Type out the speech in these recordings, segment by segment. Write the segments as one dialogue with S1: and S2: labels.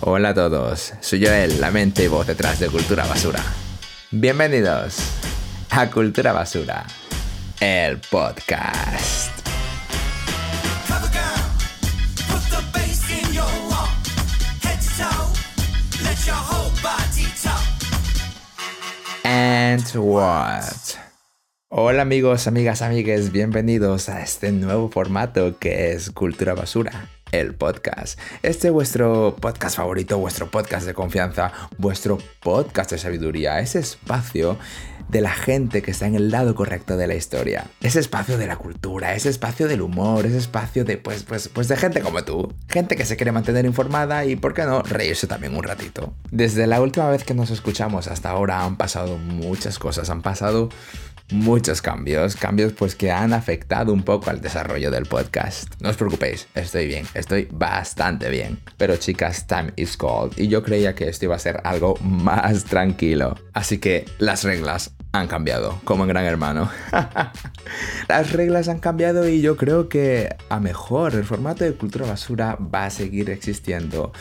S1: Hola a todos, soy Joel, la mente y voz detrás de Cultura Basura. Bienvenidos a Cultura Basura, el podcast.
S2: Cover girl, put the bass in your walk, head to toe, let your whole body talk.
S1: And what? Hola amigos, amigas, amigues, bienvenidos a este nuevo formato que es Cultura Basura, el podcast. Este es vuestro podcast favorito, vuestro podcast de confianza, vuestro podcast de sabiduría, ese espacio de la gente que está en el lado correcto de la historia, ese espacio de la cultura, ese espacio del humor, ese espacio de pues pues pues de gente como tú, gente que se quiere mantener informada y por qué no reírse también un ratito. Desde la última vez que nos escuchamos hasta ahora han pasado muchas cosas, han pasado muchos cambios, cambios pues que han afectado un poco al desarrollo del podcast. No os preocupéis, estoy bien, estoy bastante bien. Pero chicas, time is cold y yo creía que esto iba a ser algo más tranquilo. Así que las reglas han cambiado, como en Gran Hermano. las reglas han cambiado y yo creo que a mejor el formato de cultura basura va a seguir existiendo.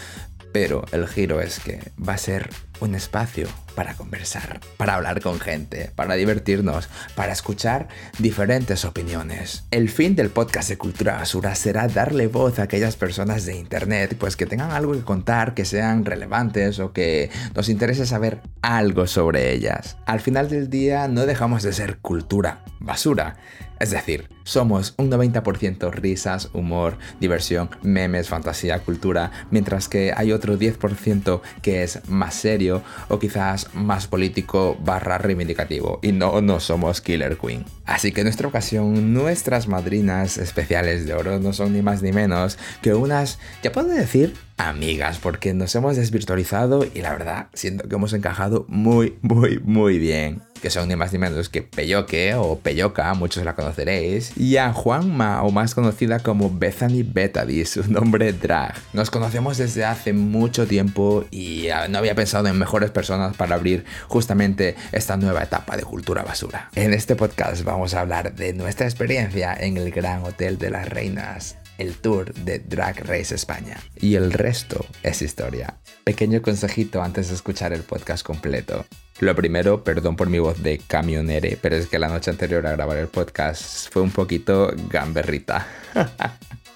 S1: Pero el giro es que va a ser un espacio para conversar, para hablar con gente, para divertirnos, para escuchar diferentes opiniones. El fin del podcast de Cultura Basura será darle voz a aquellas personas de internet pues que tengan algo que contar, que sean relevantes o que nos interese saber algo sobre ellas. Al final del día no dejamos de ser cultura basura. Es decir, somos un 90% risas, humor, diversión, memes, fantasía, cultura, mientras que hay otro 10% que es más serio o quizás más político barra reivindicativo. Y no, no somos Killer Queen. Así que en nuestra ocasión, nuestras madrinas especiales de oro no son ni más ni menos que unas, ya puedo decir, amigas, porque nos hemos desvirtualizado y la verdad siento que hemos encajado muy, muy, muy bien. Que son ni más ni menos que Peyoque o Peyoca, muchos la conoceréis, y a Juanma, o más conocida como Bethany Betady, su nombre drag. Nos conocemos desde hace mucho tiempo y ah, no había pensado en mejores personas para abrir justamente esta nueva etapa de cultura basura. En este podcast vamos a hablar de nuestra experiencia en el Gran Hotel de las Reinas, el tour de Drag Race España. Y el resto es historia. Pequeño consejito antes de escuchar el podcast completo. Lo primero, perdón por mi voz de camionere, pero es que la noche anterior a grabar el podcast fue un poquito gamberrita.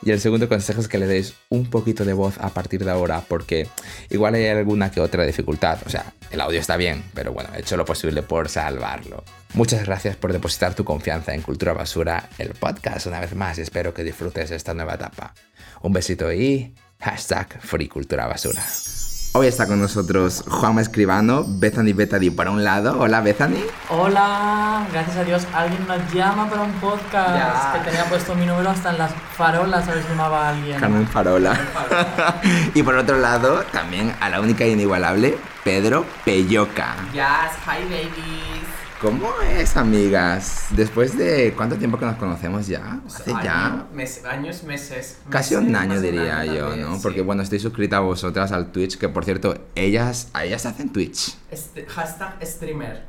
S1: Y el segundo consejo es que le deis un poquito de voz a partir de ahora porque igual hay alguna que otra dificultad. O sea, el audio está bien, pero bueno, he hecho lo posible por salvarlo. Muchas gracias por depositar tu confianza en Cultura Basura, el podcast, una vez más. y Espero que disfrutes esta nueva etapa. Un besito y hashtag Free Cultura Basura. Hoy está con nosotros Juanma Escribano, Bethany Betadi por un lado. Hola Bethany.
S3: Hola, gracias a Dios alguien nos llama para un podcast
S1: Ya.
S3: que tenía puesto mi número hasta en las farolas a ver si llamaba alguien.
S1: Carmen Farola. y por otro lado, también a la única e inigualable, Pedro Pelloca.
S4: Yes, hi babies.
S1: ¿Cómo es, amigas? Después de cuánto tiempo que nos conocemos ya? Hace ya
S4: Año, mes- años, meses.
S1: casi
S4: meses,
S1: un año
S4: más de un
S1: diría
S4: año
S1: yo,
S4: también,
S1: ¿no?
S4: sí.
S1: Porque bueno, estoy suscrita a vosotras al Twitch, que por cierto, ellas, a ellas hacen Twitch.
S4: Este- hashtag streamer.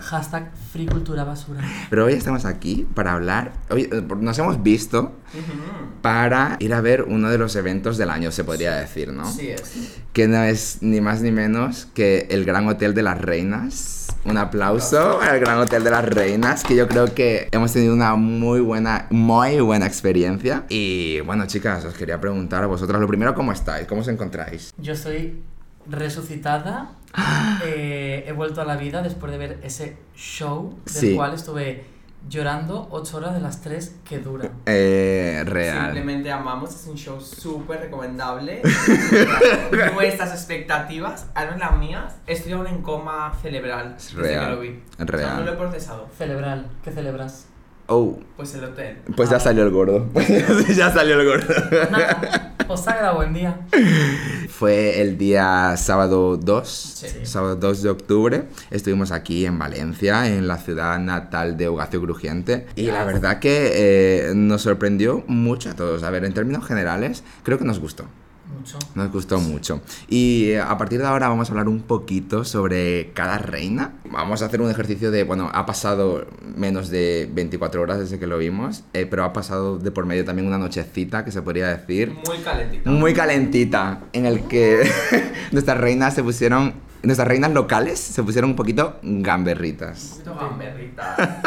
S3: Hashtag Free Cultura Basura.
S1: Pero hoy estamos aquí para hablar, hoy eh, nos hemos visto para ir a ver uno de los eventos del año, se podría decir, ¿no?
S4: Sí es.
S1: que no es ni más ni menos que el Gran Hotel de las Reinas. Un aplauso al Gran Hotel de las Reinas, que yo creo que hemos tenido una muy buena, muy buena experiencia. Y bueno, chicas, os quería preguntar a vosotras lo primero, ¿cómo estáis? ¿Cómo os encontráis?
S3: Yo estoy resucitada, eh, he vuelto a la vida después de ver ese show del
S1: Sí.
S3: cual estuve llorando 8 horas de las 3 que dura.
S1: Eh, real.
S4: Simplemente amamos, es un show súper recomendable. Supera Nuestras expectativas, al menos las mías, estoy aún en coma cerebral.
S1: Es
S4: desde
S1: real,
S4: que lo vi. O sea,
S1: real.
S4: no lo he procesado.
S3: Celebral, ¿qué celebras?
S1: Oh,
S4: Pues el hotel.
S1: pues ya salió el gordo. ya salió el gordo.
S3: Nada, os ha quedado buen día.
S1: Fue el día sábado 2,
S4: Sí.
S1: sábado 2 de octubre. Estuvimos aquí en Valencia, en la ciudad natal de Hogacio Crujiente. Y la verdad que eh, nos sorprendió mucho a todos. A ver, en términos generales, creo que nos gustó.
S3: Mucho.
S1: Nos gustó mucho. Y eh, a partir de ahora vamos a hablar un poquito sobre cada reina. Vamos a hacer un ejercicio de, bueno, ha pasado menos de 24 horas desde que lo vimos, eh, pero ha pasado de por medio también una nochecita que se podría decir
S4: Muy calentita.
S1: muy calentita, en el que nuestras reinas se pusieron, nuestras reinas locales se pusieron un poquito gamberritas.
S4: Un poquito gamberrita.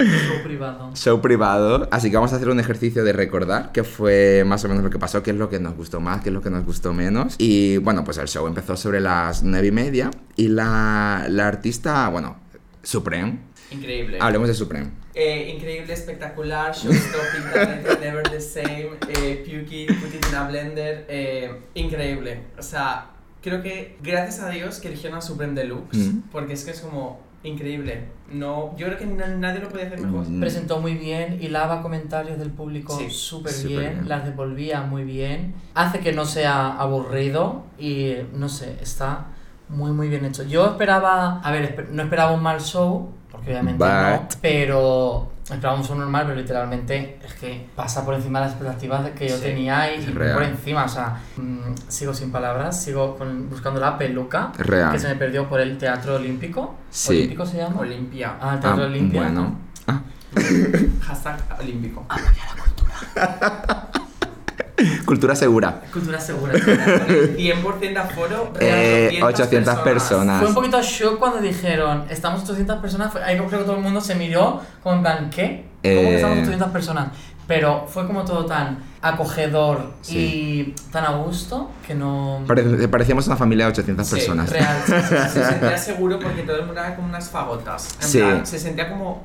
S3: Show privado.
S1: show privado, así que vamos a hacer un ejercicio de recordar qué fue más o menos lo que pasó, qué es lo que nos gustó más, qué es lo que nos gustó menos. Y bueno, pues el show empezó sobre las nueve y media y la, la artista, bueno, Supreme,
S4: Increíble.
S1: hablemos de Supreme.
S4: Eh, increíble, espectacular, showstopping, talented, never the same, eh, Puky, put it in a blender, eh, increíble. O sea, creo que gracias a Dios que eligieron a Supreme Deluxe,
S1: Mm.
S4: porque es que es como increíble. No, yo creo que na- nadie lo podía hacer mejor.
S1: Mm.
S3: Presentó muy bien, hilaba comentarios del público
S4: Sí,
S3: súper bien,
S1: superbién.
S3: las devolvía muy bien, hace que no sea aburrido y no sé, está muy muy bien hecho. Yo esperaba, a ver, esper- no esperaba un mal show, porque obviamente no,
S1: But-
S3: pero esperaba un show normal, pero literalmente es que pasa por encima de las expectativas que yo
S4: Sí,
S3: tenía y,
S1: es
S3: y
S1: real.
S3: por encima, o sea, mm, sigo sin palabras, sigo con- buscando la peluca
S1: Real.
S3: que se me perdió por el Teatro Olímpico.
S1: Sí.
S3: ¿Olímpico se llama?
S4: Olimpia.
S3: Ah, el
S1: Ah,
S3: Teatro Olímpico.
S1: bueno. Ah,
S4: Hashtag olímpico.
S1: cultura segura.
S3: Cultura segura.
S4: 100% aforo,
S1: Eh,
S4: real,
S1: 800 personas.
S3: Fue un poquito shock cuando dijeron, estamos 800 personas. Fue- Ahí creo que todo el mundo se miró como en plan, ¿qué? ¿Cómo
S1: Eh.
S3: que estamos 800 personas? Pero fue como todo tan acogedor y tan a gusto que no...
S1: Pare- parecíamos una familia de 800
S4: Sí,
S1: personas.
S3: Real. sí, sí, sí.
S4: Se sentía seguro porque todo el mundo era como unas fagotas. En
S1: Sí.
S4: plan, se sentía como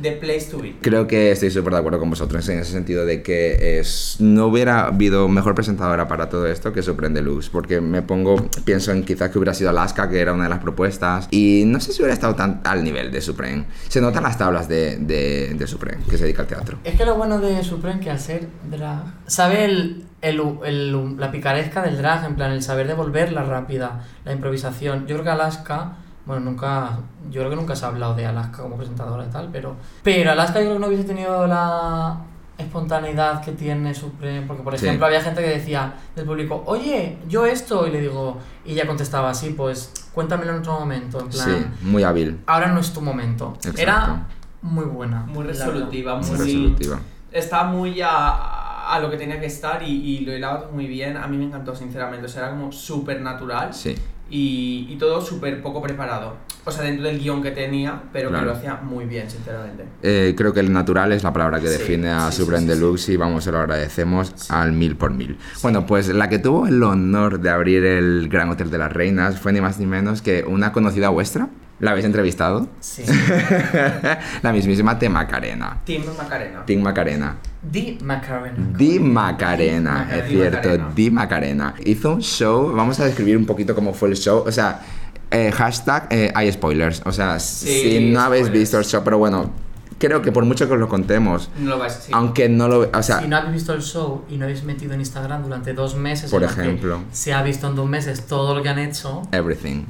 S4: the place to be.
S1: Creo que estoy súper de acuerdo con vosotros en ese sentido de que es, no hubiera habido mejor presentadora para todo esto que Sorprende Lux, porque me pongo, pienso en quizás que hubiera sido Alaska, que era una de las propuestas, y no sé si hubiera estado tan al nivel de Supreme. Se notan las tablas de, de, de Supreme, que se dedica al teatro.
S3: Es que lo bueno de Supreme que al ser drag, sabe el, el, el- la picaresca del drag, en plan, el saber devolver la rápida, la improvisación. Yo creo que Alaska, bueno, nunca, yo creo que nunca se ha hablado de Alaska como presentadora y tal, pero, pero Alaska yo creo que no hubiese tenido la espontaneidad que tiene Supreme, porque por
S1: Sí.
S3: ejemplo había gente que decía del público, oye, yo esto, y le digo, y ella contestaba, sí, pues cuéntamelo en otro momento, en plan,
S1: Sí, muy hábil,
S3: ahora no es tu momento.
S1: Exacto.
S3: Era muy buena.
S4: Muy
S3: la
S4: resolutiva,
S1: muy
S4: muy,
S1: resolutiva.
S4: Estaba muy a, a lo que tenía que estar y, y lo hilaba todo muy bien. A mí me encantó, sinceramente. O sea, era como súper natural
S1: Sí,
S4: y, y todo súper poco preparado. O sea, dentro del guión que tenía, pero
S1: Claro.
S4: que lo hacía muy bien, sinceramente.
S1: Eh, creo que el natural es la palabra que
S4: Sí,
S1: define a
S4: sí, sí,
S1: Supreme
S4: sí,
S1: Deluxe y vamos, se lo agradecemos al mil por mil. Bueno, pues la que tuvo el honor de abrir el Gran Hotel de las Reinas fue ni más ni menos que una conocida vuestra. ¿La habéis entrevistado?
S3: Sí.
S1: la mismísima Te Macarena.
S4: Team Macarena.
S1: Tim Macarena.
S3: Di McCarron.
S1: Di Macarena,
S3: Di Macarena.
S1: es
S4: Di
S1: cierto,
S4: Macarena.
S1: Di Macarena. Hizo un show, vamos a describir un poquito cómo fue el show, o sea, eh, hashtag eh, hay spoilers, o sea, si no habéis
S4: spoilers.
S1: visto el show, pero bueno, creo que por mucho que os lo contemos,
S4: No lo vais a decir.
S1: aunque no lo, o sea,
S3: si no habéis visto el show y no habéis metido en Instagram durante dos meses,
S1: Por
S3: en los que
S1: ejemplo.
S3: se ha visto en dos meses todo lo que han hecho.
S1: everything.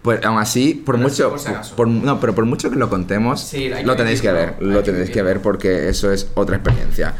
S1: Pues aún así, por
S4: Pero
S1: mucho,
S4: por si acaso.
S1: por- no, pero por mucho que lo contemos,
S4: Sí, hay que
S1: lo tenéis que ver,
S4: vivirlo, hay
S1: lo
S4: que
S1: tenéis que
S4: vivirlo.
S1: ver porque eso es otra experiencia.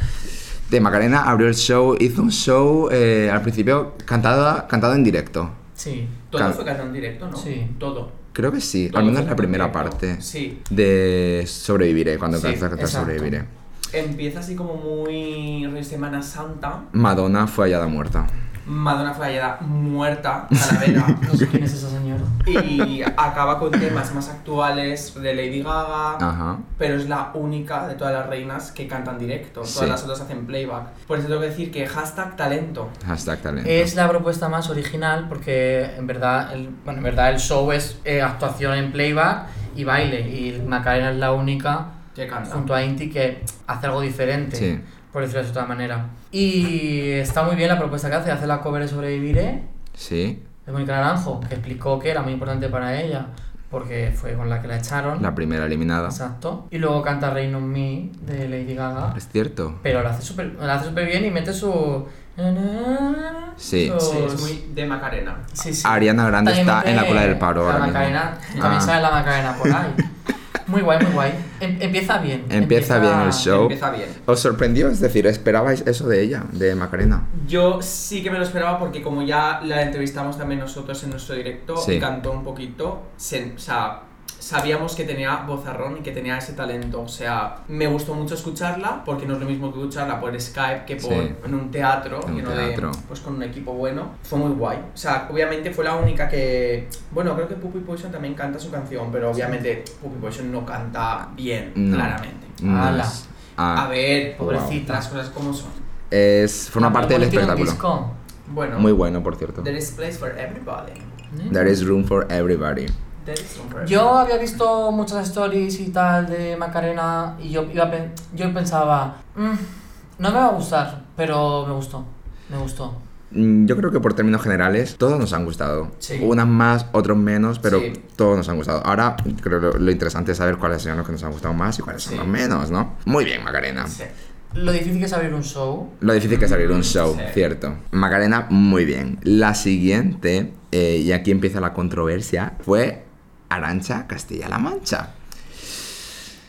S1: De Macarena abrió el show, hizo un show eh, al principio cantado, cantado en directo.
S3: Sí.
S4: Todo
S1: Claro.
S4: fue cantado en directo, ¿no?
S3: Sí.
S4: Todo.
S1: Creo que sí,
S4: Todo
S1: al menos
S4: fue
S1: la primera
S4: cantado en
S1: parte
S4: directo. Sí.
S1: de Sobreviviré, cuando
S4: Sí,
S1: cantas a cantar
S3: exacto.
S1: Sobreviviré.
S4: Empieza así como muy rollo Semana Santa.
S1: Madonna fue hallada muerta.
S4: Madonna fue hallada muerta, calavera.
S3: No sé quién es esa señora.
S4: y acaba con temas más actuales de Lady Gaga.
S1: Ajá.
S4: Pero es la única de todas las reinas que cantan directo. Todas
S1: Sí.
S4: las otras hacen playback. Por eso tengo que decir que hashtag talento.
S1: Hashtag talento.
S3: Es la propuesta más original porque en verdad el, bueno, en verdad el show es eh, actuación en playback y baile. Y Macarena es la única
S4: Que canta.
S3: junto a Inti que hace algo diferente,
S1: Sí.
S3: por decirlo de otra manera. Y está muy bien la propuesta que hace, hace la cover de Sobreviviré.
S1: Sí,
S3: de Mónica Naranjo, que explicó que era muy importante para ella, porque fue con la que la echaron.
S1: la primera eliminada.
S3: Exacto. Y luego canta Rain on Me de Lady Gaga.
S1: Es cierto.
S3: Pero lo hace súper lo hace súper bien y mete su.
S1: Sí.
S3: sus-
S4: Sí, es muy de Macarena.
S3: Sí, sí.
S1: Ariana Grande
S3: También
S1: está en la
S3: mete
S1: cola del paro
S3: La
S1: ahora mismo.
S3: Macarena. También
S1: Ah.
S3: sale la Macarena por ahí. Muy guay, muy guay. Em- empieza bien.
S1: Empieza bien el show.
S4: Empieza bien.
S1: ¿Os sorprendió? Es decir, ¿esperabais eso de ella, de Macarena?
S4: Yo sí que me lo esperaba porque como ya la entrevistamos también nosotros en nuestro directo
S1: Sí.
S4: y cantó un poquito, se- o sea, sabíamos que tenía vozarrón y que tenía ese talento. O sea, me gustó mucho escucharla porque no es lo mismo que escucharla por Skype que por
S1: Sí.
S4: en un teatro,
S1: En un
S4: lleno
S1: teatro.
S4: De, pues con un equipo bueno. Fue muy guay. O sea, obviamente fue la única que... Bueno, creo que Puppy Poison también canta su canción, pero obviamente Puppy Poison no canta bien,
S1: No.
S4: claramente.
S1: No
S3: Ala.
S1: es- ah,
S4: A ver,
S3: Pobrecita.
S4: las cosas como son.
S1: Es, forma parte del espectáculo.
S4: Bueno.
S1: Muy bueno, por cierto.
S4: There is place for everybody.
S3: ¿eh?
S1: There is room for everybody.
S4: There is room for
S3: Yo había visto muchas stories y tal de Macarena y yo, iba a pen- yo pensaba, "Mm, no me va a gustar, pero me gustó, me gustó.
S1: Mm, Yo creo que por términos generales, todos nos han gustado.
S4: Sí.
S1: Unas más, otros menos, pero
S4: Sí.
S1: todos nos han gustado. Ahora, creo lo, lo interesante es saber cuáles son los que nos han gustado más y cuáles son
S4: Sí.
S1: los menos, ¿no? Muy bien, Macarena.
S4: everybody. Sí.
S3: Lo difícil que es abrir un show.
S1: Lo difícil que es abrir un show,
S4: Sí.
S1: cierto. Macarena, muy bien. La siguiente, eh, y aquí empieza la controversia, fue Arancha Castilla-La Mancha.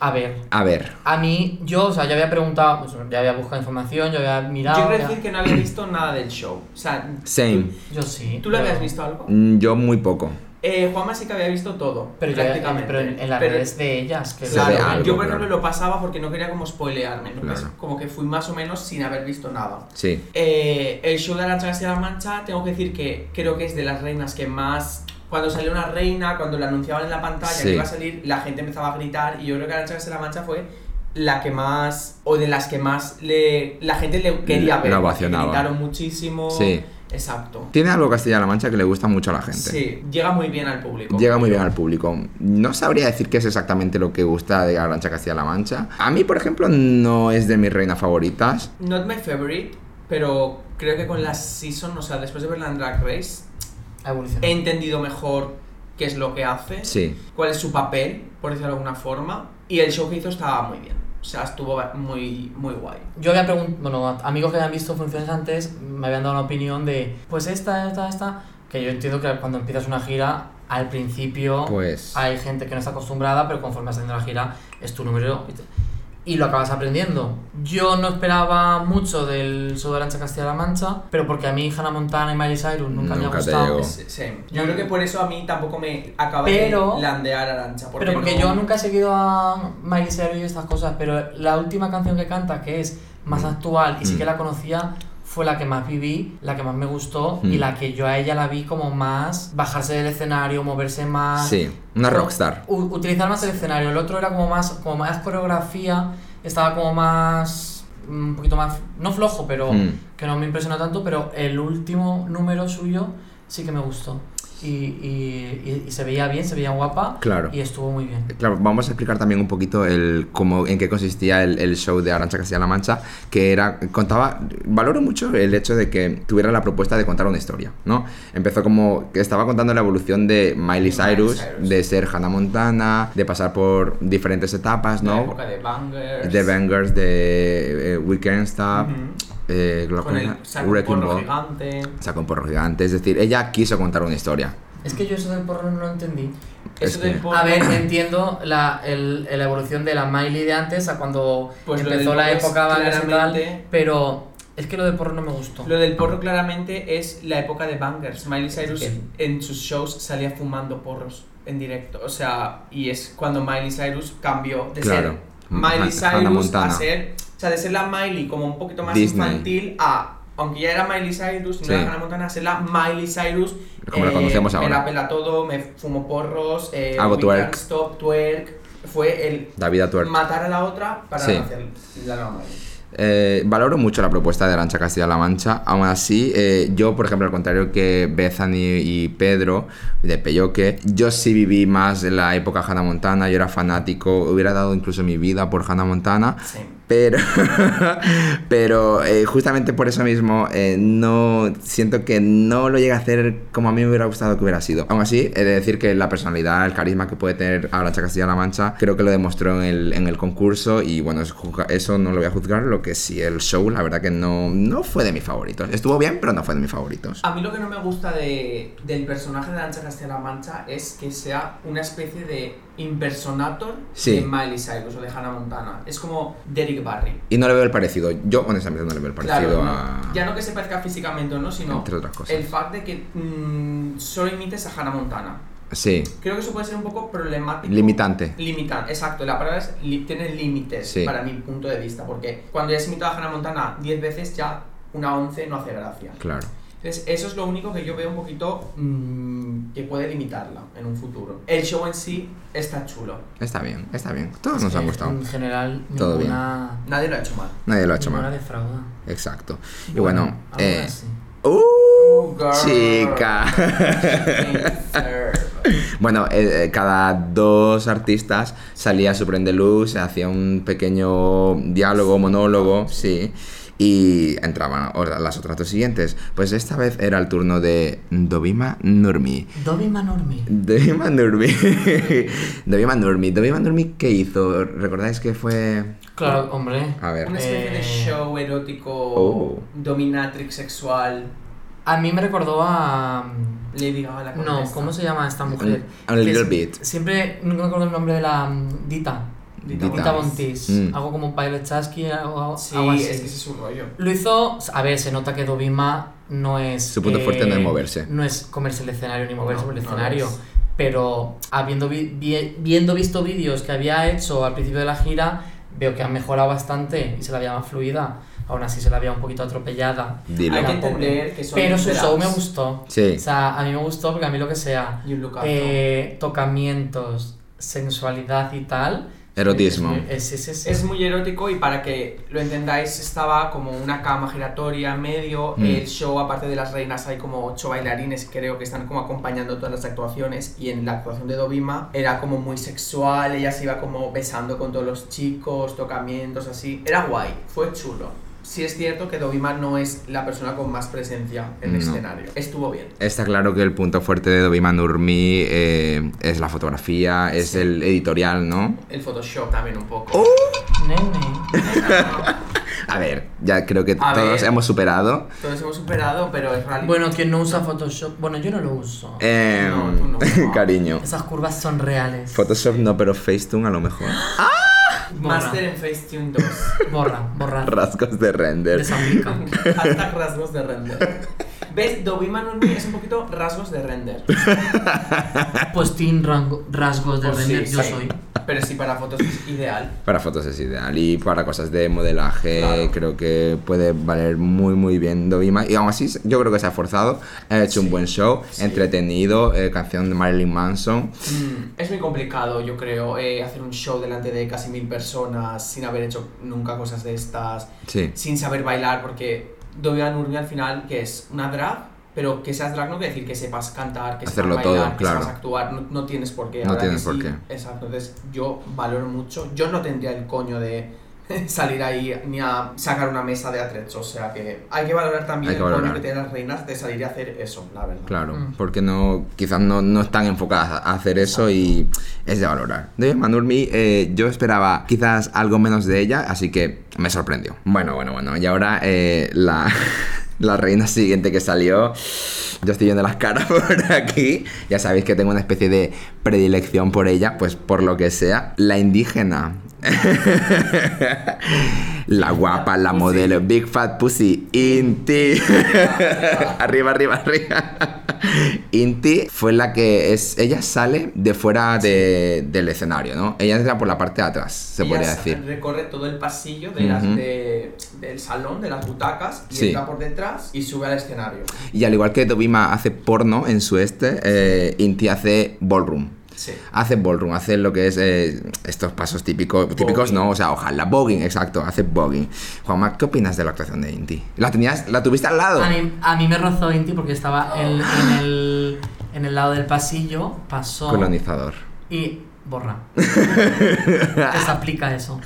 S3: A ver,
S1: A ver,
S3: a mí, yo, o sea, yo había preguntado, pues, ya había buscado información, yo había mirado.
S4: Yo quiero
S3: ya-
S4: decir que no había visto nada del show. O sea,
S1: same.
S3: Yo sí.
S4: ¿tú lo
S3: pero-
S4: habías visto algo?
S1: Mm, Yo muy poco.
S4: Eh, Juanma sí que había visto todo.
S3: Pero, yo- eh,
S4: prácticamente.
S3: pero en, en las
S4: Pero-
S3: redes de ellas, que
S1: Se ve
S4: Claro,
S1: algo,
S4: yo por ejemplo
S1: claro.
S4: lo pasaba porque no quería como spoilearme. ¿no?
S1: Claro.
S4: Como que fui más o menos sin haber visto nada.
S1: Sí.
S4: Eh, el show de Arancha Castilla-La Mancha, tengo que decir que creo que es de las reinas que más. Cuando salió una reina, cuando la anunciaban en la pantalla
S1: Sí.
S4: que iba a salir, la gente empezaba a gritar. Y yo creo que Arancha Castilla-La Mancha fue la que más. O de las que más le, la gente le quería
S1: La-
S4: ver.
S1: la
S4: porque
S1: ovacionaba.
S4: Gritaron muchísimo.
S1: Sí.
S4: Exacto.
S1: Tiene algo Castilla-La Mancha que le gusta mucho a la gente.
S4: Sí, llega muy bien al público.
S1: Llega muy bien al público. No sabría decir qué es exactamente lo que gusta de Arancha Castilla-La Mancha. A mí, por ejemplo, no es de mis reinas favoritas.
S4: Not my favorite, pero creo que con la season, o sea, después de verla en Drag Race,
S3: ha evolucionado.
S4: he entendido mejor qué es lo que hace.
S1: Sí.
S4: cuál es su papel, por decirlo de alguna forma. Y el show que hizo estaba muy bien. O sea, estuvo ba- muy, muy guay.
S3: Yo había preguntado, bueno, a- amigos que habían visto funciones antes me habían dado una opinión de, pues esta, esta, esta, que yo entiendo que cuando empiezas una gira, al principio
S1: Pues.
S3: hay gente que no está acostumbrada, pero conforme vas haciendo la gira es tu número y te- y lo acabas aprendiendo. Yo no esperaba mucho del show de Arancha Castilla-La Mancha, pero porque a mí Hannah Montana y Miley Cyrus nunca, me ha
S1: Nunca te
S3: gustado.
S1: llegó.
S4: Sí, sí. Yo creo que por eso a mí tampoco me acaba
S3: Pero-
S4: de landear Arancha.
S3: Pero porque yo nunca he seguido a Miley Cyrus y estas cosas, pero la última canción que canta, que es más
S1: Mm.
S3: actual y sí
S1: Mm.
S3: que la conocía, fue la que más viví, la que más me gustó y
S1: Mm.
S3: la que yo a ella la vi como más bajarse del escenario, moverse
S4: Ah,
S3: más.
S1: Sí. Una
S3: Como
S1: rockstar.
S3: u- utilizar más el escenario. El otro era como más, como más coreografía, estaba como más. mm, un poquito más. no flojo, pero
S1: Mm.
S3: que no me impresionó tanto, pero el último número suyo sí que me gustó. Y, y- y- y se veía bien, se veía guapa
S1: Claro.
S3: y estuvo muy bien.
S1: Claro, vamos a explicar también un poquito el cómo, en qué consistía el, el show de Arancha Castilla-La Mancha, que era, contaba, valoro mucho el hecho de que tuviera la propuesta de contar una historia, ¿no? Empezó como que estaba contando la evolución de Miley
S4: Miley
S1: Cyrus,
S4: Cyrus.
S1: de ser Hannah Montana, de pasar por diferentes etapas,
S4: La
S1: ¿no?
S4: época de Bangers.
S1: The Bangers, de eh, Weekend Stop,
S4: Ujú.
S1: eh,
S4: Con el saco de porro gigante.
S1: Sacó un porro gigante, es decir, ella quiso contar una historia.
S3: Es que yo eso del porro no lo entendí.
S1: Es
S4: Eso del
S1: que-
S4: porro.
S3: A ver, entiendo la, el- la evolución de la Miley de antes a cuando
S4: Pues lo
S3: empezó
S4: del
S3: la
S4: porro es
S3: época Bangers y tal,
S4: claramente-
S3: pero es que lo del porro no me gustó.
S4: Lo del porro claramente es la época de Bangers. Miley Cyrus
S3: que-
S4: en sus shows salía fumando porros en directo. O sea, y es cuando Miley Cyrus cambió de
S1: Claro.
S4: ser Miley
S1: Ha- Hannah
S4: Cyrus a
S1: Montana.
S4: ser. O sea, de ser la Miley como un poquito más
S1: Disney.
S4: infantil a. Aunque ya era Miley Cyrus, no
S1: Sí.
S4: era Hannah Montana, a ser la Miley Cyrus. eh,
S1: Como la conocemos
S4: Me
S1: ahora.
S4: la pela todo, me fumo porros, eh,
S1: Hago
S4: we
S1: twerk.
S4: can't Stop, twerk. Fue el
S1: David Atuer.
S4: matar a la otra para
S1: Sí.
S4: hacer la nueva Miley.
S1: Eh, valoro mucho la propuesta de Arancha Castilla-La Mancha. Aún así, eh, yo, por ejemplo, al contrario que Bethany y Pedro de Peyoque, yo sí viví más la época Hannah Montana. Yo era fanático, hubiera dado incluso mi vida por Hannah Montana.
S4: Sí.
S1: Pero, pero eh, justamente por eso mismo eh, no siento que no lo llegue a hacer como a mí me hubiera gustado que hubiera sido. Aún así, he de decir que la personalidad, el carisma que puede tener Arancha Castilla-La Mancha, creo que lo demostró en el, en el concurso y bueno, eso, juzga- eso no lo voy a juzgar, lo que sí el show, la verdad que no, no fue de mis favoritos. Estuvo bien, pero no fue de mis favoritos.
S4: A mí lo que no me gusta de, del personaje de Arancha Castilla-La Mancha es que sea una especie de impersonator
S1: Sí.
S4: de Miley Cyrus o de Hannah Montana. Es como Derek Barry.
S1: Y no le veo el parecido. Yo honestamente no le veo el parecido
S4: Claro, no-
S1: a...
S4: ya no que se parezca físicamente o no, sino
S1: Entre otras cosas.
S4: el fact de que mm, solo imites a Hannah Montana.
S1: Sí,
S4: Creo que eso puede ser un poco problemático.
S1: limitante.
S4: Limitan, exacto, la palabra es li- tiene límites
S1: Sí.
S4: para mi punto de vista, porque cuando ya has imitado a Hannah Montana 10 veces, ya una 11 no hace gracia.
S1: Claro.
S4: Entonces, eso es lo único que yo veo un poquito mm, que puede limitarla en un futuro. El show en sí está chulo,
S1: Está bien, está bien. Todos nos han gustado.
S3: En general,
S1: Todo bien.
S3: ninguna,
S4: nadie lo ha hecho mal.
S1: Nadie lo ha hecho
S3: ninguna
S1: mal.
S3: defrauda.
S1: Exacto. Y bueno,
S3: algunas
S1: eh,
S3: sí.
S1: ¡Uh!
S4: Oh, girl.
S1: Chica. bueno, eh, eh, cada dos artistas salía su prende luz, se hacía un pequeño diálogo, monólogo, sí. Y entraban ahora las otras dos siguientes. Pues esta vez era el turno de Dovima Nurmi.
S3: Dobby Manormi.
S1: Dovima Nurmi. Dovima Nurmi. Dovima Nurmi, ¿qué hizo? ¿Recordáis que fue...?
S3: Claro, hombre.
S1: A ver.
S4: Una especie de
S3: Eh.
S4: show erótico,
S1: Oh.
S4: dominatrix sexual,
S3: A mí me recordó a.
S4: Lady Gaga la
S3: No,
S4: condesa.
S3: ¿cómo se llama esta mujer?
S1: A little
S3: Que
S1: bit.
S3: Siempre, nunca me acuerdo el nombre de la mm, Dita.
S4: Dita
S1: Dita.
S3: Dita Bontis.
S1: Mm.
S3: Algo como Pilot Chasky, algo,
S4: Sí,
S3: algo así.
S4: es que ese es su rollo.
S3: Lo hizo, a ver, se nota que Dovima no es...
S1: Su punto fuerte no es moverse.
S3: No es comerse el escenario ni moverse
S4: No,
S3: por el
S4: no lo
S3: escenario.
S4: es.
S3: pero habiendo, vi- vi- viendo visto vídeos que había hecho al principio de la gira, veo que ha mejorado bastante y se la veía más fluida. Aún así se la veía un poquito atropellada.
S1: Dilo.
S4: Hay
S3: Era
S4: que entender
S3: pobre.
S4: que son
S3: Pero su
S4: drags.
S3: show me gustó.
S1: Sí.
S3: O sea, a mí me gustó porque a mí lo que sea...
S4: Y un look
S3: eh, tocamientos, sensualidad y tal...
S1: Erotismo.
S3: Es, es, es-
S4: Es muy erótico y para que lo entendáis, estaba como una cama giratoria, medio,
S1: Mm.
S4: el show, aparte de las reinas, hay como ocho bailarines, creo que están como acompañando todas las actuaciones y en la actuación de Dovima era como muy sexual, ella se iba como besando con todos los chicos, tocamientos, así, era guay, fue chulo. Sí es cierto que Dovima no es la persona con más presencia en el
S1: No.
S4: escenario, estuvo bien.
S1: Está claro que el punto fuerte de Dovima Nurmi eh, es la fotografía, es el editorial, ¿no?
S4: El Photoshop también un poco.
S3: Nene.
S1: A ver, ya creo que
S4: A
S1: todos
S4: ver.
S1: hemos superado.
S4: Todos hemos superado, pero es realmente...
S3: Bueno, quien no usa Photoshop... Bueno, yo no lo uso.
S1: Eh,
S4: No, tú no.
S1: cariño.
S3: Esas curvas son reales.
S1: Photoshop no, pero Facetune a lo mejor.
S3: Borra,
S4: Master en Facetune 2.
S3: borra, borra.
S1: Rasgos de render.
S3: Desaplica.
S4: Hashtag rasgos de render. ¿Ves? Dobiman Urbi es un poquito rasgos de render.
S3: Pues tiene rango- rasgos de
S4: Pues sí,
S3: render, yo
S4: sí.
S3: soy.
S4: Pero sí, para fotos es ideal.
S1: Para fotos es ideal y para cosas de modelaje
S4: Claro.
S1: creo que puede valer muy muy bien Dovima y aún así yo creo que se ha esforzado, ha hecho un buen show, entretenido, eh, canción de Marilyn Manson,
S4: Mm, es muy complicado, yo creo, eh, hacer un show delante de casi mil personas sin haber hecho nunca cosas de estas,
S1: sí,
S4: sin saber bailar, porque Dobiman Urbi al final, que es una drag, pero que seas drag no quiere decir que sepas cantar, que
S1: Hacerlo
S4: sepas bailar,
S1: todo,
S4: que
S1: claro.
S4: sepas actuar, no, no tienes por qué.
S1: No
S4: ahora que
S1: tienes por qué.
S4: Exacto, entonces yo valoro mucho, yo no tendría el coño de salir ahí ni a sacar una mesa de atrecho, o sea que hay que valorar también
S1: Hay que
S4: el coño
S1: valorar.
S4: que tienen las reinas de salir a hacer eso, la verdad.
S1: claro,
S3: Mm.
S1: porque no quizás no, no están enfocadas a- a hacer eso y es de valorar. Dovima Nurmi eh, yo esperaba quizás algo menos de ella, así que me sorprendió. Bueno, bueno, bueno, y ahora eh, la... La reina siguiente que salió, Yo estoy viendo las caras por aquí. Ya sabéis que tengo una especie de predilección por ella, pues por lo que sea. La indígena. la guapa, la modelo. Big Fat Pussy. Inti. arriba, arriba, arriba. Inti fue la que es. Ella sale de fuera de- del escenario, ¿no? Ella entra por la parte de atrás, se
S4: Ella
S1: podría
S4: sa-
S1: decir.
S4: Recorre todo el pasillo de las-
S1: Ujú.
S4: de- del salón, de las butacas, y
S1: Sí.
S4: entra por detrás y sube al escenario.
S1: Y al igual que Tobima hace porno en su este, eh, Inti hace ballroom.
S4: Sí.
S1: hace ballroom, hace lo que es eh, estos pasos típicos, típicos no, o sea, ojalá, bogging, exacto, hace bogging. Juanma, ¿qué opinas de la actuación de Inti? ¿La tenías, la tuviste al lado?
S3: A mí, a mí me rozó Inti porque estaba en, en el, en el lado del pasillo, pasó
S1: Colonizador.
S3: y borra. que se aplica eso.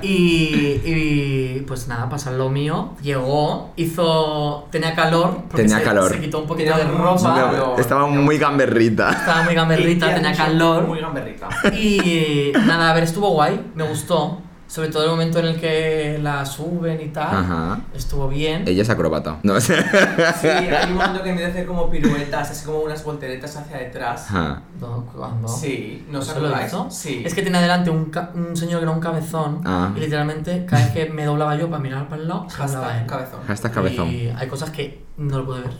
S3: Y, y, pues nada, pasar lo mío. Llegó, hizo. Tenía calor. porque
S1: Tenía
S3: se-
S1: calor.
S3: Se quitó un poquito de
S4: Tenía mucho
S3: ropa.
S4: calor.
S1: Estaba muy gamberrita.
S3: Estaba muy gamberrita,
S4: Y- y
S3: tenía
S4: hace un
S3: calor.
S4: Muy gamberrita.
S3: Y nada, a ver, estuvo guay, me gustó. Sobre todo el momento en el que la suben y tal.
S1: Ajá.
S3: Estuvo bien.
S1: Ella es acróbata. No sé.
S4: Sí, hay un momento que en vez de hacer como piruetas, hace como unas volteretas hacia detrás.
S1: Ajá.
S3: No, ¿cuándo?
S4: Sí, ¿no os
S3: ¿Eso lo
S4: acordáis?
S3: hizo?
S4: Sí.
S3: Es que tenía delante un, ca- un señor que era un cabezón.
S1: Ah.
S3: Y literalmente, cada vez que me doblaba yo para mirar para el lado, se doblaba
S4: Hashtag
S3: él.
S4: cabezón.
S1: Hashtag cabezón.
S3: Y hay cosas que no lo puedo ver.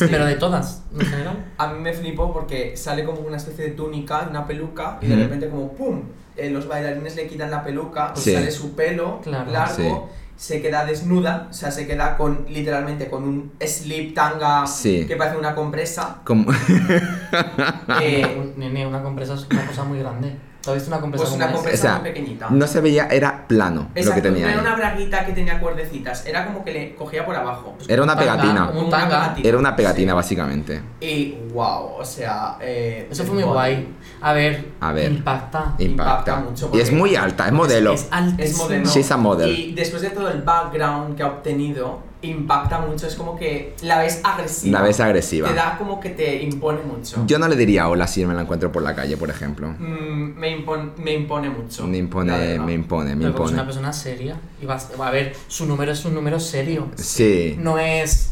S3: Pero de todas, en general.
S4: A mí me flipó porque sale como una especie de túnica, una peluca, y de
S1: Ujú.
S4: repente como ¡pum! Eh, los bailarines le quitan la peluca, pues
S1: Sí.
S4: sale su pelo
S3: Claro.
S4: largo, se queda desnuda, o sea, se queda con literalmente con un slip tanga
S1: Sí.
S4: que parece una compresa.
S1: Como...
S4: eh,
S3: Un- Nene, una compresa es una cosa muy grande. ¿Tú has visto una compresa
S4: pues
S3: como
S4: una
S3: esa?
S1: O
S4: compresa
S1: sea,
S4: muy pequeñita.
S1: No se veía, era plano lo
S4: Exacto,
S1: que tenía.
S4: no era
S1: ahí.
S4: una braguita que tenía cuerdecitas, era como que le cogía por abajo. Pues,
S1: Era una
S3: Un tanga,
S1: pegatina.
S3: Un
S4: Una
S3: tanga.
S4: pegatina.
S1: Era una pegatina, básicamente.
S4: Y wow, o sea. eh,
S3: Eso fue muy guay. A ver,
S1: A ver.
S3: impacta.
S1: Impacta.
S4: Impacta mucho
S1: y es
S4: porque-
S1: muy alta, es modelo.
S3: Es, es altísimo.
S4: Es modelo.
S1: She's a model.
S4: Y después de todo el background que ha obtenido, impacta mucho. Es como que la ves agresiva.
S1: la ves agresiva.
S4: Te da como que te impone mucho.
S1: Yo no le diría hola si me la encuentro por la calle, por ejemplo.
S4: Mm, me, impon- me impone mucho.
S1: Me
S4: la
S1: impone,
S4: verdad.
S1: me impone, me
S3: Pero como es una
S1: impone.
S3: persona seria. Y va a, a ver, su número es un número serio.
S1: Sí.
S3: No es.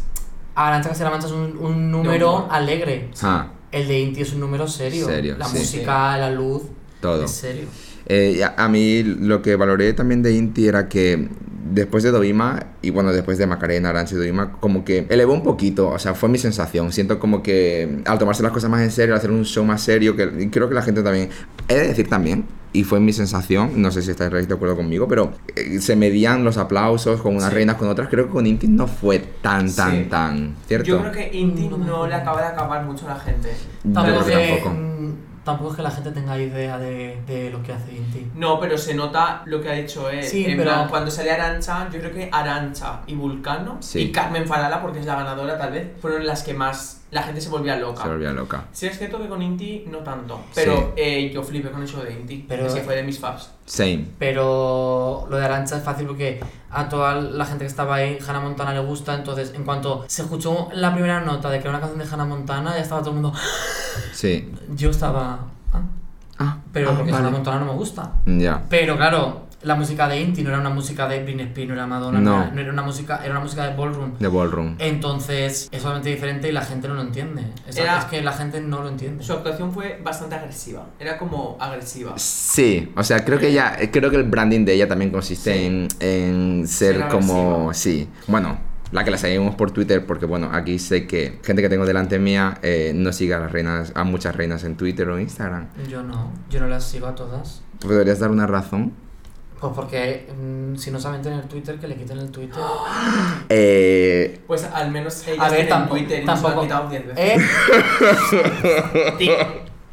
S3: Arancha Castilla-La Mancha es un, un número
S4: humor.
S3: alegre.
S1: Ah,
S3: El de Inti es un número serio.
S1: Serio,
S3: la
S1: sí.
S3: música, la luz.
S1: todo.
S3: Es serio.
S1: Eh, y a, a mí lo que valoré también de Inti era que después de Dovima y bueno, después de Macarena, Arancha y Dovima, como que elevó un poquito, o sea, fue mi sensación. Siento como que al tomarse las cosas más en serio, al hacer un show más serio, que y creo que la gente también, he de decir también, y fue mi sensación, no sé si estáis de acuerdo conmigo, pero eh, se medían los aplausos con unas
S4: Sí.
S1: reinas, con otras, creo que con Inti no fue tan, tan,
S4: Sí.
S1: tan, ¿cierto?
S4: Yo creo que Inti
S3: No
S4: no,
S3: me
S4: le
S3: acuerdo.
S4: acaba de acabar mucho a la gente.
S1: Yo creo
S3: Tampoco,
S1: que
S3: es que,
S1: tampoco.
S3: mm, tampoco es que la gente tenga idea de, de lo que hace Inti.
S4: No, pero se nota lo que ha hecho él.
S3: Sí,
S4: en
S3: pero-
S4: plan, cuando sale Arancha, yo creo que Arancha y Vulcano
S1: Sí.
S4: y Carmen Farala, porque es la ganadora tal vez, fueron las que más la gente se volvía loca.
S1: Se volvía loca.
S4: Sí, es cierto que con Inti no tanto,
S1: Sí.
S4: pero eh, yo flipé con el show de Inti,
S3: Pero-
S4: pero es que fue de mis faves.
S1: Same.
S3: Pero lo de Arancha es fácil porque a toda la gente que estaba ahí, Hannah Montana le gusta. Entonces, en cuanto se escuchó la primera nota de que era una canción de Hannah Montana, ya estaba todo el mundo. "Ah,
S1: Sí.
S3: Yo estaba. "Ah",
S1: Ah,
S3: pero
S1: ah,
S3: porque
S1: vale.
S3: Hannah Montana no me gusta.
S1: Ya.
S3: Pero claro, la música de Inti no era una música de Britney Spears, no era Madonna,
S1: No.
S3: no, era, no era una música, era una música de ballroom.
S1: De Ballroom.
S3: Entonces es totalmente diferente y la gente no lo entiende. Es,
S4: Era-
S3: es que la gente no lo entiende.
S4: Su actuación fue bastante agresiva, era como agresiva.
S1: Sí, o sea, creo que ella, creo que el branding de ella también consiste
S4: Sí.
S1: en, en ser
S4: Ser
S1: como,
S4: agresiva.
S1: sí, bueno, la que la seguimos por Twitter, porque bueno, aquí sé que gente que tengo delante mía eh, no sigue a las reinas, a muchas reinas en Twitter o Instagram.
S3: Yo no, yo no las sigo a todas.
S1: ¿Podrías dar una razón?
S3: Pues porque mm, si no saben tener Twitter, que le quiten el Twitter.
S1: Eh,
S4: Pues al menos ella
S3: A ver,
S4: en
S3: tampoco.
S4: Twitter y nos lo han
S3: tampoco
S4: quitado diez veces.
S3: ¿Eh?
S4: Ti,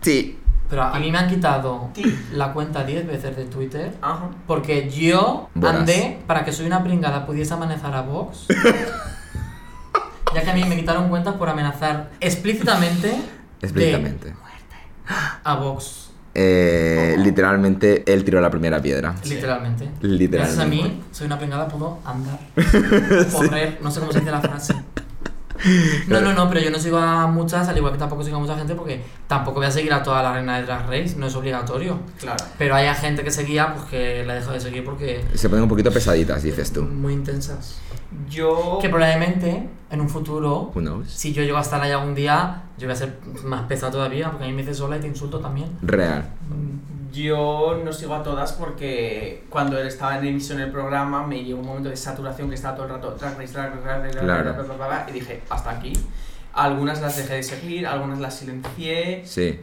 S1: sí,
S3: Pero a mí me han quitado
S4: ti.
S3: la cuenta 10 veces de Twitter.
S4: Ajá.
S3: Porque yo
S1: Voraz.
S3: andé para que soy una pringada pudiese amenazar a Vox. ya que a mí me quitaron cuentas por amenazar explícitamente, de
S1: explícitamente.
S3: a Vox,
S1: Eh, literalmente, él tiró la primera piedra.
S3: literalmente. Gracias
S1: Literalmente.
S3: a mí, soy una pringada, puedo andar, correr, no sé cómo se dice la frase. No, no, no, pero yo no sigo a muchas, al igual que tampoco sigo a mucha gente, porque tampoco voy a seguir a toda la reina de Drag Race, no es obligatorio.
S4: Claro.
S3: Pero hay a gente que seguía, pues que la he dejado de seguir porque
S1: Se ponen un poquito pesaditas, dices tú.
S3: muy intensas.
S4: Yo.
S3: Que probablemente en un futuro,
S1: Who knows?
S3: si yo llego a estar allá un día, yo voy a ser más pesado todavía, porque a mí me dices sola y te insulto también. Mm,
S1: Real.
S4: Yo no sigo a todas porque cuando él estaba en emisión el programa me llegó un momento de saturación que estaba todo el rato drag race, drag race, drag race, drag race,
S1: Claro.
S4: bla, bla, bla, bla, y dije, hasta aquí. Algunas las dejé de seguir, algunas las silencié
S1: Sí.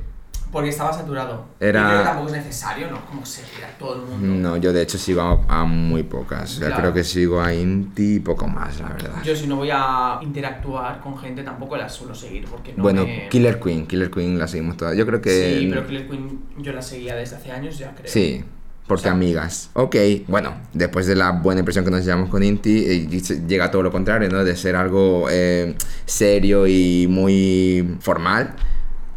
S4: porque estaba saturado.
S1: Era-
S4: Y creo que tampoco es necesario, ¿no? Como seguir a todo el mundo.
S1: No, yo de hecho sigo a, a muy pocas. O sea,
S4: Claro.
S1: creo que sigo a Inti y poco más, la verdad.
S4: Yo si no voy a interactuar con gente tampoco la suelo seguir porque no
S1: bueno,
S4: me...
S1: Killer Queen, Killer Queen la seguimos todas. Yo creo que.
S4: Sí, pero Killer Queen yo la seguía desde hace años ya, creo.
S1: Sí, porque
S4: O sea-
S1: amigas. Ok, bueno, después de la buena impresión que nos llevamos con Inti, eh, y se- llega todo lo contrario, ¿no? De ser algo eh, serio y muy formal,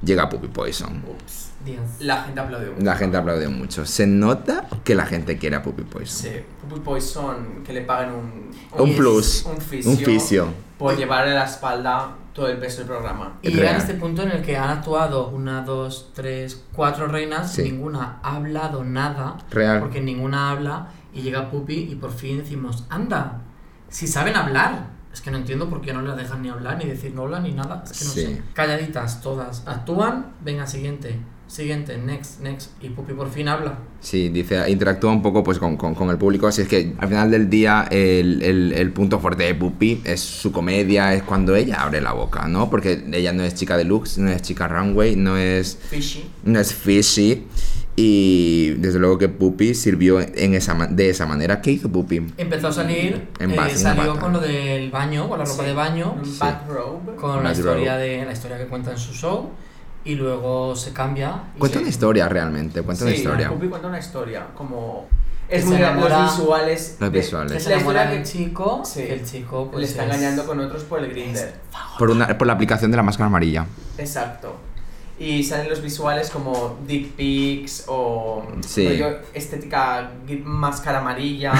S1: llega Puppy Poison.
S4: Ups.
S3: 10.
S4: la gente aplaudió.
S1: La gente aplaudió mucho. Se nota que la gente quiere a Puppy Poison.
S4: Sí, Puppy Poison, que le paguen un...
S1: Un plus.
S4: Un fisio.
S1: Un fisio.
S4: Por llevar en la espalda todo el peso del programa.
S3: Y
S1: Es
S3: llegan a
S1: real.
S3: este punto en el que han actuado una, dos, tres, cuatro reinas,
S1: Sí. Ah.
S3: ninguna ha hablado nada,
S1: Real.
S3: porque ninguna habla, y llega Pupi y por fin decimos, anda, si saben hablar. Es que no entiendo por qué no las dejan ni hablar, ni decir no hablan, ni nada. Es que no
S1: Sí.
S3: sé. Calladitas todas. Actúan, venga, siguiente, siguiente, next, next. Y Pupi por fin habla.
S1: Sí, dice, interactúa un poco pues, con, con- con el público. Así es que al final del día el, el- el punto fuerte de Puppy es su comedia, es cuando ella abre la boca, ¿no? Porque ella no es chica deluxe, no es chica runway, no es,
S4: Fishy.
S1: no es fishy. Y desde luego que Puppy sirvió en esa, ma- de esa manera. ¿Qué hizo Puppy?
S3: Empezó a salir,
S1: En
S3: eh,
S1: base, en
S3: salió
S1: bata.
S3: con lo del baño, con la ropa
S4: Sí.
S3: de baño.
S4: Un
S1: Sí.
S4: backrobe.
S3: con la
S1: Más
S3: historia
S1: bravo.
S3: de la historia que cuenta en su show y luego se cambia y
S1: Cuenta
S3: se-
S1: una historia realmente, cuenta una
S4: Sí, Ah,
S1: historia.
S4: Pupi cuenta una historia. Como...
S3: Que
S4: Es
S3: se
S4: muy grande
S3: enamora-
S4: los visuales.
S1: Los
S4: de-
S1: visuales.
S3: que se
S4: La
S3: enamora
S4: historia
S3: del
S4: que-
S3: chico
S4: Sí.
S3: que el chico pues
S4: le está
S3: es-
S4: engañando con otros por el grinder.
S1: Por, una, por la aplicación de la máscara amarilla.
S4: Exacto. Y salen los visuales como dick pics o
S1: Sí.
S4: rollo estética gui- máscara amarilla.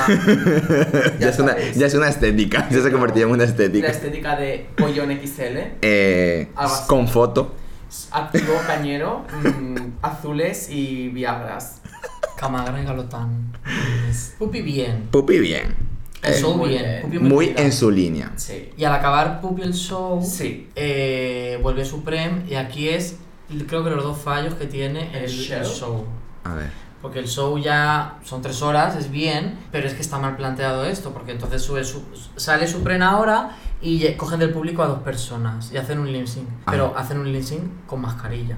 S1: Ya, es una,
S4: sabéis.
S1: ya es una estética, ya se ha convertido en una
S4: La
S1: estética.
S4: estética de pollón XL,
S1: Eh,
S4: Ah, vas.
S1: con foto.
S4: activo cañero, mm, azules y viagras.
S3: Camagra y Galotán Es Pupi bien
S1: Pupi bien.
S3: el
S1: Eh,
S3: show
S4: muy
S3: bien,
S4: bien.
S3: Pupi
S1: Muy
S3: cuidado.
S1: en su línea.
S4: Sí.
S3: y al acabar Pupi el show
S4: Sí.
S3: eh, vuelve Supreme y aquí es creo que los dos fallos que tiene el,
S4: ¿El show?
S3: el show
S1: A ver.
S3: Porque el show ya son tres horas, es bien, pero es que está mal planteado esto, porque entonces sube su- sale Supren ahora y ye- cogen del público a dos personas y hacen un lip sync.
S1: Ah.
S3: Pero hacen un lip sync con mascarilla.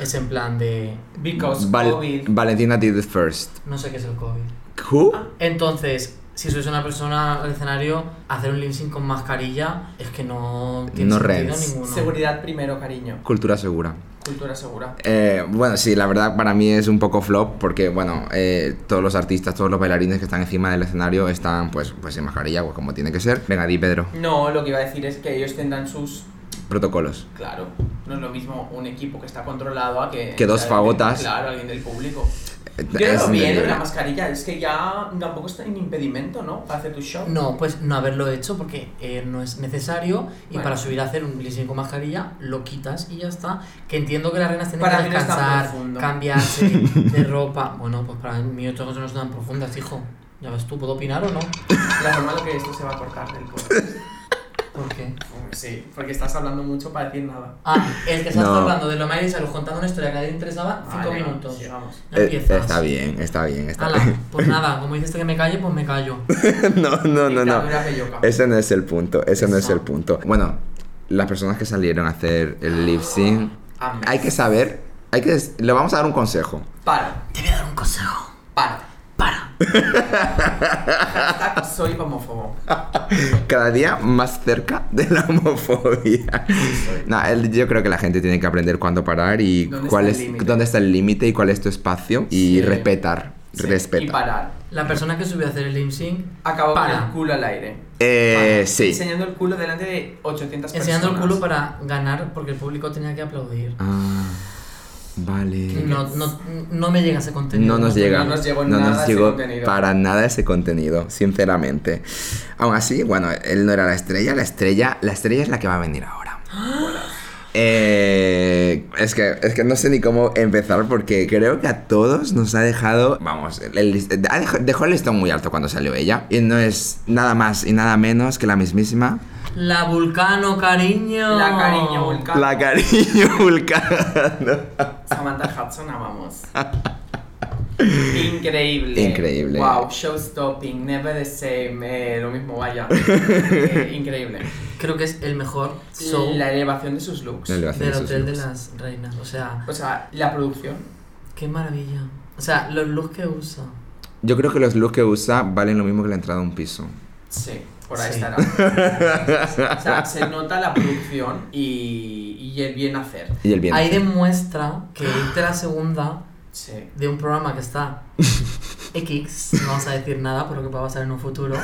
S3: Es en plan de.
S4: Because
S1: Val-
S4: COVID.
S1: Valentina did it first.
S3: No sé qué es el COVID.
S1: Who?
S3: Ah. Entonces, si subes una persona al escenario, hacer un lip sync con mascarilla es que no tiene
S1: No
S3: sentido
S1: rents.
S3: ninguno.
S4: Seguridad primero, cariño.
S1: Cultura segura.
S4: Cultura segura.
S1: Eh, bueno, sí, la verdad para mí es un poco flop porque, bueno, eh, todos los artistas, todos los bailarines que están encima del escenario están pues, pues en mascarilla, pues como tiene que ser. Venga, di Pedro.
S4: No, lo que iba a decir es que ellos tendrán sus.
S1: Protocolos.
S4: Claro, no es lo mismo un equipo que está controlado a que.
S1: Que dos
S4: a-
S1: fagotas.
S4: Claro, alguien del público.
S1: Eh,
S4: Yo
S1: es
S4: no lo vi, ¿eh?
S1: entendible.
S4: la mascarilla, es que ya tampoco está en impedimento, ¿no? Para hacer tu show.
S3: No, pues no haberlo hecho porque eh, no es necesario y
S4: Bueno.
S3: para subir a hacer un glissing con mascarilla lo quitas y ya está. Que entiendo que las reinas tienen
S4: Para
S3: que
S4: mí no es tan
S3: descansar,
S4: profundo.
S3: cambiarse de ropa. Bueno, pues para mí otras cosas no son tan profundas, hijo. Ya ves tú, ¿puedo opinar o no?
S4: La forma en la que esto se va a cortar del podcast.
S3: ¿Por qué?
S4: Sí, porque estás hablando mucho para decir nada.
S3: Ah, el que estás
S1: No.
S3: hablando de lo Miley Cyrus contando una historia que a nadie le interesaba, cinco
S4: Vale,
S3: minutos.
S4: sí, vamos.
S3: No
S1: Eh,
S3: empiezas.
S1: está bien, está bien, está
S3: Hala,
S1: bien.
S3: pues nada, como dijiste que me calle, pues me callo.
S1: no, no, no, no.
S4: Dictadura belloca.
S1: Ese no es el punto, ese no es el
S3: Exacto.
S1: punto. Bueno, las personas que salieron a hacer el lip sync,
S4: Amén.
S1: hay que saber, hay que, le vamos a dar un consejo.
S4: Para,
S3: Te voy a dar un consejo.
S4: para.
S3: Para.
S4: Hashtag soy homófobo.
S1: Cada día más cerca de la homofobia. Nah, el- yo creo que la gente tiene que aprender cuándo parar y
S4: ¿Dónde
S1: cuál
S4: está
S1: es
S4: el límite?
S1: dónde está el límite y cuál es tu espacio y
S3: Sí.
S1: respetar,
S4: Sí, Y
S1: respetar.
S4: parar.
S3: La persona que subió a hacer el lip sync
S4: Acabó con
S3: Para.
S4: el culo al aire.
S1: Eh,
S3: Para.
S1: sí.
S4: Enseñando el culo delante de 800
S3: Enseñando el
S4: personas.
S3: culo para ganar porque el público tenía que aplaudir.
S1: Ah, vale.
S3: No, no, no me llega ese contenido.
S1: No nos llega.
S4: No nos llegó
S1: no
S4: nada
S1: nos
S4: ese
S1: llegó
S4: contenido.
S1: para nada ese contenido, sinceramente. Aún así, bueno, él no era la estrella, la estrella, la estrella es la que va a venir ahora. Eh, es, que, es que no sé ni cómo empezar porque creo que a todos nos ha dejado, vamos, el list- ha dej- dejó el listón muy alto cuando salió ella y no es nada más y nada menos que la mismísima.
S3: La Vulcano, cariño.
S4: La cariño vulcano.
S1: La cariño vulcano.
S4: Samantha Hudson, amamos. Increíble.
S1: Increíble.
S4: Wow, show stopping, never the same. eh, lo mismo, vaya. Eh, increíble.
S3: Creo que es el mejor show
S4: La elevación de sus looks.
S1: La elevación.
S3: del
S1: Sus
S3: Hotel de
S1: looks.
S3: las Reinas. O sea,
S4: O sea, la producción.
S3: qué maravilla. O sea, los looks que usa.
S1: Yo creo que los looks que usa valen lo mismo que la entrada a un piso.
S4: Sí, por ahí
S3: Sí.
S4: estará. o sea, se nota la producción y, y el bien hacer.
S1: Y el bien.
S3: Ahí demuestra que irte a la segunda
S4: Sí.
S3: de un programa que está X, no vamos a decir nada por lo que pueda pasar en un futuro.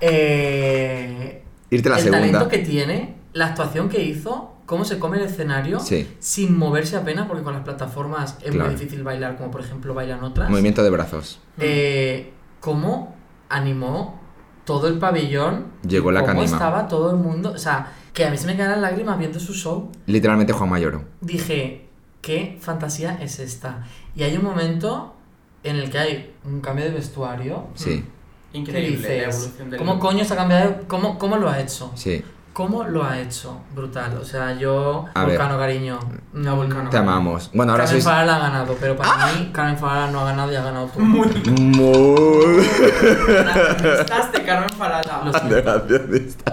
S3: Eh,
S1: Irte a la
S3: el
S1: segunda.
S3: talento que tiene, la actuación que hizo, cómo se come el escenario
S1: Sí.
S3: sin moverse apenas, porque con las plataformas es
S1: Claro.
S3: muy difícil bailar, como por ejemplo bailan otras.
S1: Movimiento de brazos.
S3: Eh, ¿Cómo animó todo el pabellón?
S1: Llegó la
S3: ¿Cómo
S1: canima.
S3: estaba todo el mundo? O sea, que a mí se me caen las lágrimas viendo su show.
S1: Literalmente Juan Mayoro.
S3: Dije, ¿qué fantasía es esta? Y hay un momento en el que hay un cambio de vestuario.
S1: Sí,
S4: Mm.
S3: ¿Qué
S4: Increíble la
S3: dices?
S4: evolución del
S3: ¿Cómo
S4: look.
S3: coño se ha cambiado? ¿Cómo, ¿Cómo lo ha hecho?
S1: sí.
S3: ¿Cómo lo ha hecho? Brutal. O sea, yo.
S1: A ver.
S3: Volcano, cariño. No, Volcano.
S1: Te amamos. Bueno, ahora
S3: Carmen
S1: sois.
S3: Farah la ha ganado, pero para mí, Carmen Farah no ha ganado y ha ganado tú.
S1: Muy.
S4: Estás de Carmen Farala.
S3: Lo siento.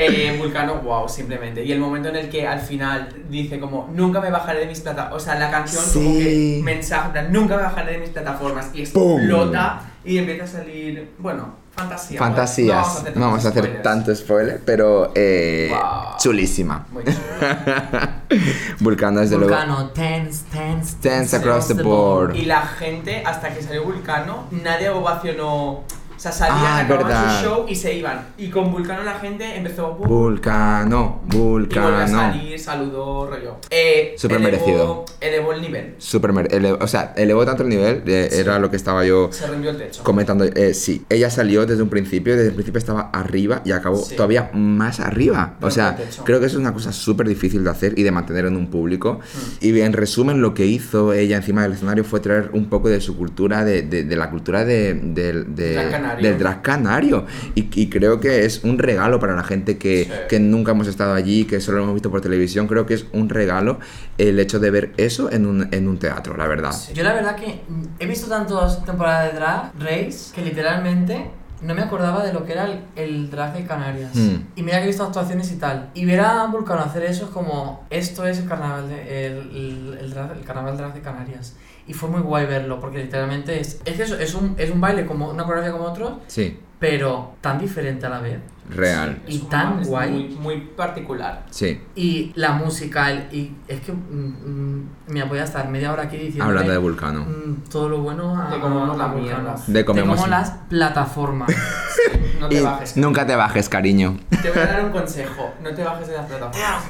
S4: Eh, Vulcano, wow, simplemente. Y el momento en el que al final dice como, nunca me bajaré de mis plataformas. O sea, la canción como
S1: Sí.
S4: que mensaje, en plan, nunca me bajaré de mis plataformas. Y explota y empieza a salir, bueno, fantasía.
S1: Fantasías. No vamos a hacer,
S4: tantos
S1: tanto spoiler, pero eh,
S4: Wow.
S1: chulísima.
S4: spoilers. Muy chulo.
S1: Vulcano, desde luego.
S3: Vulcano, tense, tense,
S1: Tense across the board.
S4: Y la gente, hasta que salió Vulcano, nadie ovacionó. O sea, salían,
S1: Ah,
S4: acababan
S1: verdad.
S4: su show y se iban. Y con Vulcano la gente empezó...
S1: Vulcano,
S4: Y volvió a
S1: Vulcano.
S4: salir, saludó, rollo. Eh,
S1: Súper
S4: elevó-
S1: merecido.
S4: Elevó el nivel.
S1: Super, o sea, elevó tanto el nivel, eh, era lo que estaba yo
S4: Se rindió el techo.
S1: comentando. eh, sí, ella salió desde un principio, desde el principio estaba arriba y acabó
S4: Sí.
S1: todavía más arriba. O
S4: Rompe
S1: sea,
S4: el techo.
S1: creo que eso es una cosa súper difícil de hacer y de mantener en un público.
S4: Mm.
S1: Y en resumen, lo que hizo ella encima del escenario fue traer un poco de su cultura, de, de- de la cultura de, del- de-
S4: Drag canario.
S1: del drag canario. Y, y creo que es un regalo para la gente que,
S4: Sí.
S1: que nunca hemos estado allí, que solo lo hemos visto por televisión. Creo que es un regalo el hecho de ver eso en un, en un teatro, la verdad.
S3: Yo la verdad que mm, he visto tantas temporadas de drag race que literalmente no me acordaba de lo que era el, el drag de Canarias.
S1: Mm.
S3: Y mira que he visto actuaciones y tal. Y ver a Vulcano hacer eso es como, esto es el carnaval de, el, el- el drag- el carnaval drag de Canarias. Y fue muy guay verlo, porque literalmente es, es que es, es un, es un baile como una coreografía como otro,
S1: Sí,
S3: pero tan diferente a la vez.
S1: real.
S4: Es
S3: Y
S4: un-
S3: tan
S4: es
S3: guay.
S4: Muy, muy particular.
S1: Sí.
S3: Y la música, el- y es que mm, mm, mira, voy a estar media hora aquí diciendo
S1: Hablando de Vulcano.
S3: Mm, todo lo bueno a,
S4: Te comemos la
S3: a Vulcano.
S4: mierda.
S1: De comemos-
S3: Te como las plataformas.
S4: No te
S1: Y
S4: bajes.
S1: Nunca te bajes, cariño.
S4: Te voy a dar un consejo. No te bajes de la plataforma.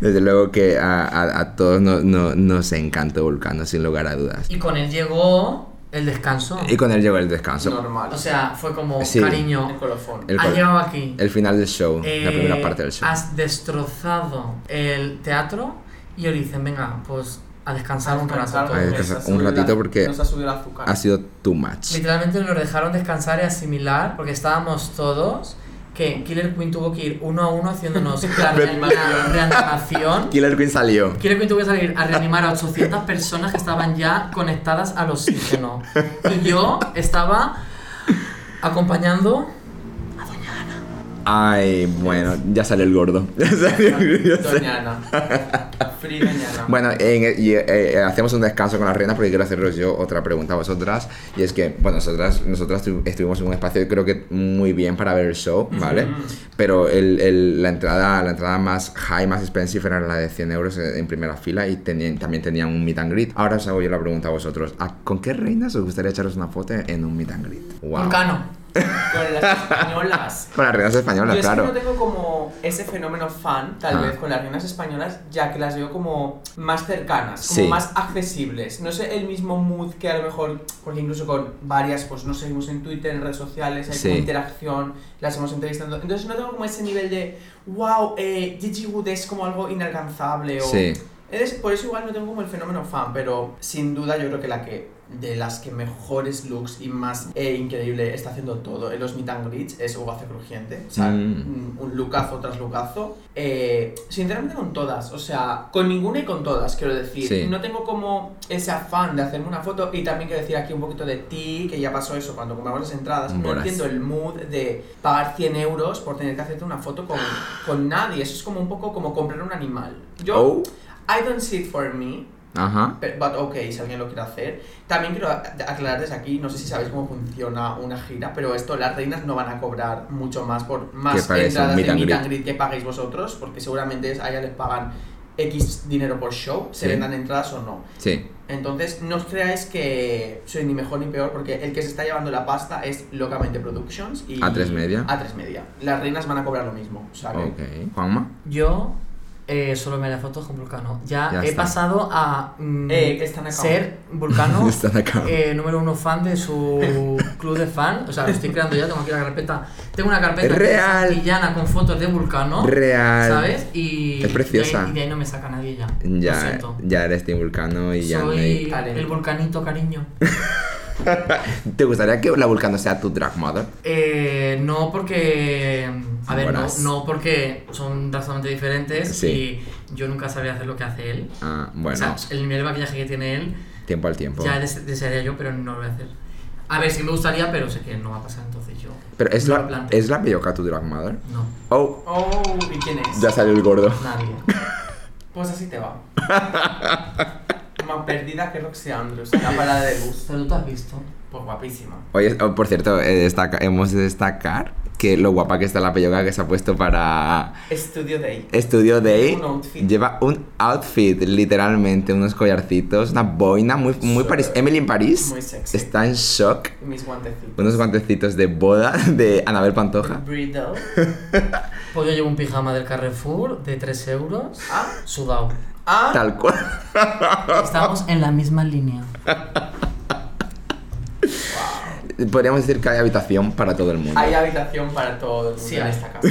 S1: Desde luego que a, a- a todos nos, nos- nos encantó Vulcano, sin lugar a dudas.
S3: y con él llegó el descanso.
S1: Y con él llegó el descanso.
S4: Normal.
S3: O sea, fue como,
S1: Sí.
S4: el
S3: cariño,
S4: colofón.
S1: El
S3: has
S1: col-
S3: llegado aquí.
S1: El final del show, la
S3: eh,
S1: primera parte del show.
S3: Has destrozado el teatro y hoy dicen, venga, pues a descansar un rato.
S4: Descansar,
S3: todos".
S1: Ay,
S4: nos
S1: descansa
S4: ha
S1: eh, un
S4: subido el
S1: ratito
S4: az-
S1: porque
S4: Nos ha subido el azúcar.
S1: Ha sido too much.
S3: Literalmente nos dejaron descansar y asimilar porque estábamos todos que Killer Queen tuvo que ir uno a uno haciéndonos la reanima- reanimación.
S1: Killer Queen salió.
S3: Quiero que tuve que salir a reanimar a 800 personas que estaban ya conectadas al oxígeno. Y yo estaba acompañando.
S1: Ay, bueno, ya salió el gordo. Ya salió el gordo.
S4: Doña Ana. Frida y Ana.
S1: Bueno, en- y, eh, eh, hacemos un descanso con las reinas porque quiero haceros yo otra pregunta a vosotras. Y es que, bueno, nosotras, nosotras tu- estuvimos en un espacio creo que muy bien para ver el show, ¿vale? Pero el- el- la, entrada, la entrada más high, más expensive era la de 100 euros eh, en primera fila y tenían- también tenían un meet and greet. Ahora os hago yo la pregunta a vosotros. ¿a- ¿Con qué reinas os gustaría echaros una foto en un meet and greet? Wow.
S3: Vulcano.
S4: Con las españolas.
S1: Con las reinas españolas,
S4: Yo es que
S1: claro.
S4: no tengo como ese fenómeno fan, tal
S1: Ah.
S4: vez, con las reinas españolas, ya que las veo como más cercanas, como
S1: Sí.
S4: más accesibles. No sé el mismo mood que a lo mejor, porque incluso con varias, pues nos seguimos en Twitter, en redes sociales, hay
S1: Sí.
S4: como interacción, las hemos entrevistado. Entonces no tengo como ese nivel de, wow, eh, Gigi Wood es como algo inalcanzable o...
S1: Sí.
S4: Entonces, por eso igual no tengo como el fenómeno fan, pero sin duda yo creo que la que de las que mejores looks y más eh, increíble está haciendo todo en los meet and greets es Ugace Crujiente. O sea,
S1: Mm.
S4: un- un lookazo tras lookazo. Eh, sinceramente con todas, o sea, con ninguna y con todas, quiero decir.
S1: Sí.
S4: No tengo como ese afán de hacerme una foto y también quiero decir aquí un poquito de ti, que ya pasó eso cuando compramos las entradas. No
S1: Bolas.
S4: entiendo el mood de pagar 100 euros por tener que hacerte una foto con, con nadie. Eso es como un poco como comprar un animal. Yo...
S1: Oh.
S4: I don't see it for me,
S1: Ajá.
S4: but but okay, si alguien lo quiere hacer. También quiero a- aclarar desde aquí, no sé si sabéis cómo funciona una gira, pero esto, las reinas no van a cobrar mucho más por más
S1: Que pagues un
S4: entradas
S1: meet
S4: de
S1: and
S4: meet
S1: greet.
S4: and greet que paguéis vosotros, porque seguramente es- a ellas les pagan X dinero por show, se
S1: Sí.
S4: vendan entradas o no.
S1: Sí.
S4: Entonces, no os creáis que soy ni mejor ni peor, porque el que se está llevando la pasta es Locamente Productions y...
S1: A3 Media.
S4: A3 Media. Las reinas van a cobrar lo mismo, o sea que-
S1: Ok. Juanma.
S3: Yo eh, solo me haría fotos con Vulcano. Ya,
S1: Ya
S3: he
S1: está.
S3: pasado a mm,
S4: Eh, que están acabando.
S3: ser Vulcano
S1: Están acá.
S3: eh, número uno fan de su club de fan. O sea, lo estoy creando ya, tengo aquí la carpeta. Tengo una carpeta aquí de
S1: Real.
S3: Santillana con fotos de Vulcano.
S1: Real.
S3: ¿Sabes? Y
S1: Es preciosa.
S3: de ahí- Y de ahí no me saca nadie ya. Lo
S1: Ya,
S3: siento.
S1: ya eres Team Vulcano y ya no
S3: Soy
S1: hay-
S4: Talento.
S3: el vulcanito, cariño.
S1: ¿Te gustaría que la Vulcano sea tu drag mother?
S3: Eh, no porque. A ver, no,
S1: Buenas.
S3: no porque son razonablemente diferentes
S1: Sí.
S3: y yo nunca sabría hacer lo que hace él.
S1: Ah, bueno,
S3: O sea, el nivel de maquillaje que tiene él
S1: tiempo al tiempo.
S3: ya des- desearía yo, pero no lo voy a hacer. A ver, sí me gustaría, pero sé que no va a pasar, entonces yo.
S1: Pero es
S3: no lo
S1: la,
S3: planteo.
S1: es la Belloca tu drag mother.
S3: No,
S1: Oh,
S4: Oh, ¿y quién es?
S1: ya salió el gordo.
S3: nadie.
S4: Pues así te va. Más perdida que Roxy Andrews, la parada de bus.
S3: ¿Pero tú te has visto?
S4: Pues guapísima.
S1: Oye, oh, por cierto, eh, destaca- hemos de destacar que lo guapa que está la Belloca que se ha puesto para
S4: Estudio Day.
S1: Estudio Day.
S4: Un outfit.
S1: Lleva un outfit, literalmente, unos collarcitos, una boina muy, muy
S4: Sí.
S1: París. Emily en París
S4: Muy sexy.
S1: está en shock.
S4: Y mis guantecitos.
S1: Unos guantecitos de boda de Anabel
S4: Mm.
S1: Pantoja.
S4: Bridal.
S3: Pues yo llevo un pijama del Carrefour de 3 euros,
S4: Ah,
S3: sudado.
S4: ah.
S1: Tal cual.
S3: Estamos en la misma línea.
S1: Podríamos decir que hay habitación para todo el mundo.
S4: Hay habitación para todo el mundo
S3: Sí,
S4: en
S3: hay.
S4: esta casa.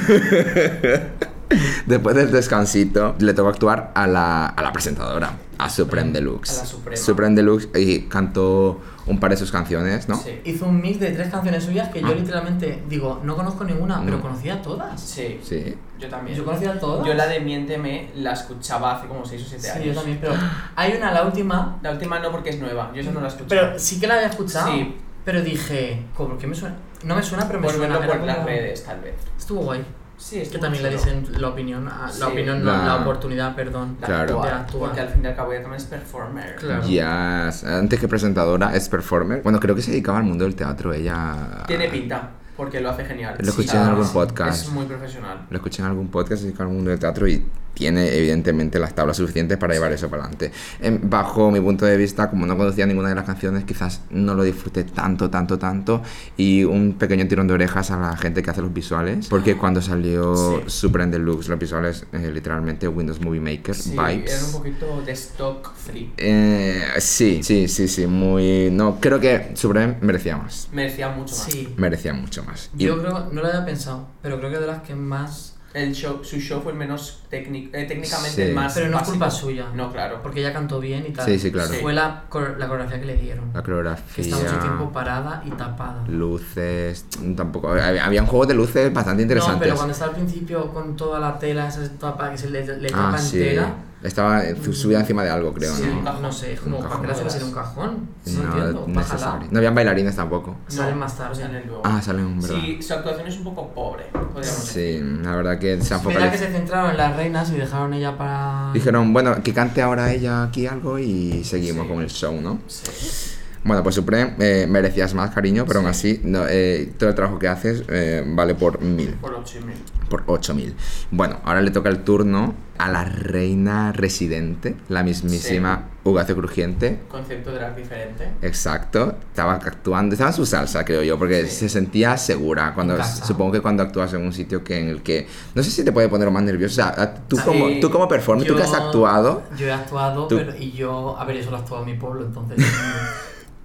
S1: Después del descansito, le tocó actuar a la, a la presentadora, a Supreme Deluxe.
S4: a la Suprema.
S1: Supreme Deluxe y cantó un par de sus canciones, ¿no?
S4: Sí.
S3: Hizo un mix de tres canciones suyas que
S1: Ah.
S3: yo literalmente digo, no conozco ninguna,
S1: No.
S3: pero conocía todas.
S4: Sí.
S1: Sí.
S4: Yo también.
S3: Yo conocía todas.
S4: Yo la de Miénteme la escuchaba hace como 6 o 7
S3: Sí,
S4: años.
S3: yo también, pero hay una, la última,
S4: La última no porque es nueva. Yo esa no la escuché.
S3: Pero sí que la había escuchado.
S4: Sí.
S3: Pero dije, "Jo, ¿por qué me suena? No me suena, pero me
S4: por
S3: suena.
S4: verlo
S3: Era
S4: por
S3: como-
S4: las redes, tal vez.
S3: Estuvo guay.
S4: Sí,
S3: Es que
S4: estuvo
S3: también le
S4: chulo.
S3: dicen la opinión, a- la
S4: Sí.
S3: opinión, no,
S1: La-
S3: la, oportunidad, perdón.
S4: La
S1: Claro.
S4: actual,
S3: De actuar.
S4: Porque al fin y al cabo ella también es performer.
S3: Claro.
S1: Yes. Antes que presentadora, es performer. Bueno, creo que se dedicaba al mundo del teatro. Ella.
S4: Tiene pinta, porque lo hace genial.
S1: Lo escuché
S4: O sea,
S1: en algún podcast.
S4: Es muy profesional.
S1: Lo escuché en algún podcast, se dedica al mundo del teatro y tiene evidentemente las tablas suficientes para llevar eso para adelante. Em, bajo mi punto de vista, como no conocía ninguna de las canciones, quizás no lo disfruté tanto, tanto, tanto. Y un pequeño tirón de orejas a la gente que hace los visuales, porque cuando salió
S4: Ah, Sí.
S1: Supreme Deluxe, los visuales, eh, literalmente Windows Movie Maker,
S4: Sí,
S1: vibes.
S4: era un poquito de stock free.
S1: Eh, sí, sí, sí, sí, muy... No, creo que Supreme merecía más.
S4: Merecía mucho más.
S3: Sí.
S1: Merecía mucho más. Y-
S3: Yo creo, no lo había pensado, pero creo que de las que más.
S4: El show, su show fue el menos técnico, eh, técnicamente
S1: Sí.
S4: el más.
S3: Pero no es
S4: básico.
S3: culpa suya.
S4: No, claro.
S3: Porque ella cantó bien y tal.
S1: Sí, sí, claro.
S4: Sí.
S3: Fue la, cor- la coreografía que le dieron.
S1: La
S3: Que
S1: coreografía...
S3: está mucho tiempo parada y tapada.
S1: luces tampoco había, había un juego de luces bastante
S3: No,
S1: interesantes
S3: pero cuando está al principio con toda la tela, esa tapa que se le, le
S1: ah
S3: tapa
S1: sí
S3: entera.
S1: estaba eh, su- subida encima de algo creo
S3: Sí,
S1: no
S4: cajón.
S3: no sé, es
S1: Un
S3: como
S1: cajón.
S3: para que la suba ser un cajón. No,
S1: no
S3: entiendo,
S1: necesario
S3: bájala.
S1: no habían bailarines tampoco
S3: Salen más tarde.
S4: Salen luego.
S1: ah salen verdad
S4: Sí, su actuación es un poco pobre, podríamos decir.
S1: sí la verdad que se han
S3: Verá que se
S1: focalizado
S3: centraron en las reinas y dejaron ella para.
S1: dijeron bueno que cante ahora ella aquí algo y seguimos
S4: Sí.
S1: con el show no
S4: Sí.
S1: bueno pues Supreme eh, merecías más cariño pero aún así no, eh, todo el trabajo que haces eh, vale por mil
S4: Por 8000.
S1: por 8000. Bueno, ahora le toca el turno a la reina residente, la mismísima Ugacio Crujiente.
S4: Concepto drag diferente.
S1: Exacto, estaba actuando, estaba en su salsa, creo yo, porque
S4: Sí.
S1: se sentía segura. cuando
S3: En casa.
S1: Supongo que cuando actúas en un sitio que en el que. No sé si te puede poner más nerviosa. O sea, tú,
S4: Sí.
S1: como, tú como performer, tú que has
S3: Yo-
S1: actuado.
S3: Yo he actuado,
S1: Tú-
S3: pero. Y yo. A ver, yo solo he actuado en mi pueblo, entonces.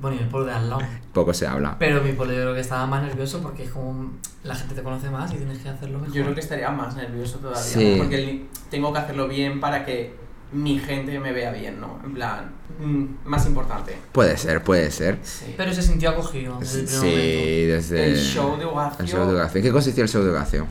S3: bueno, y el pueblo de al lado.
S1: Poco se habla.
S3: Pero mi pueblo yo creo que estaba más nervioso porque es como. La gente te conoce más y tienes que hacerlo mejor.
S4: Yo creo que estaría más nervioso todavía.
S1: Sí.
S4: Porque el- tengo que hacerlo bien para que mi gente me vea bien, ¿no? En plan, mm, más importante.
S1: Puede ser, puede ser.
S4: Sí.
S3: Pero se sintió acogido desde el primer momento.
S1: Sí, desde.
S4: este el show de Ugacio.
S1: Este, el show de Ugacio. ¿En qué consistió el show de Ugacio?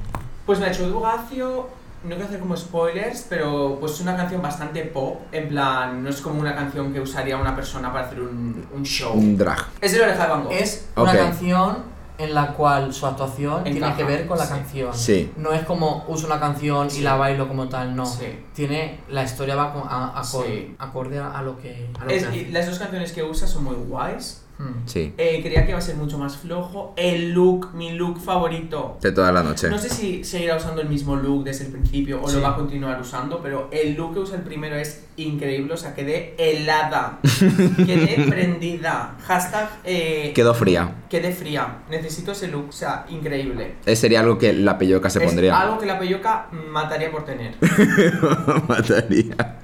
S4: Pues me ha hecho Dugacio, no quiero hacer como spoilers, pero pues es una canción bastante pop, en plan, no es como una canción que usaría una persona para hacer un, un show.
S1: Un drag.
S4: Es el oreja de Van Gogh.
S3: Es
S1: Ok.
S3: una canción en la cual su actuación tiene
S4: Encaja,
S3: que ver con la
S4: sí.
S3: canción.
S1: Sí.
S3: No es como uso una canción
S4: Sí.
S3: y la bailo como tal, no.
S4: Sí.
S3: Tiene la historia va con- a- acorde,
S4: Sí.
S3: acorde a, a lo que, a lo
S4: Es-
S3: que
S4: y
S3: hace.
S4: las dos canciones que usa son muy guays.
S3: Mm.
S1: Sí.
S4: Eh, creía que iba a ser mucho más flojo. El look, mi look favorito.
S1: De toda la noche.
S4: No sé si seguirá usando el mismo look desde el principio o
S3: Sí.
S4: lo va a continuar usando, pero el look que usa el primero es increíble. O sea, quedé helada. quedé prendida. Hashtag eh,
S1: Quedó fría.
S4: quedé fría. Necesito ese look. O sea, increíble.
S1: Ese Eh, sería algo que la peyoca se
S4: es
S1: pondría.
S4: algo que la peyoca mataría por tener.
S1: Mataría.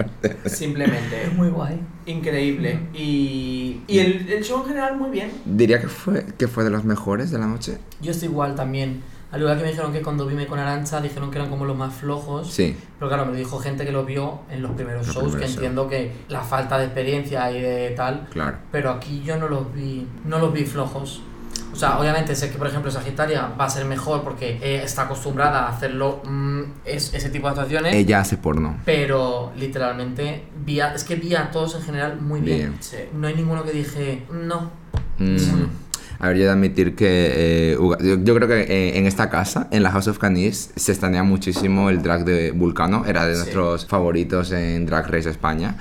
S4: simplemente.
S3: Es muy guay.
S4: Increíble. Y, y el, el show en general muy bien.
S1: Diría que fue, que fue de los mejores de la noche.
S3: Yo estoy igual también. Al igual que me dijeron que cuando vime con Arancha dijeron que eran como los más flojos.
S1: Sí.
S3: Pero claro, me lo dijo gente que lo vio en los primeros
S1: Los
S3: shows, que
S1: primeros shows.
S3: entiendo que la falta de experiencia y de tal.
S1: Claro.
S3: Pero aquí yo no los vi, no los vi flojos. O sea, obviamente sé que, por ejemplo, Sagitaria va a ser mejor porque eh, está acostumbrada a hacerlo mm, es- ese tipo de actuaciones.
S1: Ella hace porno.
S3: Pero literalmente, vi a- es que vi a todos en general muy bien.
S1: Bien.
S4: Sí.
S3: No hay ninguno que dije, no.
S1: Mm. A ver, yo he de admitir que eh, Uga- yo, yo creo que eh, en esta casa, en la House of Canis, se estanea muchísimo el drag de Vulcano, era de
S4: Sí.
S1: nuestros favoritos en Drag Race España.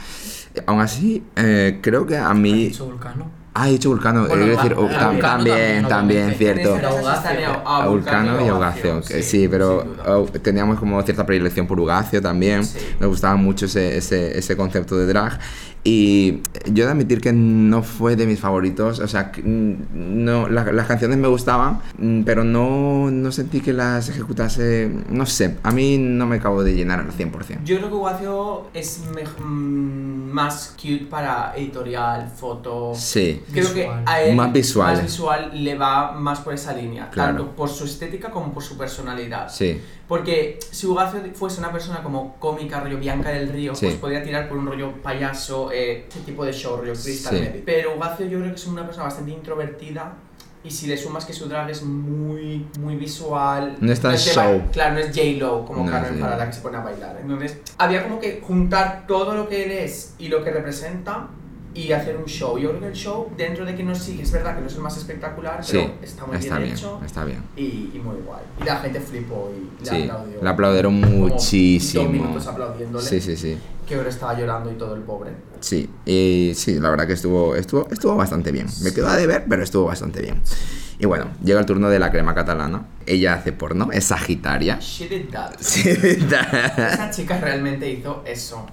S1: Eh, aún así, eh, creo que a mí...
S3: Su Vulcano.
S1: Ah, he dicho Vulcano,
S3: Bueno,
S1: eh, quiero decir,
S3: va-
S1: oh,
S3: eh,
S1: tam-
S3: Vulcano
S1: también,
S3: también,
S1: también,
S3: obviamente.
S1: cierto.
S4: En esta casa se está aliado
S1: A Vulcano y a Ugacio, que- sí, pero
S4: sin duda.
S1: oh, teníamos como cierta predilección por Ugacio también,
S4: Sí.
S1: me gustaba mucho ese, ese, ese concepto de drag y yo he de admitir que no fue de mis favoritos, o sea, que, mm, no, la- las canciones me gustaban, mm, pero no, no sentí que las ejecutase, no sé, a mí no me acabo de llenar al 100%.
S4: Yo creo que Ugacio es mej- mm, más cute para editorial, foto.
S1: Sí,
S4: Creo que
S3: Visual.
S4: a él
S1: Más visual.
S4: más visual le va más por esa línea,
S1: Claro.
S4: tanto por su estética como por su personalidad.
S1: sí,
S4: Porque si Ugacio fuese una persona como cómica, rollo Bianca del Río,
S1: Sí.
S4: pues podría tirar por un rollo payaso, eh, ese tipo de show, rollo Crystal
S1: Sí.
S4: Meth. Pero Ugacio yo creo que es una persona bastante introvertida y si le sumas que su drag es muy, muy visual...
S1: No es tan
S4: de
S1: show.
S4: ba- Claro, no es J-Lo como
S1: No,
S4: Carmen
S1: sí.
S4: Farala que se pone a bailar. Entonces había como que juntar todo lo que él es y lo que representa y hacer un show. Yo creo que el show, dentro de que no sí, es verdad que no es el más espectacular,
S1: sí,
S4: pero está muy bien, hecho
S1: está bien.
S4: y, y muy guay. Y la gente flipó y le
S1: Sí,
S4: aplaudió.
S1: la aplaudieron
S4: Como Dos
S1: muchísimo.
S4: minutos aplaudiéndole.
S1: Sí, sí, sí.
S4: Que ahora estaba llorando y todo el pobre.
S1: Sí, y sí, la verdad que estuvo, estuvo, estuvo bastante bien. Me quedó a deber, pero estuvo bastante bien. Y bueno, llega el turno de la crema catalana. Ella hace porno, es Sagitaria.
S4: She did that.
S1: Sí, está.
S4: Esa chica realmente hizo eso.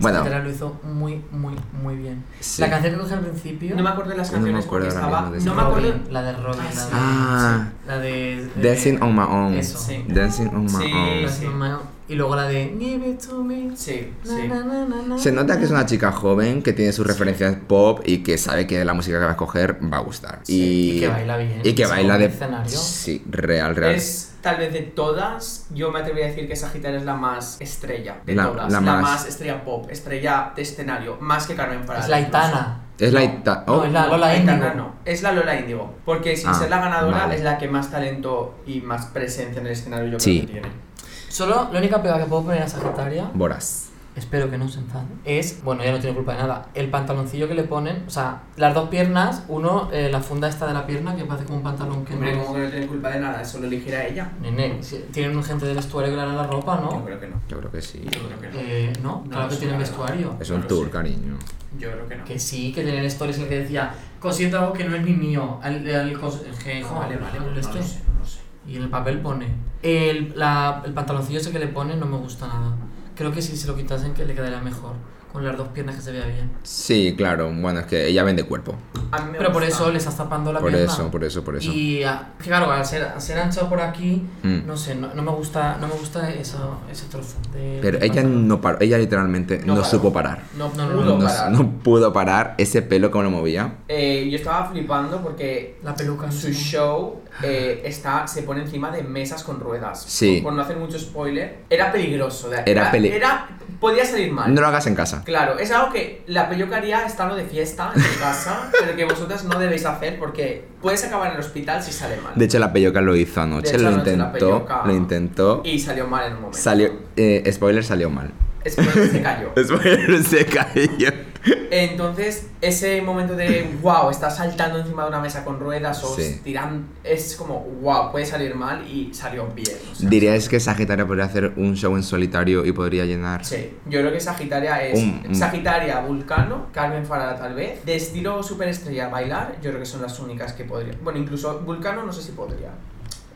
S1: bueno,
S3: Sagitaria lo hizo muy, muy, muy bien.
S1: Sí.
S3: La canción que coge al principio.
S4: No me acuerdo de las
S1: Yo no me
S4: canciones
S1: acuerdo
S4: porque
S1: ahora
S4: estaba.
S1: mismo de
S4: No me acuerdo.
S3: Robin, La de Robin.
S4: Ah, sí.
S1: ah,
S3: La de. eh,
S1: Dancing on my own.
S3: Eso.
S4: Sí.
S1: Dancing on my
S4: Sí.
S1: own.
S3: Dancing on my own. Y luego la de. Give it to me.
S4: Sí,
S3: Na,
S4: sí.
S3: na, na, na, na,
S1: Se nota que es
S3: na.
S1: una chica joven que tiene sus referencias pop y que sabe que la música que va a escoger va a gustar.
S4: Sí,
S1: y,
S3: y que baila bien,
S1: Y que
S3: se
S1: baila
S3: come
S1: de.
S3: el escenario.
S1: Sí, real, real.
S4: Es tal vez de todas, yo me atrevería a decir que Sagitaria es la más estrella de
S1: La-
S4: todas.
S1: la
S4: La,
S1: más-
S4: más... estrella pop, estrella de escenario, más que Carmen Farala.
S3: Es la
S4: incluso.
S3: Itana.
S1: Es la. ita-
S3: No,
S1: oh,
S3: es la Lola
S4: Aitana
S3: Índigo.
S4: no, es la Lola Índigo. Porque sin
S1: Ah,
S4: ser la ganadora,
S1: vale.
S4: es la que más talento y más presencia en el escenario yo
S1: Sí.
S4: creo que tiene.
S3: Solo la única pega que puedo poner a Sagitaria,
S1: Boras.
S3: espero que no se enfade, es, bueno, ya no tiene culpa de nada, el pantaloncillo que le ponen, o sea, las dos piernas, uno, eh, la funda esta de la pierna que parece como un pantalón que
S4: Hombre,
S3: no
S4: como que no tiene culpa de nada, eso lo elegirá ella.
S3: Nene, si- tienen un gente del vestuario que le hará la ropa,
S4: Yo
S3: ¿no?
S4: creo que no.
S1: Yo creo que sí.
S4: Yo creo que no.
S3: Eh, no,
S4: No,
S3: claro que
S4: eso
S3: tienen
S4: no.
S3: vestuario.
S1: Es
S4: No
S1: un
S4: lo
S1: tour,
S4: sé.
S1: cariño.
S4: Yo creo que no.
S3: Que sí, que tienen stories en el que decía, cosiendo algo que no es ni mío. al- al cos- el que-
S4: No, vale, vale, no,
S3: el
S4: no
S3: este.
S4: lo sé, no lo sé.
S3: Y en el papel pone, el, la- el pantaloncillo ese que le pone no me gusta nada. Creo que si se lo quitasen que le quedaría mejor, con las dos piernas que se vea bien.
S1: Sí, claro. Bueno, es que ella vende cuerpo.
S4: A mí me
S3: Pero por
S4: gusta.
S3: eso le estás tapando la
S1: por
S3: pierna.
S1: eso, por eso, por eso.
S3: Y ah, que claro, al ser, al ser ancho por aquí,
S1: Mm.
S3: no sé, no, no me gusta, no me gusta eso, ese trozo de.
S1: Pero
S3: del
S1: ella
S3: pantalón.
S1: no paró. Ella literalmente no,
S4: No paró.
S1: supo parar.
S4: No,
S3: No, no,
S4: pudo
S1: No,
S4: parar.
S1: no pudo parar ese pelo como lo movía.
S4: Eh, yo estaba flipando porque
S3: La peluca.
S4: su
S3: Ah, sí.
S4: show eh, está, se pone encima de mesas con ruedas.
S1: Sí.
S4: Por, por no hacer mucho spoiler, era peligroso. de-
S1: Era peli-
S4: era- podía salir mal.
S1: No lo hagas en casa.
S4: Claro, es algo que la peluquería está lo de fiesta en su casa, pero que vosotras no debéis hacer porque puedes acabar en el hospital si sale mal.
S1: De hecho, la peyoca lo hizo
S4: De
S1: anoche.
S4: hecho,
S1: Lo
S4: anoche la
S1: intentó.
S4: peyoca-
S1: Lo intentó.
S4: y salió mal en un momento.
S1: Salió. eh, spoiler, salió mal.
S4: Spoiler, se cayó.
S1: Spoiler, se cayó.
S4: Entonces, ese momento de wow, estás saltando encima de una mesa con ruedas o
S1: Sí.
S4: tiran, es como wow, puede salir mal y salió bien. o sea,
S1: ¿Dirías que Sagitario podría hacer un show en solitario y podría llenar?
S4: Sí, yo creo que Sagitaria es
S1: Un- un-
S4: Sagitaria, Vulcano, Carmen Farah tal vez. De estilo superestrella bailar, yo creo que son las únicas que podría. Bueno, incluso Vulcano no sé si podría.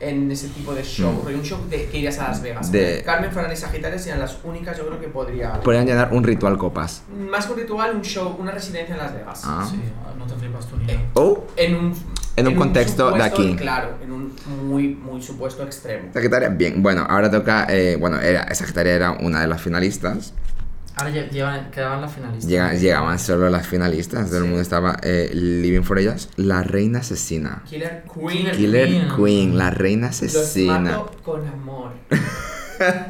S4: En ese tipo de show,
S1: Mm.
S4: porque un show de, que irías a Las Vegas.
S1: De-
S4: Carmen Farah y Sagitaria serían las únicas, yo creo que podría.
S1: Podrían llenar un ritual copas.
S4: Más que un ritual, un show, una residencia en Las Vegas.
S1: Ah.
S3: Sí, no te flipas tú ni
S4: Eh,
S3: nada.
S1: Oh,
S4: En un,
S1: En un contexto de
S4: supuesto-
S1: aquí.
S4: Claro, en un muy, muy supuesto extremo.
S1: Sagitaria, bien. Bueno, ahora toca. eh, bueno, era, Sagitaria era una de las finalistas.
S3: Ahora lle- llevan, quedaban las finalistas.
S1: Llega- llegaban solo las finalistas. Todo el
S4: Sí.
S1: mundo estaba eh, living for ellas. La reina asesina.
S4: Killer Queen.
S1: Killer
S3: Queen.
S1: Queen, la reina
S4: Los
S1: asesina.
S4: mato con amor.
S3: El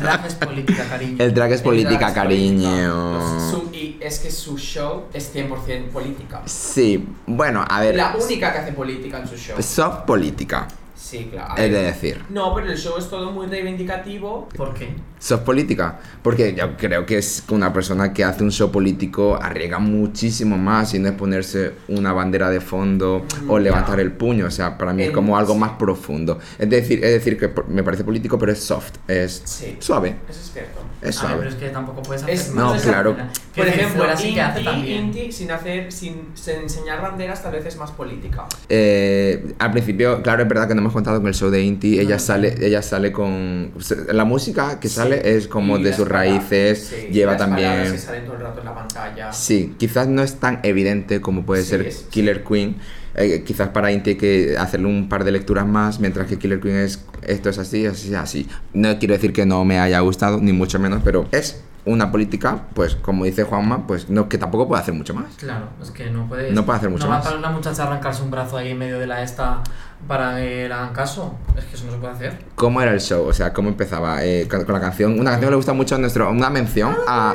S3: drag es política, cariño.
S1: El drag es política,
S4: Las políticas, los-
S1: cariño.
S4: su- y es que su show es 100% política.
S1: Sí, bueno, a ver.
S4: La única que hace política en su show.
S1: Soft política,
S4: Sí, claro. a
S1: es de
S4: ver.
S1: decir.
S4: No, pero el show es todo muy reivindicativo.
S3: ¿Por qué?
S1: Soft política. Porque yo creo que es que una persona que hace un show político arriesga muchísimo más y no es ponerse una bandera de fondo
S4: Mm,
S1: o
S4: ya. Em,
S1: levantar el puño. O sea, para mí es
S4: En-
S1: como algo más profundo. Es decir, es decir que por- me parece político, pero es soft. Es
S4: Sí.
S1: suave.
S4: Eso es cierto.
S1: Es
S3: A ver, Ah, pero
S1: suave.
S3: es que tampoco puedes hacer
S4: Es-
S1: No,
S3: más de
S1: claro.
S3: esa manera.
S4: Por
S3: Que
S4: ejemplo,
S3: fuera sí que hace
S4: Inti-
S3: también.
S4: Inti, sin hacer, sin, sin enseñar banderas, tal vez es más política.
S1: Eh, al principio, claro, es verdad que no hemos contado con el show de Inti. Ella
S3: Ah.
S1: sale, ella sale con. se- La música que sale es como
S4: Y
S1: de
S4: las
S1: sus
S4: palabras,
S1: raíces.
S4: sí,
S1: lleva
S4: las palabras
S1: también.
S4: que salen todo el rato en la pantalla.
S1: Sí, quizás no es tan evidente como puede
S4: Sí,
S1: ser
S4: es-
S1: Killer Queen. Eh, quizás para Inti hay que hacerle un par de lecturas más, mientras que Killer Queen es esto es así, así, así. No quiero decir que no me haya gustado, ni mucho menos, pero es una política, pues como dice Juanma, pues no, que tampoco puede hacer mucho más.
S3: Claro, es que no puedes.
S1: No puede hacer mucho
S3: No va
S1: más.
S3: para una muchacha a arrancarse un brazo ahí en medio de la esta para que le hagan caso. Es que eso no se puede hacer.
S1: ¿Cómo era el show? O sea, ¿cómo empezaba? Eh, con, con la canción, una canción que le gusta mucho a nuestro, una mención a...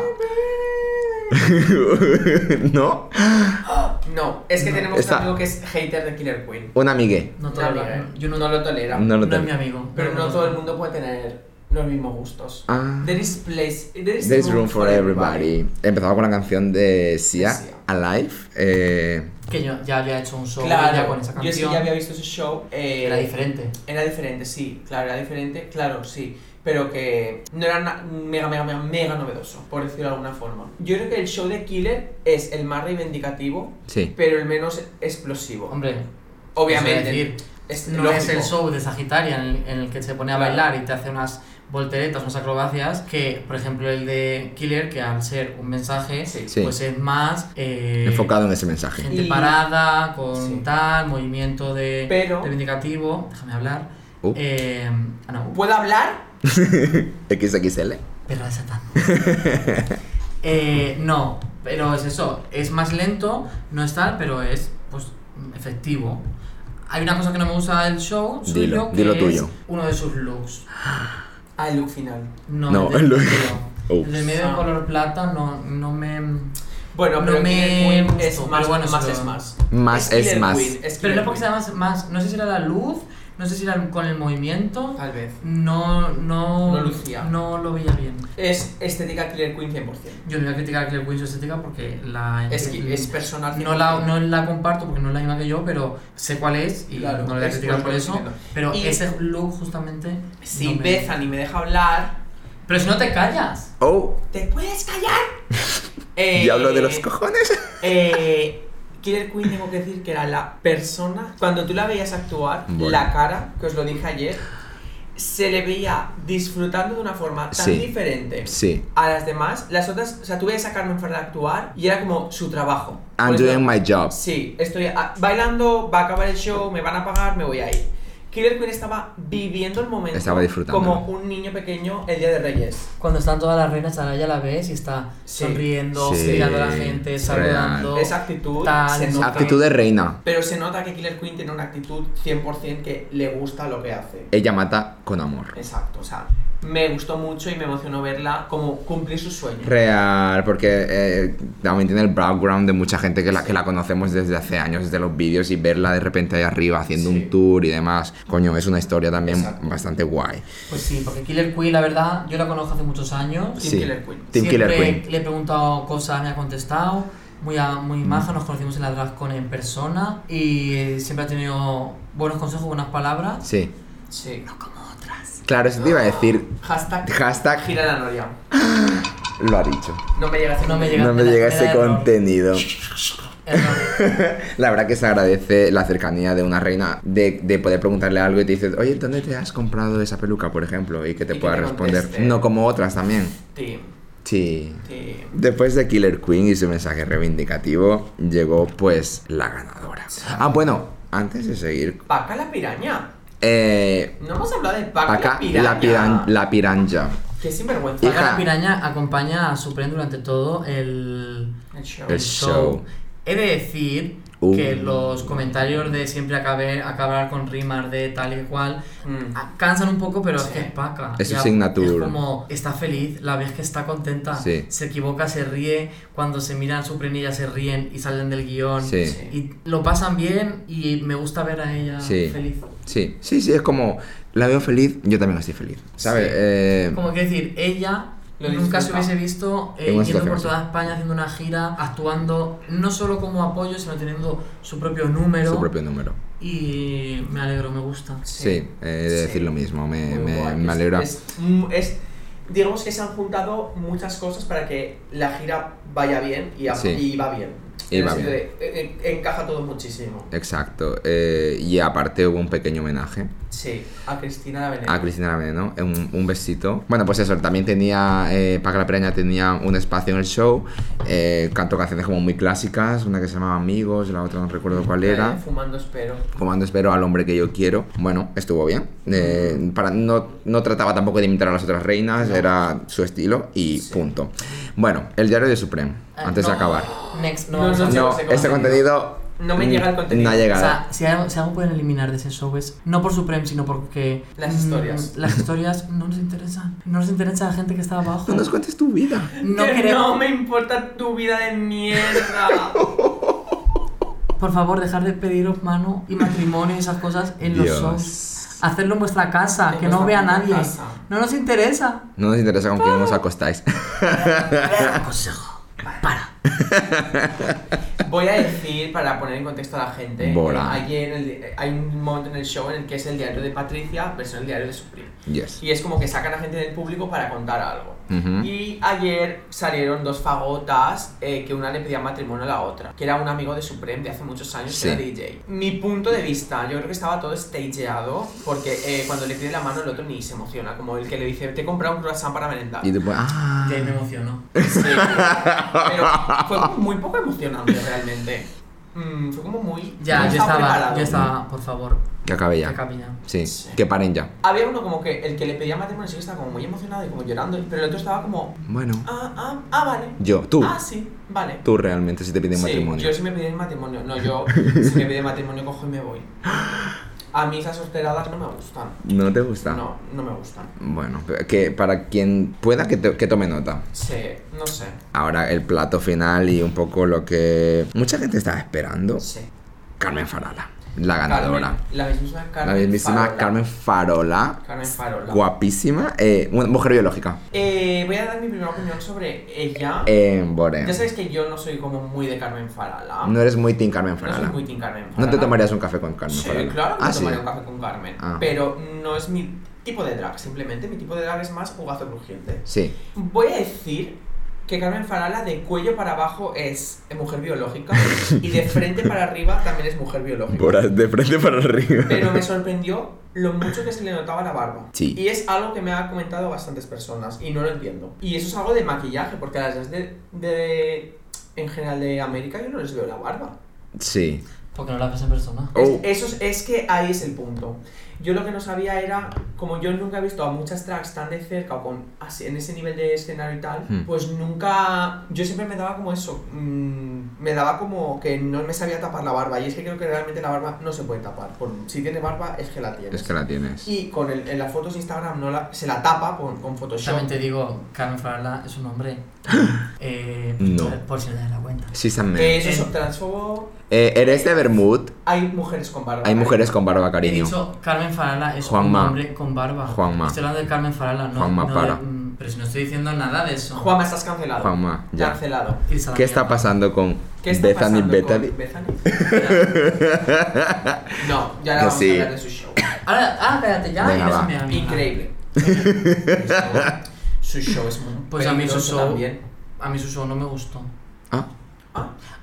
S1: ¿No?
S4: No, es que tenemos
S1: Esta-
S4: un amigo que es hater de Killer Queen.
S1: Una amigue.
S3: No todo
S4: Una
S3: el-
S4: amiga,
S3: Yo no,
S4: no lo tolera.
S1: No lo
S3: no es
S1: tengo.
S3: mi amigo.
S4: Pero no
S3: lo
S4: todo el
S3: conozco.
S4: mundo puede tener los mismos gustos.
S1: Ah.
S4: There is place, there is
S1: There's room for everybody. Empezaba con la canción de Sia,
S4: Sia.
S1: Alive. eh,
S3: Que yo ya había hecho un show ya
S4: Claro,
S3: con esa
S4: yo
S3: canción.
S4: sí ya había visto ese show. eh,
S3: Era diferente.
S4: Era diferente, sí, claro, era diferente, claro, sí. Pero que no era na- mega, mega, mega, mega novedoso, por decirlo de alguna forma. Yo creo que el show de Killer es el más reivindicativo,
S1: sí.
S4: pero el menos explosivo.
S3: Hombre, eso
S4: Obviamente.
S3: es decir,
S4: es
S3: no
S4: lógico.
S3: es el show de Sagitaria en el, en el que se pone a
S4: Claro.
S3: bailar y te hace unas volteretas, unas acrobacias, que por ejemplo el de Killer, que al ser un mensaje,
S4: Sí.
S1: Sí.
S3: pues es más... eh,
S1: Enfocado en ese mensaje.
S3: Gente
S4: Y-
S3: parada, con
S4: Sí.
S3: tal, movimiento de
S4: Pero-
S3: reivindicativo. Déjame hablar.
S1: Uh.
S3: Eh, ah, no, uh,
S4: ¿Puedo hablar?
S1: XXL.
S3: perra de Satán. Eh, no, pero es eso. Es más lento, no es tal, pero es pues efectivo. Hay una cosa que no me gusta del show, suyo,
S1: Dilo,
S3: que
S1: dilo
S3: es
S1: tuyo.
S3: uno de sus looks.
S4: Ah, el look final.
S3: No,
S1: No,
S3: el
S1: el
S3: de
S1: look.
S3: medio. El de medio de
S4: Ah.
S3: color plata no, no me.
S4: Bueno,
S3: No
S4: pero
S3: me
S4: Killer Queen es
S3: gustó,
S4: más,
S3: pero bueno,
S4: más
S3: eso-
S4: es más.
S1: Más es
S4: Killer
S1: más.
S4: Queen, es
S3: Pero
S4: Killer
S3: no porque sea más, más. No sé si era la luz, no sé si era con el movimiento.
S4: Queen. Tal vez.
S3: No, no,
S4: No lucía.
S3: no lo veía bien.
S4: Es estética Killer Queen 100%.
S3: Yo no voy a criticar a Claire Quinn su estética porque la
S4: Es, que es personal. 100%.
S3: Mm. no la, no la comparto porque no es la misma que yo, pero sé cuál es y
S4: Claro,
S3: no la voy a
S4: es
S3: criticar por
S4: por
S3: eso.
S4: conocimiento.
S3: Pero
S4: Y-
S3: ese look justamente.
S4: Si
S3: no me-
S4: Bethany me deja hablar,
S3: Pero si no te callas.
S1: Oh,
S4: ¿te puedes callar? Eh,
S1: diablo de los cojones.
S4: eh, Killer Queen, tengo que decir que era la persona. Cuando tú la veías actuar,
S1: Bueno.
S4: la cara, que os lo dije ayer, se le veía disfrutando de una forma tan
S1: Sí.
S4: diferente.
S1: Sí.
S4: A las demás, las otras, o sea, tú veías a Carmen Farah actuar y era como su trabajo.
S1: I'm
S4: Por eso-
S1: doing Ah, my job.
S4: Sí, estoy a- bailando, va a acabar el show, me van a pagar, me voy a ir. Killer Queen estaba viviendo el momento
S1: Estaba disfrutando.
S4: como un niño pequeño el día de Reyes.
S3: Cuando están todas las reinas, ahora ya la ves y está
S4: Sí.
S3: sonriendo,
S1: Sí.
S3: mirando a la gente,
S1: Es
S3: saludando.
S4: Esa actitud
S3: Tal,
S4: se nota.
S1: Actitud de reina.
S4: Pero se nota que Killer Queen
S1: Eh.
S4: tiene una actitud 100% que le gusta lo que hace.
S1: Ella mata con amor.
S4: Exacto, o sea, me gustó mucho y me emocionó verla como cumplir sus sueños.
S1: Real, porque eh, también tiene el background de mucha gente que la, que la conocemos desde hace años, desde los vídeos y verla de repente ahí arriba haciendo
S4: Sí.
S1: un tour y demás. Coño, es una historia también
S4: Exacto.
S1: bastante guay.
S3: Pues sí, porque Killer Queen, la verdad, yo la conozco hace muchos años.
S4: Team
S1: sí.
S4: Killer Queen.
S1: Team
S3: Siempre
S1: Killer Queen. Mm.
S3: le he preguntado cosas, me ha contestado. Muy, a- muy maja, nos conocimos en la DragCon en persona y eh, siempre ha tenido buenos consejos, buenas palabras.
S1: Sí.
S4: Sí.
S1: Claro, eso te iba a decir.
S4: Hashtag,
S1: Hashtag
S4: gira la noria.
S1: lo ha dicho.
S4: No me llegaste.
S3: No me llega-
S1: No me
S3: era-
S1: llega
S3: era
S1: ese
S3: error.
S1: contenido.
S3: Error.
S1: La verdad que se agradece la cercanía de una reina, de, de poder preguntarle algo y te dices, oye, ¿dónde te has comprado esa peluca, por ejemplo? Y que te
S4: Y que
S1: pueda
S4: te
S1: responder.
S4: conteste.
S1: No como otras también.
S4: Team,
S1: Sí.
S4: team.
S1: Después de Killer Queen y su mensaje reivindicativo, llegó pues la ganadora. Ah, bueno, antes de seguir,
S4: Paca la piraña.
S1: eh,
S4: No hemos hablado de Paca,
S1: acá
S4: la piraña.
S1: la, piran- la piranja.
S4: Qué sinvergüenza.
S1: Hija.
S3: Paca la piraña acompaña a Supreme durante todo el,
S4: El show.
S1: El show.
S3: He de decir
S1: Uh.
S3: que los comentarios de siempre acabe- acabar con rimas de tal y cual
S4: Mm.
S1: ah,
S3: a- cansan un poco, pero es
S4: Sí.
S3: que es paca.
S1: Es su
S3: Ya,
S1: signature.
S3: Es como está feliz, la ves que está contenta,
S1: Sí.
S3: se equivoca, se ríe, cuando se miran su prenilla se ríen y salen del guión.
S1: Sí.
S4: Sí.
S3: Y lo pasan bien y me gusta ver a ella
S1: Sí.
S3: feliz.
S1: Sí, sí, sí, es como, la veo feliz, yo también estoy feliz. ¿Sabes?
S4: Sí.
S1: Eh,
S3: Como que decir, ella
S4: Lo
S3: nunca se
S4: disfruta.
S3: hubiese visto eh,
S1: En una
S3: yendo
S1: situación
S3: por
S1: así.
S3: toda España haciendo una gira, actuando no solo como apoyo, sino teniendo su propio número.
S1: su propio número.
S3: Y me alegro, me gusta. Eh,
S1: Sí, he de
S4: Sí.
S1: decir lo mismo, me,
S4: Muy
S1: me,
S4: guay.
S1: me
S4: Es-
S1: alegra.
S4: Es, mm, es- digamos que se han juntado muchas cosas para que la gira vaya bien y, a-
S1: Sí.
S4: y va bien.
S1: Y
S4: En el
S1: va
S4: sentido de, en- en- eh, encaja todo muchísimo.
S1: Exacto. eh, y aparte hubo un pequeño homenaje
S4: Sí, a Cristina la Veneno.
S1: a Cristina Veneno, un, un besito. Bueno, pues eso, también tenía, eh, Paca la Pereña tenía un espacio en el show, eh, cantó canciones como muy clásicas, una que se llamaba Amigos, la otra no recuerdo cuál
S4: Eh,
S1: era.
S4: Fumando espero.
S1: Comando espero al hombre que yo quiero. Bueno, estuvo bien. Eh, para, no, no trataba tampoco de imitar a las otras reinas, era su estilo y punto. Bueno, el diario de Supreme,
S3: Eh,
S4: Ah,
S1: antes de
S3: no.
S1: acabar.
S3: Next,
S4: No,
S3: no, vamos a-
S4: no,
S1: No,
S4: ese
S1: este contenido...
S4: No me llega el
S1: mm, No
S4: contenido.
S1: ha
S4: O
S1: llegado.
S3: O sea, si algo, si algo pueden eliminar de ese show es no por Supreme, sino porque.
S4: Las
S3: mm,
S4: historias.
S3: las historias no nos interesan. No nos interesa la gente que está abajo.
S1: No nos cuentes tu vida.
S3: No
S4: Que
S3: queremos.
S4: no me importa tu vida de mierda.
S3: Por favor, dejar de pediros mano y matrimonio y esas cosas en
S1: Dios.
S3: los shows. Hacerlo en vuestra casa,
S4: En
S3: que no vea
S4: vuestra
S3: nadie.
S4: casa.
S3: No nos interesa.
S1: No nos interesa con
S4: Ah.
S1: quién nos acostáis.
S3: Consejo. Para.
S4: Voy a decir, para poner en contexto a la gente,
S1: Bola.
S4: eh, hay, en el- eh, hay un momento en el show en el que es el diario de Patricia, versión el diario de su primo.
S1: Yes.
S4: Y es como que sacan a gente del público para contar algo.
S1: Ujú.
S4: Y ayer salieron dos fagotas eh, que una le pedía matrimonio a la otra, que era un amigo de Supreme de hace muchos años,
S1: Sí.
S4: que era DJ. Mi punto de vista, yo creo que estaba todo stageado, porque eh, cuando le pide la mano el otro ni se emociona, como el que le dice, te he comprado un croissant para merendar.
S1: Y tú pues, ah.
S3: Y ahí me emocionó.
S4: Sí. Pero fue como muy poco emocionante realmente. Mm, fue como muy...
S3: Ya,
S4: no
S3: yo estaba,
S4: preparado.
S3: yo estaba, por favor,
S1: Que acabe
S3: que
S1: ya.
S3: acabe ya.
S1: Sí,
S4: Sí.
S1: que paren ya.
S4: Había uno como que el que le pedía matrimonio sí que estaba como muy emocionado y como llorando, pero el otro estaba como...
S1: Bueno,
S4: Ah, ah, ah, vale.
S1: yo, tú,
S4: Ah, sí, vale.
S1: tú realmente si te piden
S4: sí,
S1: matrimonio.
S4: Yo si me piden matrimonio, no, yo si me piden matrimonio cojo y me voy. A mí esas hosteladas no me gustan.
S1: ¿No te gusta?
S4: No, no me gustan.
S1: Bueno, que para quien pueda que, to- que tome nota.
S4: Sí, no sé.
S1: Ahora el plato final y un poco lo que mucha gente estaba esperando.
S4: Sí.
S1: Carmen Farala, la ganadora.
S4: Carmen, la mismísima Carmen.
S1: la mismísima
S4: Farola.
S1: Carmen Farola.
S4: Carmen Farola.
S1: Guapísima. Eh, una mujer biológica.
S4: Eh, voy a dar mi primera opinión sobre ella.
S1: Eh, Bore.
S4: ya sabéis que yo no soy como muy de Carmen Farala.
S1: No eres muy team Carmen
S4: No
S1: Farala.
S4: soy muy team Carmen Farala.
S1: No te tomarías un café con Carmen
S4: Sí,
S1: Farala.
S4: claro que
S1: Ah,
S4: me
S1: sí.
S4: tomaría un café con Carmen.
S1: Ah.
S4: Pero no es mi tipo de drag, simplemente. Mi tipo de drag es más jugazo crujiente.
S1: Sí.
S4: Voy a decir que Carmen Farala de cuello para abajo es mujer biológica y de frente para arriba también es mujer biológica.
S1: de frente para arriba.
S4: Pero me sorprendió lo mucho que se le notaba la barba.
S1: Sí.
S4: Y es algo que me ha comentado bastantes personas y no lo entiendo. Y eso es algo de maquillaje, porque a las drags de, de- en general de América yo no les veo la barba.
S1: Sí.
S3: Porque no la ves en persona.
S1: Oh.
S4: Es- eso es, es que ahí es el punto. Yo lo que no sabía era, como yo nunca he visto a muchas tracks tan de cerca o con, así, en ese nivel de escenario y tal,
S1: Hmm.
S4: pues nunca. Yo siempre me daba como eso. mm, me daba como que no me sabía tapar la barba. Y es que creo que realmente la barba no se puede tapar. por- si tiene barba, es que la tiene.
S1: Es que la tienes.
S4: Y con el- en las fotos de Instagram no la, se la tapa con, con Photoshop.
S3: También te digo, Carmen Farala es un hombre. Eh,
S1: No.
S3: Por si no te das la cuenta.
S1: Sí,
S4: Que
S1: también.
S4: eso es transfobo.
S1: ¿Eres de Bermud?
S4: Hay mujeres con barba.
S1: Hay mujeres con barba,
S3: He
S1: cariño.
S3: dicho, Carmen Farala es
S1: Juanma.
S3: un hombre con barba.
S1: Juanma.
S3: Estoy hablando de Carmen Farala, no.
S1: Juanma,
S3: no
S1: para.
S3: de- mm, pero si no estoy diciendo nada de eso.
S4: Juanma, estás cancelado.
S1: Juanma, ya.
S4: Cancelado.
S3: Irse a la
S1: ¿Qué está
S3: mierda.
S1: pasando con
S4: ¿Qué está
S1: Bethany
S4: pasando con
S1: Bethany?
S4: No, ya
S1: Que
S4: la vamos
S1: sí.
S4: a hablar de su show.
S3: Ahora, ah, cállate, ya.
S1: Venga,
S3: eres
S1: va.
S3: mi amiga.
S4: Increíble. su show es muy
S3: Pues a mí su
S4: peligroso
S3: show-
S4: también.
S3: A mí su show no me gustó.
S1: Ah,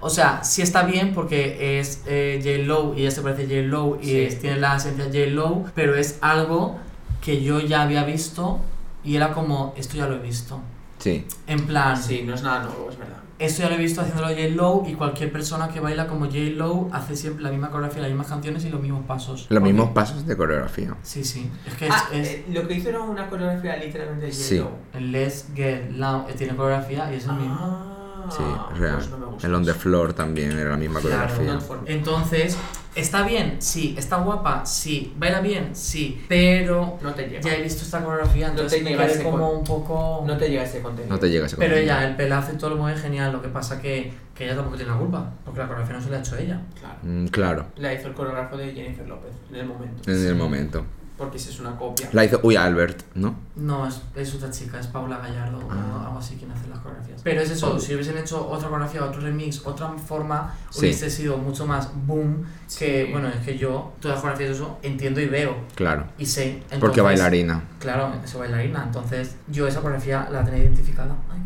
S3: O sea, sí está bien porque es eh, J-Lo y ella se parece a J-Lo y
S4: Sí.
S3: es- tiene la esencia J-Lo, pero es algo que yo ya había visto y era como, esto ya lo he visto.
S1: sí.
S3: En plan,
S4: Sí, no es nada nuevo, es verdad.
S3: esto ya lo he visto haciéndolo J-Lo y cualquier persona que baila como J-Lo hace siempre la misma coreografía, las mismas canciones y los mismos pasos.
S1: Los mismos pasos de coreografía.
S3: Sí, sí. Es que es,
S4: Ah,
S3: es
S4: eh, lo que hizo era una coreografía literalmente de
S1: Sí.
S4: J-Lo.
S3: el Let's Get Loud, eh, tiene coreografía y es el mismo.
S4: Ah,
S1: Sí,
S4: pues
S1: real.
S4: no me gusta
S1: El on the
S4: eso.
S1: floor también era la misma
S3: Claro.
S1: coreografía.
S4: No, for-
S3: Entonces, ¿está bien? Sí. ¿Está guapa? Sí. ¿Baila bien? Sí. Pero
S4: No te llega.
S3: ya he visto esta coreografía,
S4: No
S3: entonces
S4: te
S3: me
S4: llega
S3: quedé
S4: ese
S3: como
S4: col-
S3: un poco...
S4: No te llega ese contenido.
S1: No te llega ese
S3: Pero
S1: contenido.
S3: ella, el pelazo y todo lo mueve genial, lo que pasa que, que ella tampoco tiene la culpa, porque la coreografía no se la ha hecho ella.
S4: Claro.
S1: Mm, claro,
S4: La hizo el coreógrafo de Jennifer López en el momento.
S1: en el momento.
S4: Porque si es una copia.
S1: La hizo, uy, Albert, ¿no?
S3: No, es, es otra chica, es Paula Gallardo
S1: Ah.
S3: o algo así quien hace las coreografías. Pero es eso,
S1: Paula.
S3: si hubiesen hecho otra coreografía, otro remix, otra forma,
S1: Sí.
S3: hubiese sido mucho más boom que,
S4: Sí.
S3: bueno, es que yo todas las coreografías de eso entiendo y veo
S1: Claro.
S3: y sé. Entonces,
S1: Porque bailarina.
S3: Claro, soy bailarina, entonces yo esa coreografía la tenía identificada. Ay,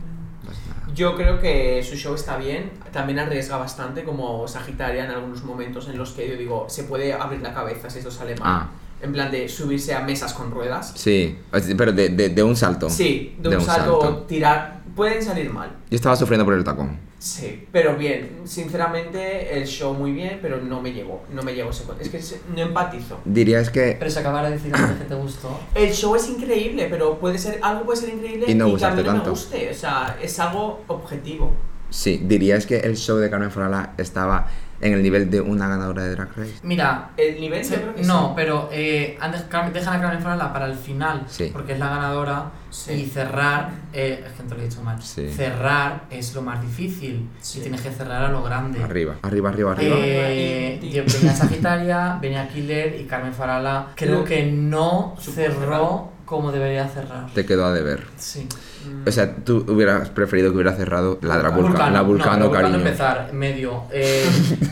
S4: Yo creo que su show está bien, también arriesga bastante como Sagitaria en algunos momentos en los que yo digo, se puede abrir la cabeza si esto sale mal.
S1: Ah,
S4: En plan de subirse a mesas con ruedas.
S1: sí. Así- Pero de, de- de un salto.
S4: Sí, de un, salto, o tirar, pueden salir mal.
S1: Yo estaba sufriendo por el tacón.
S4: Sí, pero bien, sinceramente el show muy bien, pero no me llegó, no me llegó ese con- Es que se- no empatizo.
S1: Dirías que.
S3: Pero se acabara de decir antes que te gustó.
S4: El show es increíble, pero puede ser, algo puede ser increíble
S1: Y no
S4: que a mí
S1: gustarte
S4: no me
S1: tanto.
S4: guste. O sea, es algo objetivo.
S1: Sí, dirías que el show de Carmen Farala estaba en el nivel de una ganadora de Drag Race.
S3: Mira,
S4: El nivel yo creo que
S3: no, pero eh, han dej- Carmen- dejan a Carmen Farala para el final,
S1: Sí.
S3: porque es la ganadora.
S4: Sí.
S3: Y cerrar, eh, es que te lo he dicho mal,
S1: Sí.
S3: cerrar es lo más difícil.
S4: Sí.
S3: Y tienes que cerrar a lo grande.
S1: Arriba, arriba, arriba, arriba.
S3: Eh,
S4: Arriba.
S3: yo- venía Sagitaria, venía Killer y Carmen Farala. Creo
S4: Creo-
S3: que no
S4: Supo
S3: cerró como debería cerrar.
S1: Te quedó a deber.
S3: Sí.
S4: Mm.
S1: O sea, tú hubieras preferido que hubiera cerrado la Drag Vulcan- la
S3: No,
S1: Vulcano,
S3: la Vulcano
S1: cariño.
S3: empezar, medio, eh,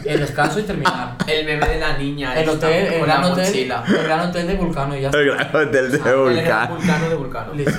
S3: el descanso y terminar.
S4: El bebé de la niña.
S3: El
S4: está
S3: hotel, el
S4: con
S3: gran
S4: la
S3: hotel,
S4: mochila.
S3: el gran hotel de Vulcano y ya está.
S1: El gran hotel de
S4: Ah, el gran
S1: Vulcano. Eh,
S4: Vulcano de Vulcano.
S3: Listo,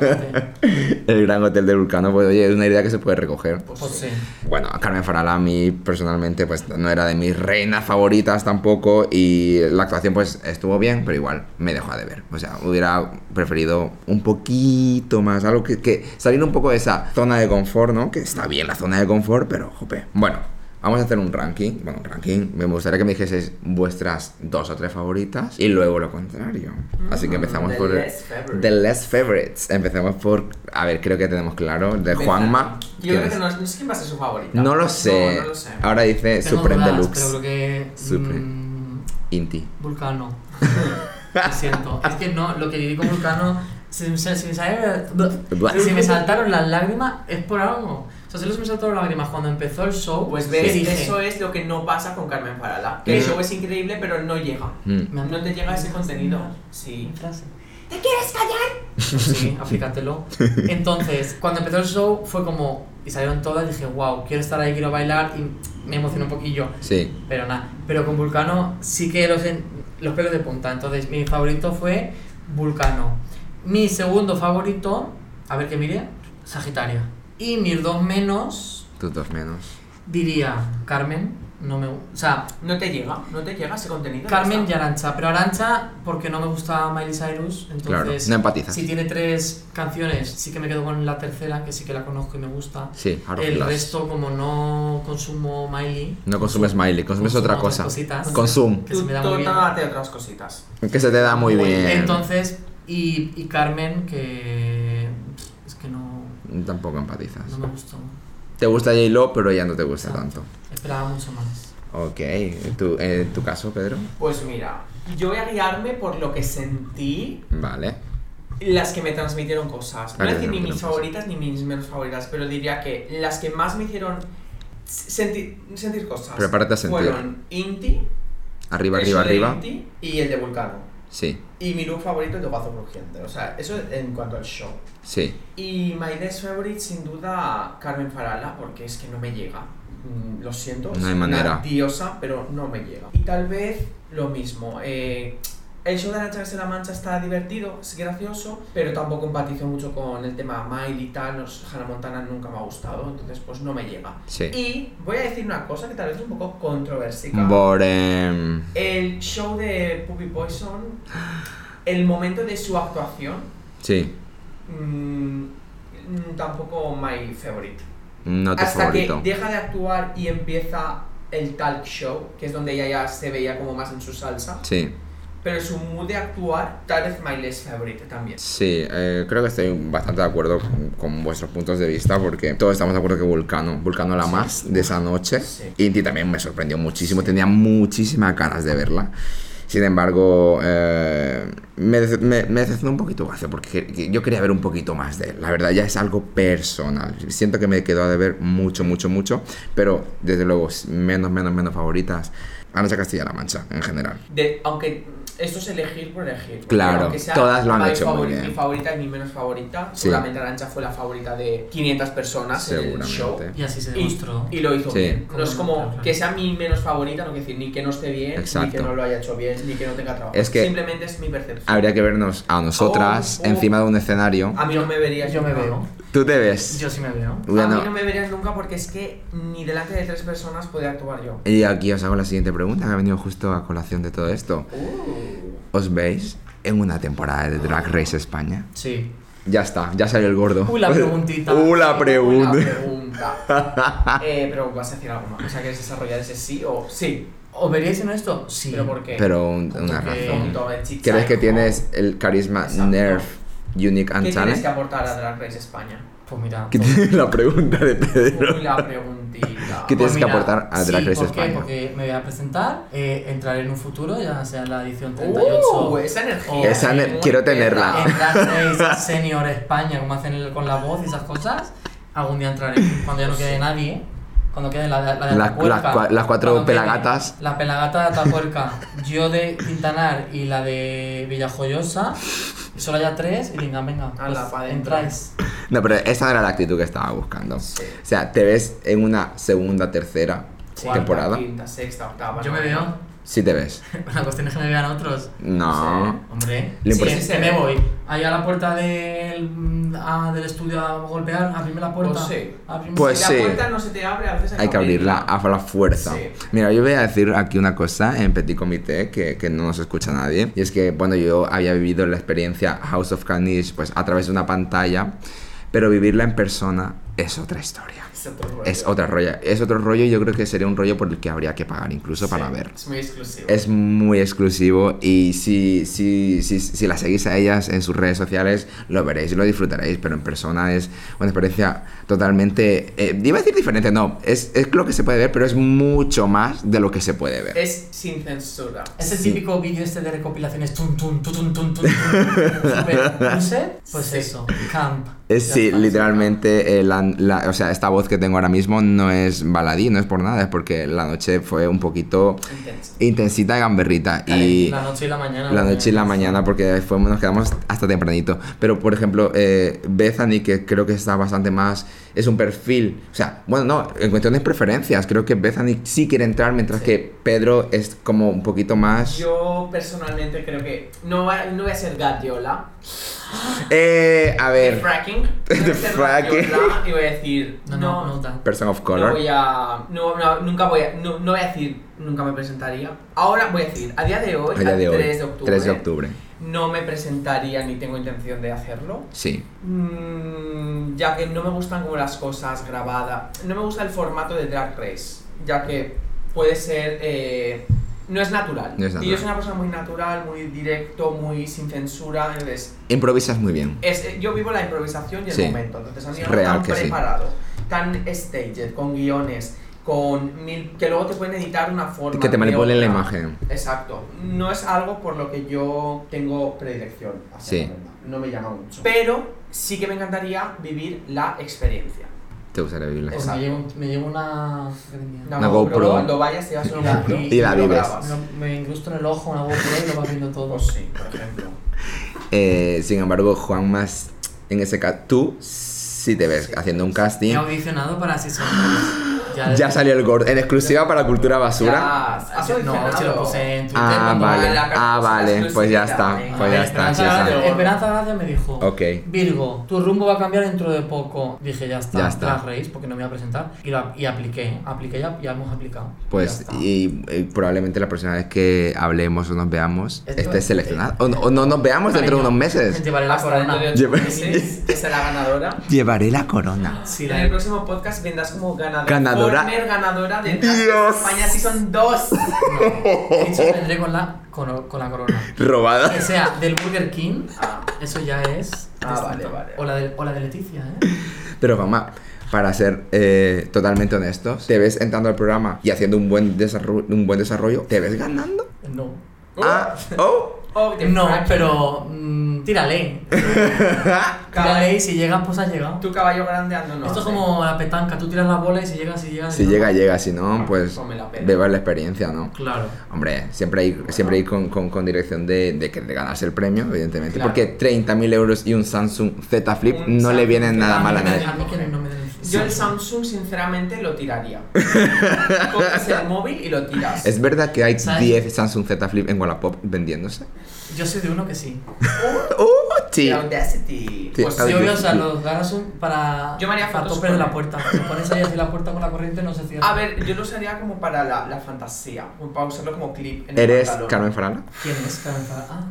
S3: realmente.
S1: El gran hotel de Vulcano, pues oye, es una idea que se puede recoger.
S3: Pues sí.
S1: Bueno, Carmen Farala a mí personalmente pues no era de mis reinas favoritas tampoco y la actuación pues estuvo bien, pero igual me dejó a deber. O sea, hubiera preferido un poquito más, algo que, que salir un poco de esa zona de confort, ¿no? Que está bien la zona de confort, pero jope. Bueno, vamos a hacer un ranking. Bueno, un ranking, me gustaría que me dijeseis vuestras dos o tres favoritas y luego lo contrario. Así que empezamos
S4: Mm, the
S1: por...
S4: less favorite.
S1: The Less Favorites. Empezamos por... A ver, creo que tenemos claro. De Juanma.
S4: Yo
S1: ¿quién
S4: creo que
S1: es?
S4: no, no sé quién va a ser su favorita.
S1: No lo sé.
S4: No, no lo sé.
S1: Ahora dice
S3: Tengo
S1: Supreme
S3: dudas, Pero
S1: Deluxe.
S3: creo que.
S1: Supreme.
S3: mm,
S1: Inti.
S3: vulcano. Lo siento. Es que no, lo que viví con Vulcano. Si, me- si me sale- si me saltaron las lágrimas, es por algo. O sea, solo se me saltaron las lágrimas cuando empezó el show.
S4: Pues
S3: que
S4: ves,
S3: dije,
S4: eso es lo que no pasa con Carmen Farala.
S1: ¿Qué?
S4: El show es increíble, pero no llega.
S1: Mm.
S3: Me han-
S4: No te llega ese contenido. Sí.
S3: frase. ¿Te quieres callar? Sí, aplícatelo. Entonces, cuando empezó el show fue como, y salieron todas, y dije, wow, quiero estar ahí, quiero bailar, y me emocionó un poquillo,
S1: Sí.
S3: pero nada. Pero con Vulcano sí que los, en- los pelos de punta, entonces mi favorito fue Vulcano. Mi segundo favorito, a ver que mire, Sagitario. Y mis dos menos,
S1: Tus dos menos.
S3: diría Carmen, no me. O sea,
S4: No te llega, no te llega ese contenido.
S3: Carmen y
S4: ya.
S3: Arancha, pero Arancha porque no me gusta Miley Cyrus,
S1: Claro,
S3: entonces
S1: no empatizas.
S3: si tiene tres canciones, sí que me quedo con la tercera, que sí que la conozco y me gusta.
S1: Sí, Out of
S3: El
S1: Glass.
S3: resto, como no consumo Miley,
S1: No consumes Miley, consumes
S3: Consumo
S1: otra
S3: otras
S1: cosa.
S3: cositas.
S1: Consum,
S3: que se me da muy
S4: Tú
S3: bien.
S4: tómate otras cositas.
S1: que se te da muy bien.
S3: entonces, y, y Carmen, que es que no,
S1: Tampoco empatizas.
S3: no me gustó.
S1: Te gusta J-Lo, pero ya no te gusta tanto.
S3: Esperaba mucho más.
S1: Ok, ¿Tú, eh, ¿tu caso, Pedro?
S4: Pues mira, yo voy a guiarme por lo que sentí
S1: Vale.
S4: las que me transmitieron cosas. No
S1: Las que
S4: es decir ni
S1: transmitieron
S4: mis
S1: cosas.
S4: favoritas ni mis menos favoritas, pero diría que las que más me hicieron sentir, sentir cosas.
S1: Prepárate a sentir.
S4: Fueron Inti,
S1: Arriba, arriba,
S4: el show de
S1: arriba.
S4: Inti y el de Vulcano.
S1: Sí,
S4: Y mi look favorito es el Gazo Crujiente. O sea, eso en cuanto al show.
S1: sí.
S4: Y my least favorite, sin duda, Carmen Farala, porque es que no me llega. Mm, Lo siento,
S1: No hay
S4: es
S1: manera.
S4: una diosa, pero no me llega. Y tal vez lo mismo. eh, el show de Arancha de la Mancha está divertido, es gracioso, pero tampoco empatizo mucho con el tema Miley y tal. no sé, Hannah Montana nunca me ha gustado, entonces pues no me llega.
S1: Sí.
S4: Y voy a decir una cosa que tal vez es un poco controversial.
S1: Borem.
S4: El show de Puppy Poison, el momento de su actuación,
S1: Sí,
S4: mm, mm, tampoco my favorite.
S1: no tu
S4: Hasta
S1: favorito.
S4: que deja de actuar y empieza el talk show, que es donde ella ya se veía como más en su salsa.
S1: Sí,
S4: Pero su mood de actuar, tal vez my less favorite también.
S1: sí, eh, creo que estoy bastante de acuerdo con, con vuestros puntos de vista porque todos estamos de acuerdo que Vulcano, Vulcano la más de esa noche.
S4: Sí.
S1: Inti también me sorprendió muchísimo, tenía muchísimas ganas de verla. Sin embargo, eh, me, dece- me, me decepcionó un poquito Gacio porque que- yo quería ver un poquito más de él. La verdad, ya es algo personal. Siento que me quedó a deber mucho, mucho, mucho. Pero desde luego, menos, menos, menos favoritas. Arancha Castilla-La Mancha en general.
S4: De, aunque mm, esto es elegir por elegir. porque
S1: Claro,
S4: aunque sea
S1: todas lo han
S4: my
S1: hecho muy
S4: favori-
S1: bien.
S4: Mi favorita y mi menos favorita.
S1: Sí.
S4: Seguramente Arancha fue la favorita de 500 personas en el show.
S1: Seguramente.
S3: Y así se
S4: Y,
S3: demostró.
S4: y lo hizo
S1: Sí.
S4: bien. No es
S3: Claro,
S4: como
S3: claro.
S4: que sea mi menos favorita, no quiere decir ni que no esté bien, ni
S1: Exacto.
S4: que no lo haya hecho bien, ni que no tenga trabajo.
S1: Es que-
S4: Simplemente es mi percepción.
S1: Habría que vernos a nosotras
S4: Oh, oh.
S1: encima de un escenario.
S4: A mí no me verías
S3: yo me
S4: nunca.
S3: veo.
S1: Tú te ves.
S3: Yo sí me veo.
S4: A
S1: Bueno,
S4: mí no me verías nunca porque es que ni delante de tres personas podía actuar yo.
S1: Y aquí os hago la siguiente pregunta que ha venido justo a colación de todo esto. ¿Os veis en una temporada de Drag Race España?
S3: Sí.
S1: Ya está, ya salió el gordo.
S3: Uy, la preguntita.
S1: Uh, la
S4: Buena
S1: pregunta.
S4: pregunta. Eh, pero vas a decir alguna cosa, ¿quieres desarrollar ese sí o sí?
S3: ¿Os veríais en esto? Sí.
S4: ¿Pero por qué?
S1: Pero un- una
S3: Porque-
S1: razón.
S4: Punto, eh, chicha,
S1: ¿Crees que
S4: hijo.
S1: tienes el carisma
S4: Exacto.
S1: Nerf Unique
S4: ¿Qué
S1: and
S4: tienes que
S1: Challenge?
S4: aportar a Drag Race España?
S3: Pues mira.
S1: ¿Qué
S3: pues-
S1: tiene la pregunta de Pedro?
S4: Uy, la preguntita.
S1: ¿Qué tienes
S3: Pues
S1: que
S3: mira,
S1: aportar a Drag
S3: sí,
S1: Race
S3: ¿por qué?
S1: España?
S3: Porque me voy a presentar, eh, entraré en un futuro, ya sea en la edición
S1: ¡Oh,
S3: 38.
S4: Uh, esa
S3: Oh.
S4: energía.
S1: Esa ener-
S4: muy
S1: quiero
S4: perra.
S1: tenerla.
S3: en Drag Race Senior España, como hacen el- con la voz y esas cosas, algún día entraré. Cuando ya no quede nadie, cuando quede la, la de
S1: Las-
S3: Atapuerca,
S1: las cua- las cuatro
S3: cuando quede
S1: pelagatas.
S3: La pelagata de Atapuerca, yo de Quintanar y la de Villajoyosa. y Solo haya tres y venga, venga.
S4: Ala,
S3: pues,
S4: pa' dentro.
S3: entráis.
S1: No, pero esa no era la actitud que estaba buscando.
S4: Sí.
S1: O sea, te ves en una segunda, tercera
S4: Cuarta,
S1: temporada.
S4: Quinta, sexta, octava.
S3: Yo me
S4: novena.
S3: veo.
S1: Sí te ves.
S3: La cuestión es que me vean otros.
S1: No.
S3: Hombre,
S1: Lo
S3: sí,
S1: importante-
S3: es que me voy. Ahí a la puerta del, mm, a- del estudio a golpear, abrirme la puerta.
S4: Pues sí.
S3: abrirme-
S1: Pues
S4: si
S1: sí.
S4: la puerta no se te abre, a veces
S1: Hay que abrirla a la fuerza.
S4: Eh, Sí.
S1: Mira, yo voy a decir aquí una cosa en Petit Comité que, que no nos escucha nadie. Y es que, bueno, yo había vivido la experiencia House of Carnage pues, a través de una pantalla, pero vivirla en persona es otra historia.
S4: Es otro rollo.
S1: Es otra rollo. Es otro rollo y yo creo que sería un rollo por el que habría que pagar incluso
S4: Sí,
S1: para ver.
S4: Es muy exclusivo.
S1: Es muy exclusivo y si, si, si, si la seguís a ellas en sus redes sociales lo veréis y lo disfrutaréis, pero en persona es una experiencia totalmente, eh, iba a decir diferente, no, es, es lo que se puede ver, pero es mucho más de lo que se puede
S3: Eh,
S1: ver.
S4: Es sin censura.
S3: Es el
S1: Sí.
S3: típico vídeo este de recopilaciones. Tum, tum, tum, tum, tum, tum, tum, super dulce, Pues
S4: Sí.
S3: eso, camp.
S1: Es,
S3: Ya
S1: sí,
S3: está.
S1: literalmente, eh, la- la- o sea, esta voz que tengo ahora mismo no es baladí, no es por nada, es porque la noche fue un poquito
S4: Intenso.
S1: intensita y gamberrita. Y,
S3: La noche y la mañana.
S1: La noche y la
S3: obviamente.
S1: mañana, porque fue- nos quedamos hasta tempranito. Pero, por ejemplo, eh, Bethany, que creo que está bastante más. Es un perfil. O sea, bueno, no, en cuestión de preferencias, creo que Bethany sí quiere entrar, mientras que Pedro es como un poquito más.
S4: Yo personalmente creo que. No, va- no voy a ser gadiola.
S1: Eh, a
S4: The
S1: ver,
S4: fracking.
S1: The fracking.
S4: Y voy a decir,
S3: No, no, nota.
S1: Person of
S4: No
S1: Color.
S4: voy a. No, no, nunca voy a. No, no voy a decir. Nunca me presentaría. Ahora voy a decir. A día de hoy.
S1: A día de hoy,
S4: 3 de octubre.
S1: 3 de octubre.
S4: No me presentaría ni tengo intención de hacerlo.
S1: Sí,
S4: Mm, ya que no me gustan como las cosas grabadas. No me gusta el formato de Drag Race. Ya que puede ser. eh, no es natural.
S1: No es
S4: Y yo
S1: natural.
S4: soy una persona muy natural, muy directo, muy sin censura. Entonces,
S1: improvisas muy bien.
S4: es- eh, yo vivo la improvisación y el
S1: Sí.
S4: momento, entonces a mí
S1: Sí,
S4: algo
S1: real
S4: tan
S1: que sí.
S4: preparado, tan staged, con guiones, con mil, que luego te pueden editar una forma.
S1: Que te
S4: de
S1: manipulen la
S4: otra.
S1: imagen.
S4: Exacto. No es algo por lo que yo tengo predilección. hacia
S1: Sí.
S4: la verdad. No me llama mucho. Pero sí que me encantaría vivir la experiencia.
S1: Te gustaría vivirla.
S3: Pues me
S4: Exacto.
S3: llevo, me llevo una... ¿qué tenía?
S1: Una GoPro.
S4: Cuando vayas, te llevas una
S3: Una-
S4: GoPro
S3: y-
S1: y la
S4: lo
S1: vives.
S4: grabas.
S3: Me, me incrusto en el ojo una GoPro y lo vas viendo todo.
S4: Pues sí, por ejemplo.
S1: Eh, sin embargo, Juan más, en ese caso, tú sí te ves haciendo un
S3: He
S1: casting.
S3: audicionado para Season tres.
S1: Ya salió el gordo, en exclusiva para Cultura Basura.
S4: Ya, has
S3: Ah, No,
S4: audicionado.
S3: se lo puse en Twitter.
S1: Ah,
S3: cuando-
S1: vale.
S4: Ah, la carta
S1: Ah,
S4: es una
S1: vale. Pues ya está.
S4: exclusividad,
S1: Pues ya
S3: Ah,
S4: venga.
S1: está.
S3: Esperanza,
S1: ya
S3: Gracia,
S1: está.
S3: Esperanza Gracia me dijo,
S1: Ok.
S3: Virgo, tu rumbo va a cambiar dentro de poco. Dije, ya está,
S1: Ya está.
S3: Drag Race, porque no me voy a presentar. Y, lo- y apliqué, apliqué, ya, ya hemos aplicado.
S1: Pues
S3: Ya está.
S1: y, y probablemente la próxima vez que hablemos o nos veamos,
S3: Esto-
S1: estés seleccionado. O, no- o no nos veamos dentro de
S3: Cariño,
S1: unos meses.
S3: me llevaré la
S4: Hasta
S3: corona.
S4: dentro de ocho
S1: Lleva-
S4: meses, que será ganadora.
S1: Llevaré la corona.
S3: Sí,
S4: En
S3: la-
S4: el próximo podcast vendrás como ganadora.
S1: Ganadora.
S4: Former ganadora de
S1: Dios.
S4: España Season 2.
S3: He dicho que vendré con la, con, con la corona.
S1: Robada.
S3: Que sea del Burger King,
S4: Ah,
S3: eso ya es.
S4: Ah,
S3: distinto.
S4: vale, vale.
S3: O la, de, o la de Leticia, ¿eh?
S1: Pero mamá, para ser eh, totalmente honestos, te ves entrando al programa y haciendo un buen desarrollo, un buen desarrollo, te ves ganando.
S3: No.
S1: Ah, oh.
S4: oh, the
S3: No,
S4: fracking.
S3: pero. mm, tírale. Tírale y si llegas, pues has llegado.
S4: Tu caballo grande ando no.
S3: Esto es
S4: sé.
S3: como la petanca, tú tiras la bola y si llega, si llega.
S1: Si
S3: no.
S1: llega, llega. Si
S3: Ah,
S1: no, pues
S4: Come la pena.
S1: beba la experiencia, ¿no?
S3: Claro.
S1: Hombre, siempre ir, siempre ir con, con- con dirección de, de que de ganarse el premio, evidentemente.
S4: Claro.
S1: Porque 30.000 euros y un Samsung Z Flip
S4: Un
S1: no le
S4: Samsung
S1: vienen
S4: Z
S1: nada
S4: Flip.
S1: mal a
S3: mí que-
S1: nadie.
S3: A mí que no me den el-
S4: Yo el Samsung, sinceramente, lo tiraría. Coges el móvil y lo tiras.
S1: ¿Es verdad que hay
S3: ¿Sabes?
S1: 10 Samsung Z Flip en Wallapop vendiéndose?
S3: Yo soy de uno que sí.
S1: ¡Uh,
S4: Oh, The
S1: sí!
S4: Audacity.
S1: Sí,
S4: Pues
S1: a ver,
S3: Yo
S1: yo-
S3: voy a usar los Garasum para.
S4: Yo me haría
S3: para
S4: fotos
S3: tope de
S4: con-
S3: la puerta. Lo pones ahí así la puerta con la corriente no se cierra.
S4: A ver, yo lo usaría como para la, la fantasía, como para usarlo como clip en el
S1: ¿Eres
S4: pantalón.
S1: Carmen Farana?
S3: ¿Quién es? Carmen Farah? Ah,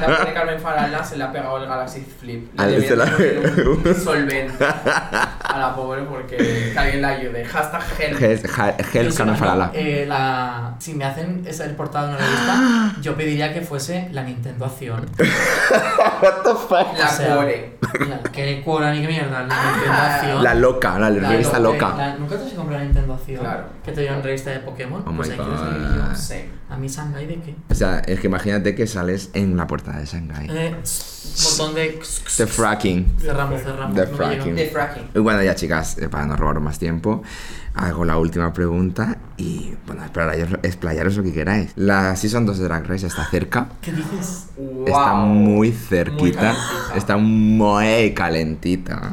S4: La pobre Carmen Farala se le ha pegado el Galaxy Flip.
S1: Ah,
S4: Le
S1: se la-
S4: debía poner un solvente a la pobre porque que alguien la ayude. Hashtag gel.
S1: Gel, ja- gel
S3: yo soy-
S1: Carmen Farala.
S3: eh, la- Si me hacen ese- el portado de una revista, yo pediría que fuese la Nintendo Acción.
S1: What the fuck?
S4: La
S3: O sea,
S4: core.
S3: La, que cobra ni que mierda, la Nintendo Acción.
S1: La loca, la,
S3: La
S1: revista
S3: lo-
S1: loca.
S3: la- Nunca te has comprado la Nintendo Acción.
S4: Claro.
S3: Que te dieron revista de Pokémon.
S1: Oh
S3: pues
S1: my
S3: ahí quiero salir
S1: God.
S3: yo.
S4: Sí.
S3: ¿A mí Shanghai de qué?
S1: O sea, es que imagínate que sales en la puerta de Shanghai.
S3: Eh, botón de.
S1: The fracking.
S3: Cerramos, cerramos.
S1: The
S3: no me
S1: fracking.
S3: llega.
S4: De fracking.
S1: Y Bueno, ya chicas, eh, para no robaros más tiempo, hago la última pregunta y bueno, explayaros, explayaros lo que queráis. La Season 2 de Drag Race está cerca,
S3: ¿Qué dices?
S4: Wow.
S1: está muy cerquita,
S4: calentita.
S1: está muy calentita.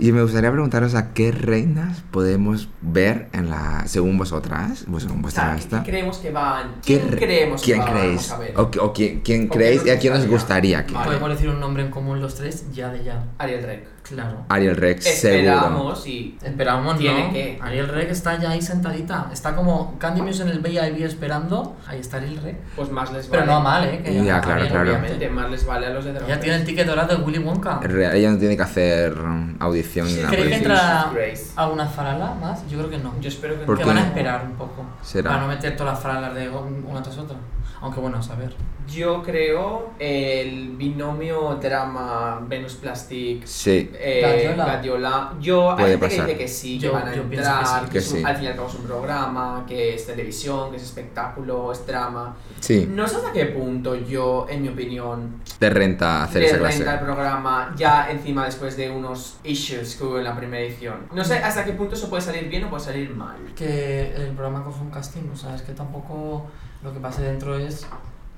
S1: Y me gustaría preguntaros a qué reinas podemos ver en la, según vosotras, vos- según
S4: O
S1: vuestra
S4: sea, ¿qué
S1: lista.
S4: creemos que van?
S1: ¿Qué
S4: ¿Quién
S1: re-
S4: creemos
S1: ¿Quién
S4: que van?
S1: creéis?
S4: Vamos a ver.
S1: O, qui- o quién, quién
S4: ¿O
S1: creéis y
S4: quién
S1: a quién
S4: nos
S1: os gustaría? que-
S4: Vale.
S3: Podemos decir un nombre en común los tres, ya de ya.
S4: Ariel Rec.
S3: Claro.
S1: Ariel Rex, seguro.
S4: Esperamos y.
S3: Esperamos, ¿no?
S4: Tiene que.
S3: Ariel Rec está ya ahí sentadita. Está como Candy Muse en el B.I.B. esperando. Ahí está Ariel Rec.
S4: Pues más les vale.
S3: Pero no mal, ¿eh?
S1: Ya,
S3: está
S1: claro,
S3: bien,
S1: claro.
S4: Obviamente, más les vale a los de Dragon
S3: Ya tiene el ticket dorado de Willy Wonka.
S1: Real, Ella no tiene que hacer um, audición.
S4: Sí,
S1: ni nada
S4: creo
S1: por
S3: ¿Crees
S1: el
S3: que
S4: Grace.
S1: estilo.
S3: entrará
S4: Grace.
S3: a una farala más? Yo creo que no.
S4: Yo espero que
S1: ¿Por
S4: no.
S3: que
S1: qué?
S3: van a esperar un poco.
S1: Será.
S3: Para no meter todas las faralas de una tras otra. Aunque bueno, a saber.
S4: Yo creo el binomio drama Venus Plastic
S1: Sí.
S4: Eh,
S3: Guardiola.
S4: Guardiola. Yo, hay
S1: Puede
S4: gente
S1: pasar.
S4: que dice que sí,
S3: Yo-
S4: que van a
S3: yo pienso que
S4: entrar,
S3: sí.
S4: que,
S1: Que
S4: es un-
S1: sí.
S4: al fin y al cabo es un programa, que es televisión, que es espectáculo, es drama.
S1: Sí,
S4: No sé hasta qué punto yo, en mi opinión,
S1: te renta hacer
S4: le
S1: esa
S4: renta
S1: clase.
S4: el programa ya encima después de unos issues que hubo en la primera edición. No sé hasta qué punto eso puede salir bien o puede salir mal.
S3: que el programa coge un casting, o sea, es que tampoco lo que pase dentro es...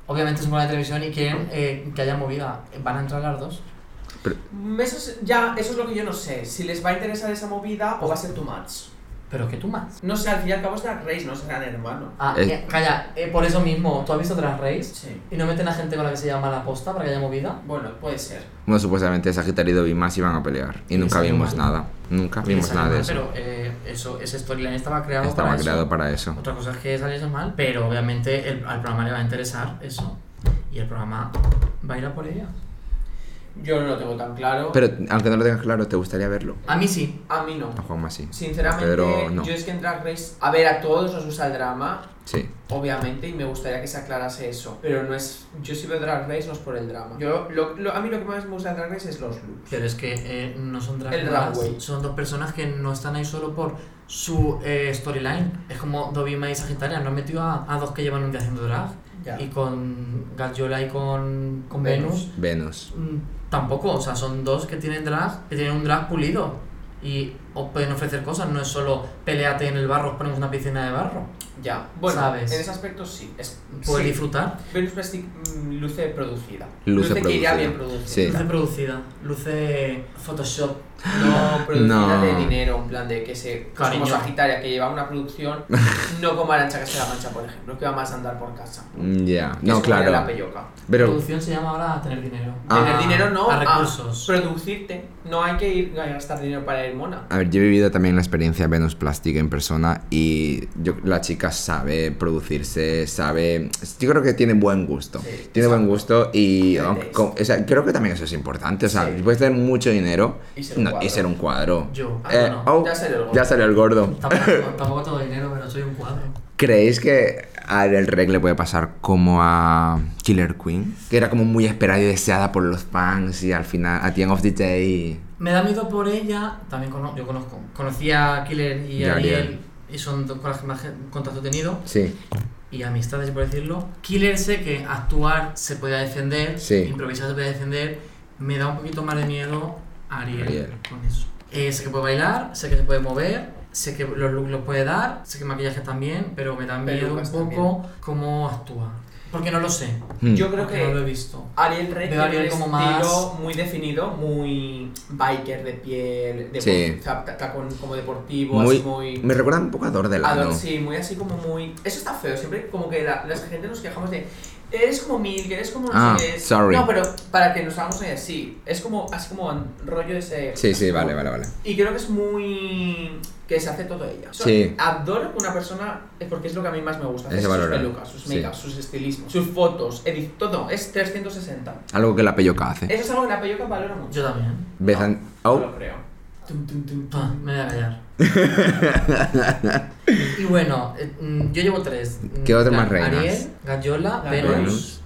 S3: Obviamente es un programa de televisión y quieren eh, que haya movida. Van a entrar las dos.
S4: Mm, Eso es, ya, eso es lo que yo no sé, si les va a interesar esa movida o va a ser too much.
S3: Pero que tú más.
S4: No sé, al fin y al cabo es Drag Race, no es Gran Hermano.
S3: Ah,
S1: Eh.
S3: eh, calla, eh, por eso mismo, ¿tú has visto Drag Race?
S4: Sí.
S3: ¿Y no meten a gente con la que se llama la posta para que haya movida?
S4: Bueno, puede ser.
S1: Bueno, supuestamente Sagitario y Dobimas iban a pelear y
S3: Y
S1: nunca
S3: salió
S1: vimos
S3: mal.
S1: nada. Nunca vimos
S3: Esa
S1: nada de
S3: animal,
S1: eso.
S3: Pero eh, eso, ese storyline estaba creado
S1: Estaba
S3: para
S1: creado
S3: eso.
S1: para eso.
S3: Otra cosa es que saliese mal, pero obviamente el- al programa le va a interesar eso. Y el programa va a ir a por ella.
S4: Yo no lo tengo tan claro.
S1: Pero aunque no lo tengas claro, ¿te gustaría verlo?
S3: A mí sí.
S4: A mí no.
S1: A Juanma sí.
S4: Sinceramente,
S1: Pedro, no.
S4: yo es que en Drag Race. A ver, a todos nos gusta el drama,
S1: Sí.
S4: obviamente, y me gustaría que se aclarase eso. Pero no es. Yo si veo Drag Race no es por el drama. Yo, lo- lo- a mí lo que más me gusta de Drag Race es los looks.
S3: Pero es que eh, no son drag
S4: El
S3: queens,
S4: runway.
S3: Son dos personas que no están ahí solo por su eh, storyline. Es como Dobima y Sagitaria. No han metido a, a dos que llevan un día haciendo drag.
S4: Ya.
S3: Y con Galliola y con, con
S4: Venus.
S3: Venus.
S1: Venus.
S3: mm, Tampoco. O sea, son dos que tienen drag, que tienen un drag pulido. Y os pueden ofrecer cosas. No es solo peleate en el barro, os ponemos una piscina de barro.
S4: Ya. Bueno,
S3: Sabes.
S4: en ese aspecto sí. Es,
S3: Puedes
S4: sí.
S3: disfrutar.
S4: Venus Plastic mm, luce producida.
S1: Luce
S4: que iría
S1: producida.
S4: bien producida.
S1: Sí.
S3: Luce producida, luce Photoshop.
S4: No producida
S1: No.
S4: de dinero, en plan de que se.
S3: Cariño.
S4: Como Sagitaria, que lleva una producción. no como Arancha que se la mancha, por ejemplo, que va más a andar por casa.
S1: Mm, Ya.
S4: Es
S1: No,
S4: como La
S1: claro.
S4: peyoca.
S1: Pero
S3: Producción se llama ahora a tener dinero.
S1: Ah.
S4: Tener
S3: A-
S4: dinero no,
S3: A recursos.
S4: producirte. No hay que ir a gastar dinero para ir mona.
S1: A ver, yo he vivido también la experiencia Venus Plastic en persona y yo, la chica sabe producirse, sabe... Yo creo que tiene buen gusto.
S4: Sí,
S1: tiene buen
S4: exacto.
S1: gusto y...
S4: Tiene
S1: aunque-
S4: taste.
S1: con- o sea, creo que también eso es importante. O sea,
S4: Sí.
S1: puedes tener mucho dinero
S4: Y ser un
S1: no,
S4: cuadro.
S1: un cuadro.
S3: Yo. Ah,
S1: Eh,
S3: no.
S1: oh,
S4: Ya salió el gordo.
S1: ya salió el gordo.
S3: Tampoco, tampoco todo dinero, pero soy un cuadro.
S1: ¿Creéis que a El Rey le puede pasar como a Killer Queen? Que era como muy esperada y deseada por los fans y al final a The End of the Day...
S3: Me da miedo por ella. También cono- yo conozco. Conocí a Killer y,
S1: Y
S3: a
S1: Ariel.
S3: Ariel. Y son dos con las que más gen- contacto he tenido.
S1: Sí.
S3: Y amistades, por decirlo. Killer sé que actuar se podía defender.
S1: Sí.
S3: Improvisar se podía defender. Me da un poquito más de miedo a Ariel,
S1: Ariel.
S3: con eso. Eh, sé que puede bailar, sé que se puede mover. Sé que los looks los puede dar, sé que maquillaje también, pero me da miedo un
S4: Pelucas
S3: poco cómo actúa. Porque no lo sé.
S1: Hmm.
S4: Yo creo
S3: Mm. porque no lo he
S4: que
S3: visto.
S4: Ariel
S3: Veo
S4: Rey tiene
S3: a
S4: un
S3: Ariel
S4: estilo
S3: como más-
S4: muy definido, muy biker de piel, de
S1: Sí.
S4: ta- ta- tacón como deportivo,
S1: Muy,
S4: así muy.
S1: Hmm. Me recuerda un poco a Dor del
S4: Ador-
S1: Ano.
S4: sí, muy así como muy. Eso está feo, siempre como que la, la gente nos quejamos de. Eres como Milk, eres como no
S1: Ah,
S4: sé qué".
S1: sorry.
S4: No, pero para que nos hagamos una idea, sí. Es como así como un rollo ese.
S1: Sí, sí,
S4: así como-
S1: vale, vale, vale.
S4: Y creo que es muy. que se hace todo ella. O sea,
S1: Sí.
S4: Adoro que una persona. es porque es lo que a mí más me gusta. hacer
S1: Es
S4: sus
S1: valorar.
S4: pelucas, sus
S1: Sí.
S4: make sus estilismos, sus fotos, edit, todo. Es 360.
S1: Algo que la peyoca hace.
S4: Eso es algo que la peyoca valora mucho.
S3: Yo también.
S1: Besan.
S4: No
S1: Oh,
S4: lo creo.
S3: Tum, tum, tum, pa, Ah, me voy a callar. y bueno, eh, mm, yo llevo tres. Mm,
S1: ¿Qué otras más
S3: Ga-
S1: reinas?
S3: Ariel, Gallola,
S4: Venus.
S3: Venus.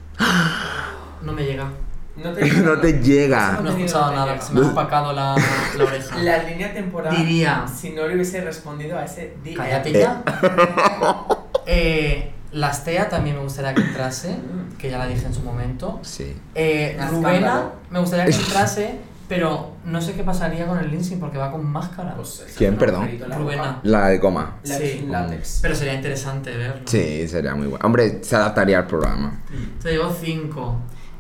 S3: No me llega.
S4: No
S1: no te llega.
S3: Ah, No he escuchado nada, se me ha opacado la, la oreja.
S4: La línea temporal.
S3: Diría.
S4: Si no le hubiese respondido a ese día.
S3: Cállate
S1: Eh.
S3: ya. Eh, Lastea también me gustaría que entrase, que ya la dije en su momento.
S1: Sí.
S3: Eh,
S4: Más
S3: Rubena,
S4: cámara.
S3: me gustaría que entrase, pero no sé qué pasaría con el Lindsay porque va con máscara.
S4: Pues, esa
S1: ¿Quién,
S4: es un
S1: perdón?
S4: agujerito en la
S3: Rubena.
S4: boca.
S1: La de coma.
S4: La
S3: Sí.
S4: sin látex.
S3: Pero sería interesante verlo.
S1: Sí, sería muy bueno. Hombre, se adaptaría al programa.
S3: Te digo 5.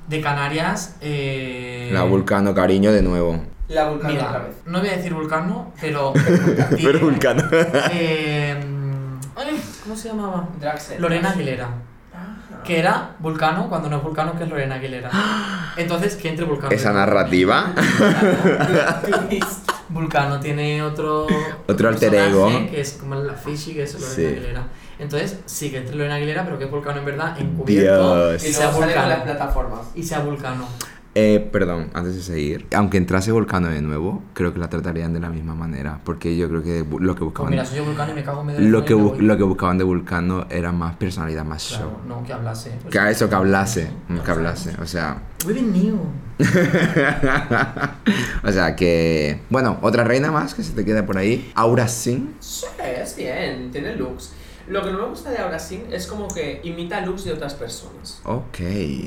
S3: De Canarias, eh...
S1: La Vulcano, cariño, de nuevo.
S4: La vulcana otra
S3: Mira,
S4: vez.
S3: no voy a decir Vulcano, pero.
S1: Pero Vulcano.
S3: Eh, ay, ¿Cómo se llamaba?
S4: Draxel.
S3: Lorena Aguilera.
S4: Ah.
S3: Que era Vulcano cuando no es Vulcano, que es Lorena Aguilera. Entonces, que entre Vulcano. y
S1: Esa
S3: Vulcano.
S1: narrativa.
S3: Vulcano tiene otro.
S1: Otro alter
S3: personaje
S1: ego.
S3: Que es como la Fishy, que es Lorena
S1: Sí.
S3: Aguilera. Entonces, sí que entre Lorena Aguilera, pero que es Vulcano en verdad, encubierto.
S1: Dios.
S4: Y
S3: Sea
S4: luego sale
S3: vulcano.
S4: con las plataformas.
S3: Y sea Vulcano.
S1: Eh, perdón, antes de seguir. Aunque entrase Vulcano de nuevo, creo que la tratarían de la misma manera. Porque yo creo que bu- lo que
S3: Pues
S1: buscaban.
S3: mira, soy yo Vulcano y me cago en medio de
S1: lo, que bu- lo que buscaban de Vulcano era más personalidad, más
S3: Claro,
S1: show.
S3: no, que hablase. pues,
S1: Que a eso que hablase.
S3: no
S1: Que
S3: sé.
S1: hablase. O sea.
S3: We've been new.
S1: o sea que. Bueno, otra reina más que se te queda por ahí. Aura Singh.
S4: Sí, es bien, tiene looks. Lo que no me gusta de Aura Singh es como que imita looks de otras personas.
S1: Ok.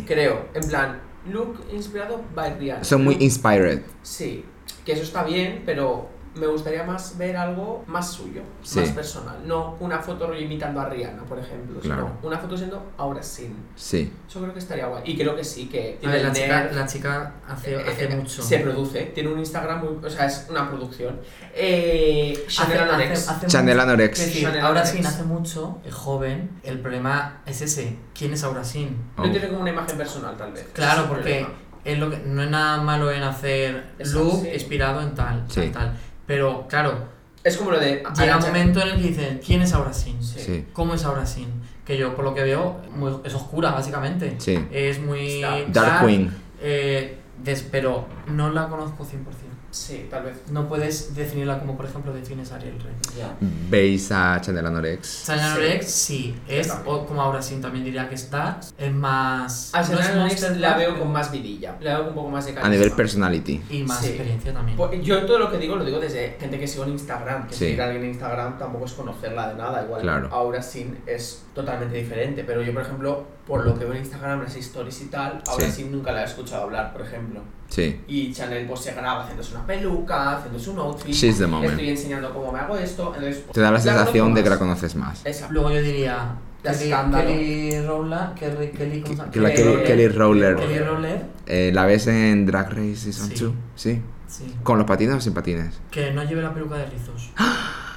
S4: Creo, en plan, look inspirado by Rihanna.
S1: Son muy
S4: Look-
S1: inspired.
S4: Sí, que eso está bien, pero me gustaría más ver algo más suyo,
S1: Sí.
S4: más personal. No una foto imitando a Rihanna, por ejemplo,
S1: Claro.
S4: sino una foto siendo ahora sin.
S1: Sí.
S4: Yo creo que estaría guay. Y creo que sí, que
S3: A ver, la
S4: Tinder,
S3: chica, la chica hace,
S4: Ah, eh,
S3: hace
S4: eh,
S3: mucho.
S4: Se produce, tiene un Instagram muy. O sea, es una producción. Eh, Chanel
S3: Hace-
S4: Anorex.
S3: hace- hace
S1: Chanel
S3: mucho.
S1: Anorex.
S3: Es decir,
S4: Chanel
S3: Ahora
S4: Anorex.
S3: sin hace mucho, es joven. El problema es ese. ¿Quién es Ahora sin?
S1: Oh.
S4: No tiene como una imagen personal, tal vez. Ese
S3: Claro,
S4: es el
S3: porque
S4: problema.
S3: es lo que, no es nada malo en hacer
S4: Eso,
S3: look
S4: sí.
S3: inspirado en tal, en
S1: Sí.
S3: tal. Pero claro,
S4: Es como lo de.
S3: llega
S4: Ariana
S3: un momento en el que dicen, ¿quién es Ahora sin?
S4: Sí.
S1: Sí.
S3: ¿Cómo es Ahora sin? Que yo, por lo que veo, muy- es oscura, básicamente.
S1: Sí.
S3: Es muy.
S4: Está-
S1: Dark Queen.
S3: eh, des- pero no la conozco 100%.
S4: Sí, tal vez.
S3: No puedes definirla como, por ejemplo, defines a Ariel Rey.
S4: Ya.
S1: ¿Veis a Chanel Anorex?
S3: Shannon
S4: Sí.
S3: Rex sí, es
S4: Yo también.
S3: o como ahora sí también diría que es Dark, es más
S4: A
S3: no es
S4: Chanel Anorex
S3: Monster
S4: la
S3: Dark,
S4: veo
S3: pero-
S4: con más vidilla. La veo con un poco más de carisma.
S1: A nivel personality.
S3: y más
S4: Sí.
S3: experiencia también.
S4: Pues Yo todo lo que digo lo digo desde gente que sigo en Instagram. Que
S1: Sí.
S4: seguir a alguien en Instagram tampoco es conocerla de nada. Igual
S1: Claro.
S4: ahora sin es totalmente diferente. Pero yo, por ejemplo, por lo que veo en Instagram, las stories y tal, ahora
S1: Sí.
S4: sí nunca la he escuchado hablar, por ejemplo.
S1: Sí.
S4: Y Chanel pues se graba haciéndose una peluca, haciéndose un outfit.
S1: She's the moment.
S4: Estoy enseñando cómo me hago esto. Entonces,
S1: Te da la sensación de que la
S4: conozco
S1: conoces más.
S4: más. Esa.
S3: Luego yo diría
S4: La
S3: Kelly,
S4: escándalo.
S3: Kelly Rowland, Kelly, Kelly, ¿cómo se llama?
S1: Que la
S4: Eh,
S1: Kelly, Kelly Rowler.
S3: Kelly Rowler,
S1: eh, ¿La ves en Drag Race Season
S3: Sí.
S1: 2? Sí.
S3: sí,
S1: ¿Con los patines o sin patines?
S3: que no lleve la peluca de rizos,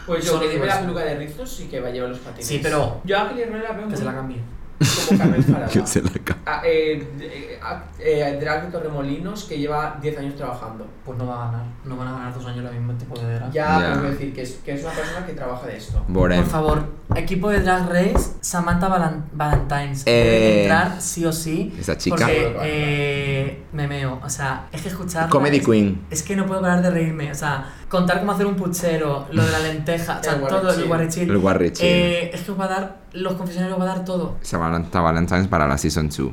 S4: Pues yo
S3: Solo
S4: que
S3: digo
S4: lleve la
S3: eso.
S4: peluca de rizos y que va a llevar los patines.
S3: Sí, pero-
S4: Yo a Kelly Rowland la veo
S3: que se la
S4: muy
S3: cambie.
S4: como Carmen Farada.
S1: la capa.
S4: Ah, eh, eh, ah, eh, Drag de Torremolinos que lleva 10 años trabajando.
S3: Pues no va a ganar, no van a ganar dos años la misma tipo de drag.
S4: Ya,
S1: Ya.
S4: pero quiero decir que es, que es una persona que trabaja de esto.
S1: Boren.
S3: Por favor, equipo de Drag Race, Samantha Valan- Valentines,
S1: Eh.
S3: debe entrar sí o sí.
S1: Esa chica.
S3: Porque eh, me meo, o sea, es que escuchar.
S1: Comedy Queen.
S3: Es que no puedo parar de reírme, o sea, contar cómo hacer un puchero, lo de la lenteja, o sea,
S4: El
S3: todo,
S4: guarrechín.
S3: el guarrechín.
S1: El guarrechín.
S3: Eh, es que os va a dar, los confesionarios os va a dar todo.
S1: Se Samantha Valentine's para la Season 2.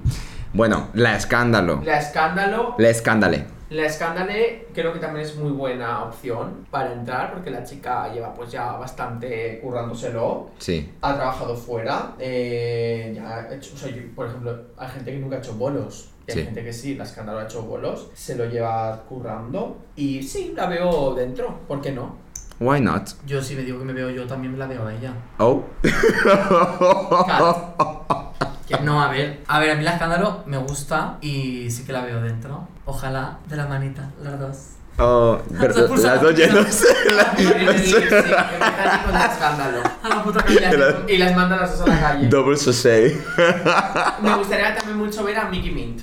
S1: Bueno, La Escándalo.
S4: La escándalo,
S1: La Escándale.
S4: la escándale creo que también es muy buena opción para entrar porque la chica lleva pues ya bastante currándoselo.
S1: Sí.
S4: Ha trabajado fuera, eh, ya ha hecho, o sea, yo, por ejemplo, hay gente que nunca ha hecho bolos, y hay
S1: Sí.
S4: gente que sí, la escándalo ha hecho bolos, se lo lleva currando y sí, la veo dentro, ¿por qué no?
S1: Why not?
S3: Yo sí me digo que me veo yo, también me la veo a ella.
S1: Oh.
S4: Cat.
S3: Que No, a ver, a ver, a mí la escándalo me gusta y sí que la veo dentro. Ojalá de la manita, las dos.
S1: Oh, pero las dos llenas.
S4: Sí, sí, sí, empiezan con el escándalo.
S3: A la puta
S4: Y las- Y las mandan las dos a la calle.
S1: Double sachet.
S4: Me gustaría también mucho ver a Mickey Mint.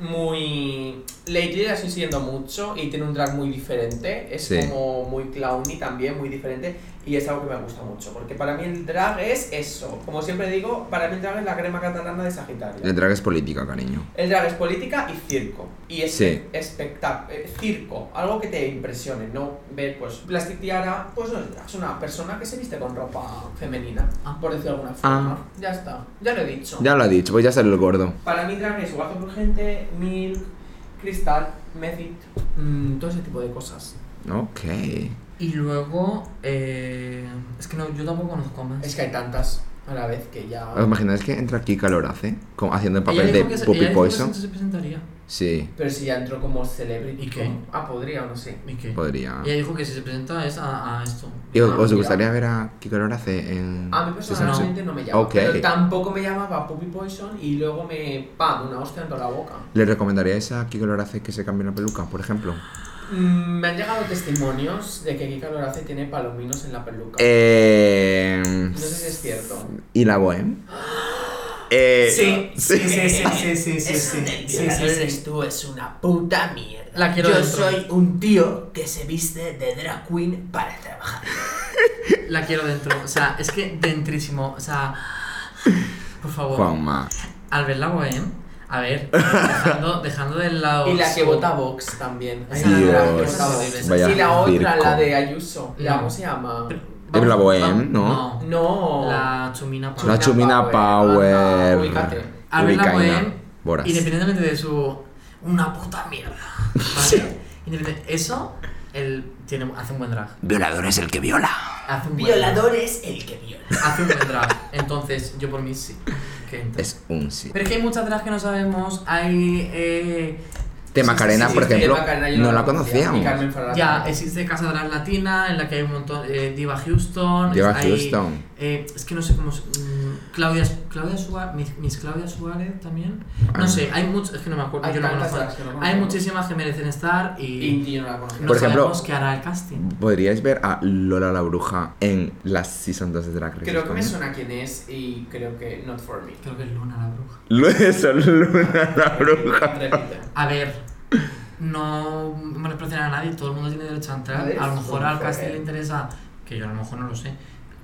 S4: Muy. Lately la estoy siguiendo mucho y tiene un drag muy diferente. Es
S1: Sí.
S4: como muy clowny también, muy diferente. Y es algo que me gusta mucho. Porque para mí el drag es eso. Como siempre digo, para mí el drag es la crema catalana de
S1: El
S4: Sagitario.
S1: drag es política, cariño.
S4: El drag es política y circo. Y es
S1: Sí.
S4: espectáculo. Circo. Algo que te impresione. No ver, pues, Plastic Tiara. Pues no es drag. Es una persona que se viste con ropa femenina.
S3: Ah.
S4: Por decirlo de alguna forma. Ya está. Ya lo he dicho.
S1: Ya lo ha dicho, voy a ser el gordo.
S4: Para mí drag es Guazo Urgente, Milk, Cristal, Method, mm, todo ese tipo de cosas.
S1: Ok.
S3: Y luego, eh, es que no, yo tampoco conozco más.
S4: Es que hay tantas a la vez que ya...
S1: ¿Os imagináis que entra aquí Calorace? Como haciendo el
S3: Ella
S1: papel
S3: dijo
S1: de
S3: se- ella
S1: Poppy
S3: dijo que
S1: Poison.
S3: se presentaría.
S1: Sí,
S4: Pero si ya entró como celebrity.
S3: ¿Y qué?
S4: como- Ah, podría o no sé.
S3: ¿Y qué?
S1: podría.
S3: Ella dijo que si se presenta es a, a esto.
S1: ¿Y os, os
S4: mira.
S1: gustaría ver a Kiko Lorace en
S4: A mí
S1: Season two?
S4: personalmente no me llama.
S1: Ok.
S4: Pero tampoco me llamaba Puppy Poison y luego me... ¡Pam! Una hostia en toda la boca.
S1: ¿Le recomendaríais a Kiko Lorace que se cambie la peluca, por ejemplo?
S4: Mm, me han llegado testimonios de que Kika Lorace tiene palominos en la peluca.
S1: Eh,
S4: No sé si es cierto.
S1: ¿Y la Bohem? Eh,
S3: Sí, sí, sí, sí, sí, sí, sí, sí, sí, sí, sí.
S4: tú, es una puta mierda.
S3: La quiero dentro.
S4: un tío que se viste de drag queen para trabajar.
S3: La quiero dentro. O sea, es que dentrísimo. O sea, por favor.
S1: Juanma.
S3: Al ver la bohem, a ver, dejando, dejando del lado.
S4: Y la que
S3: su-
S4: vota Vox también. Hay
S3: Dios,
S4: una drag que vota Vox.
S1: vaya
S4: y la otra,
S1: circo.
S4: la de Ayuso. La,
S3: No.
S4: ¿Cómo se llama?
S1: Es la Bohem,
S3: vamos,
S1: ¿no?
S4: No.
S3: La chumina Pau.
S1: La Chumina
S4: Power.
S1: Power.
S4: Anda, ubícate.
S3: Al ver la
S1: Ubicaina.
S3: bohem,
S1: Boras.
S3: independientemente de su. Una puta mierda. ¿Vale? Independiente- Eso, él tiene, hace un buen drag.
S1: Violador es el que viola.
S3: Hace un buen drag.
S4: Violador es el que viola.
S3: Hace un buen drag. Entonces, yo por mí sí. Que entre.
S1: Es un sí.
S3: Pero es que hay muchas drags que no sabemos. Hay. Eh,
S1: De Macarena,
S4: sí,
S1: por
S4: sí, de
S1: ejemplo,
S4: Macarena yo
S1: no la
S4: Y
S1: conocíamos.
S4: Carmen Farah
S3: Ya,
S4: tampoco.
S3: existe Casa de las Latinas, en la que hay un montón. eh, Diva Houston.
S1: Lleva
S3: hay,
S1: Houston.
S3: eh, es que no sé cómo. es, mm, Claudia, Claudia Suárez. Miss, Miss Claudia Suárez también.
S1: Ah.
S3: No sé, hay muchos. Es que no me acuerdo.
S4: Hay
S3: yo no
S4: tantas
S3: conozco.
S4: las que no
S3: Hay
S4: conocemos.
S3: muchísimas que merecen estar y.
S4: Indy yo no la conozco.
S3: no
S1: Por ejemplo-
S3: sabemos qué hará el casting.
S1: Podríais ver a Lola la Bruja en la Season 2 de Drag Race.
S4: Creo que me
S1: España.
S4: suena quién es y creo que not for me.
S3: Creo que es Luna la bruja.
S1: Lo es Luna la Bruja.
S4: Repite.
S3: A ver, no me desprecian a nadie, todo el mundo tiene derecho a entrar.
S4: A ver,
S3: A lo mejor al
S4: Sofía.
S3: casting le interesa, que yo a lo mejor no lo sé,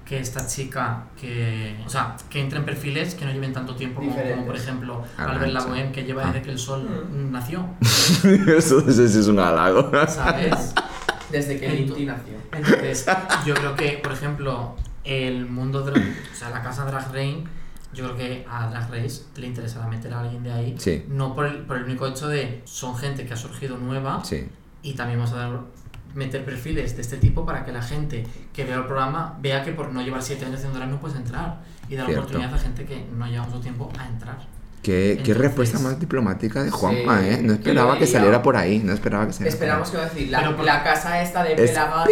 S3: que esta chica, que. O sea, que entre en perfiles que no lleven tanto tiempo como, como, por
S4: Diferentes. Mm.
S3: ejemplo
S1: Arantxa.
S3: Albert Laboem, que lleva
S1: Ah.
S3: desde que el sol nació,
S1: Eso no sé si es un halago.
S3: ¿sabes?
S4: Desde que
S3: Ento-
S4: Indy nació.
S3: Entonces, yo creo que, por ejemplo, el mundo, de o sea, la casa Drag Race, yo creo que a Drag Race le interesará meter a alguien de ahí.
S1: Sí.
S3: No por el, por el único hecho de son gente que ha surgido nueva.
S1: Sí.
S3: Y también vamos a dar- meter perfiles de este tipo para que la gente que vea el programa vea que por no llevar 7 años haciendo drag no puedes entrar. Y dar
S1: Cierto.
S3: oportunidad a gente que no lleva mucho tiempo a entrar.
S1: Qué, qué
S3: Entonces-
S1: respuesta más diplomática de Juanma,
S4: Sí,
S1: ¿eh? No
S4: yo
S1: esperaba
S4: lo
S1: que
S4: diría.
S1: saliera por ahí. No esperaba que saliera. por ahí.
S4: Esperamos que va a decir, la,
S3: Pero por-
S4: la casa esta de
S1: Es-
S4: pelagatas.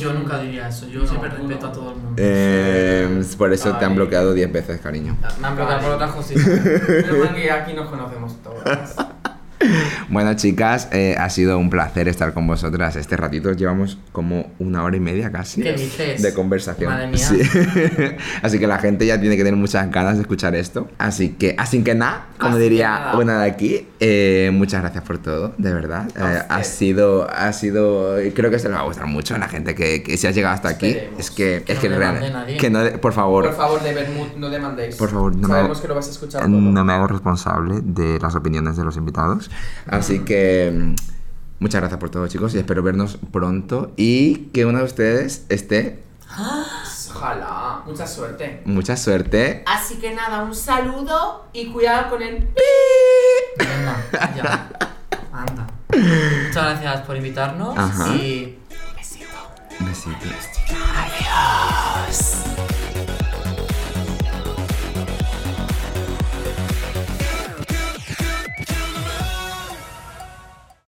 S3: Yo nunca diría eso, yo
S4: No,
S3: siempre
S4: no.
S3: respeto a todo el mundo.
S1: Eh, por eso te han
S4: Ay.
S1: bloqueado 10 veces, cariño.
S3: Me han bloqueado por
S4: Vale.
S3: otras cositas.
S4: Menos mal que aquí nos conocemos todas.
S1: Bueno, chicas, eh, ha sido un placer estar con vosotras. Este ratito llevamos como una hora y media casi
S3: ¿Qué dices?
S1: de conversación.
S3: Madre mía.
S1: Sí. Así que la gente ya tiene que tener muchas ganas de escuchar esto. Así que, así que nada, como
S4: Así que
S1: diría
S4: nada.
S1: una de aquí, eh, muchas gracias por todo, de verdad.
S4: A
S1: Eh, ha
S4: usted.
S1: sido, ha sido, creo que se le va a gustar mucho a la gente que, que si ha llegado hasta aquí.
S4: Esperemos.
S1: Es que,
S3: Que
S1: es
S3: no
S1: que
S3: le
S1: real-
S3: mande nadie.
S1: que no, le- por favor,
S4: Por favor, de Bermud, no demandéis.
S1: Por favor, no me-
S4: Sabemos que lo vas a escuchar todo.
S1: no me hago responsable de las opiniones de los invitados. Así que mm, muchas gracias por todo, chicos, y espero vernos pronto y que uno de ustedes esté.
S4: Ojalá. Mucha suerte.
S1: Mucha suerte.
S4: Así que nada, un saludo y cuidado con el...
S3: Venga, ya. Anda. Muchas gracias por invitarnos
S1: Ajá.
S3: y
S1: Besitos.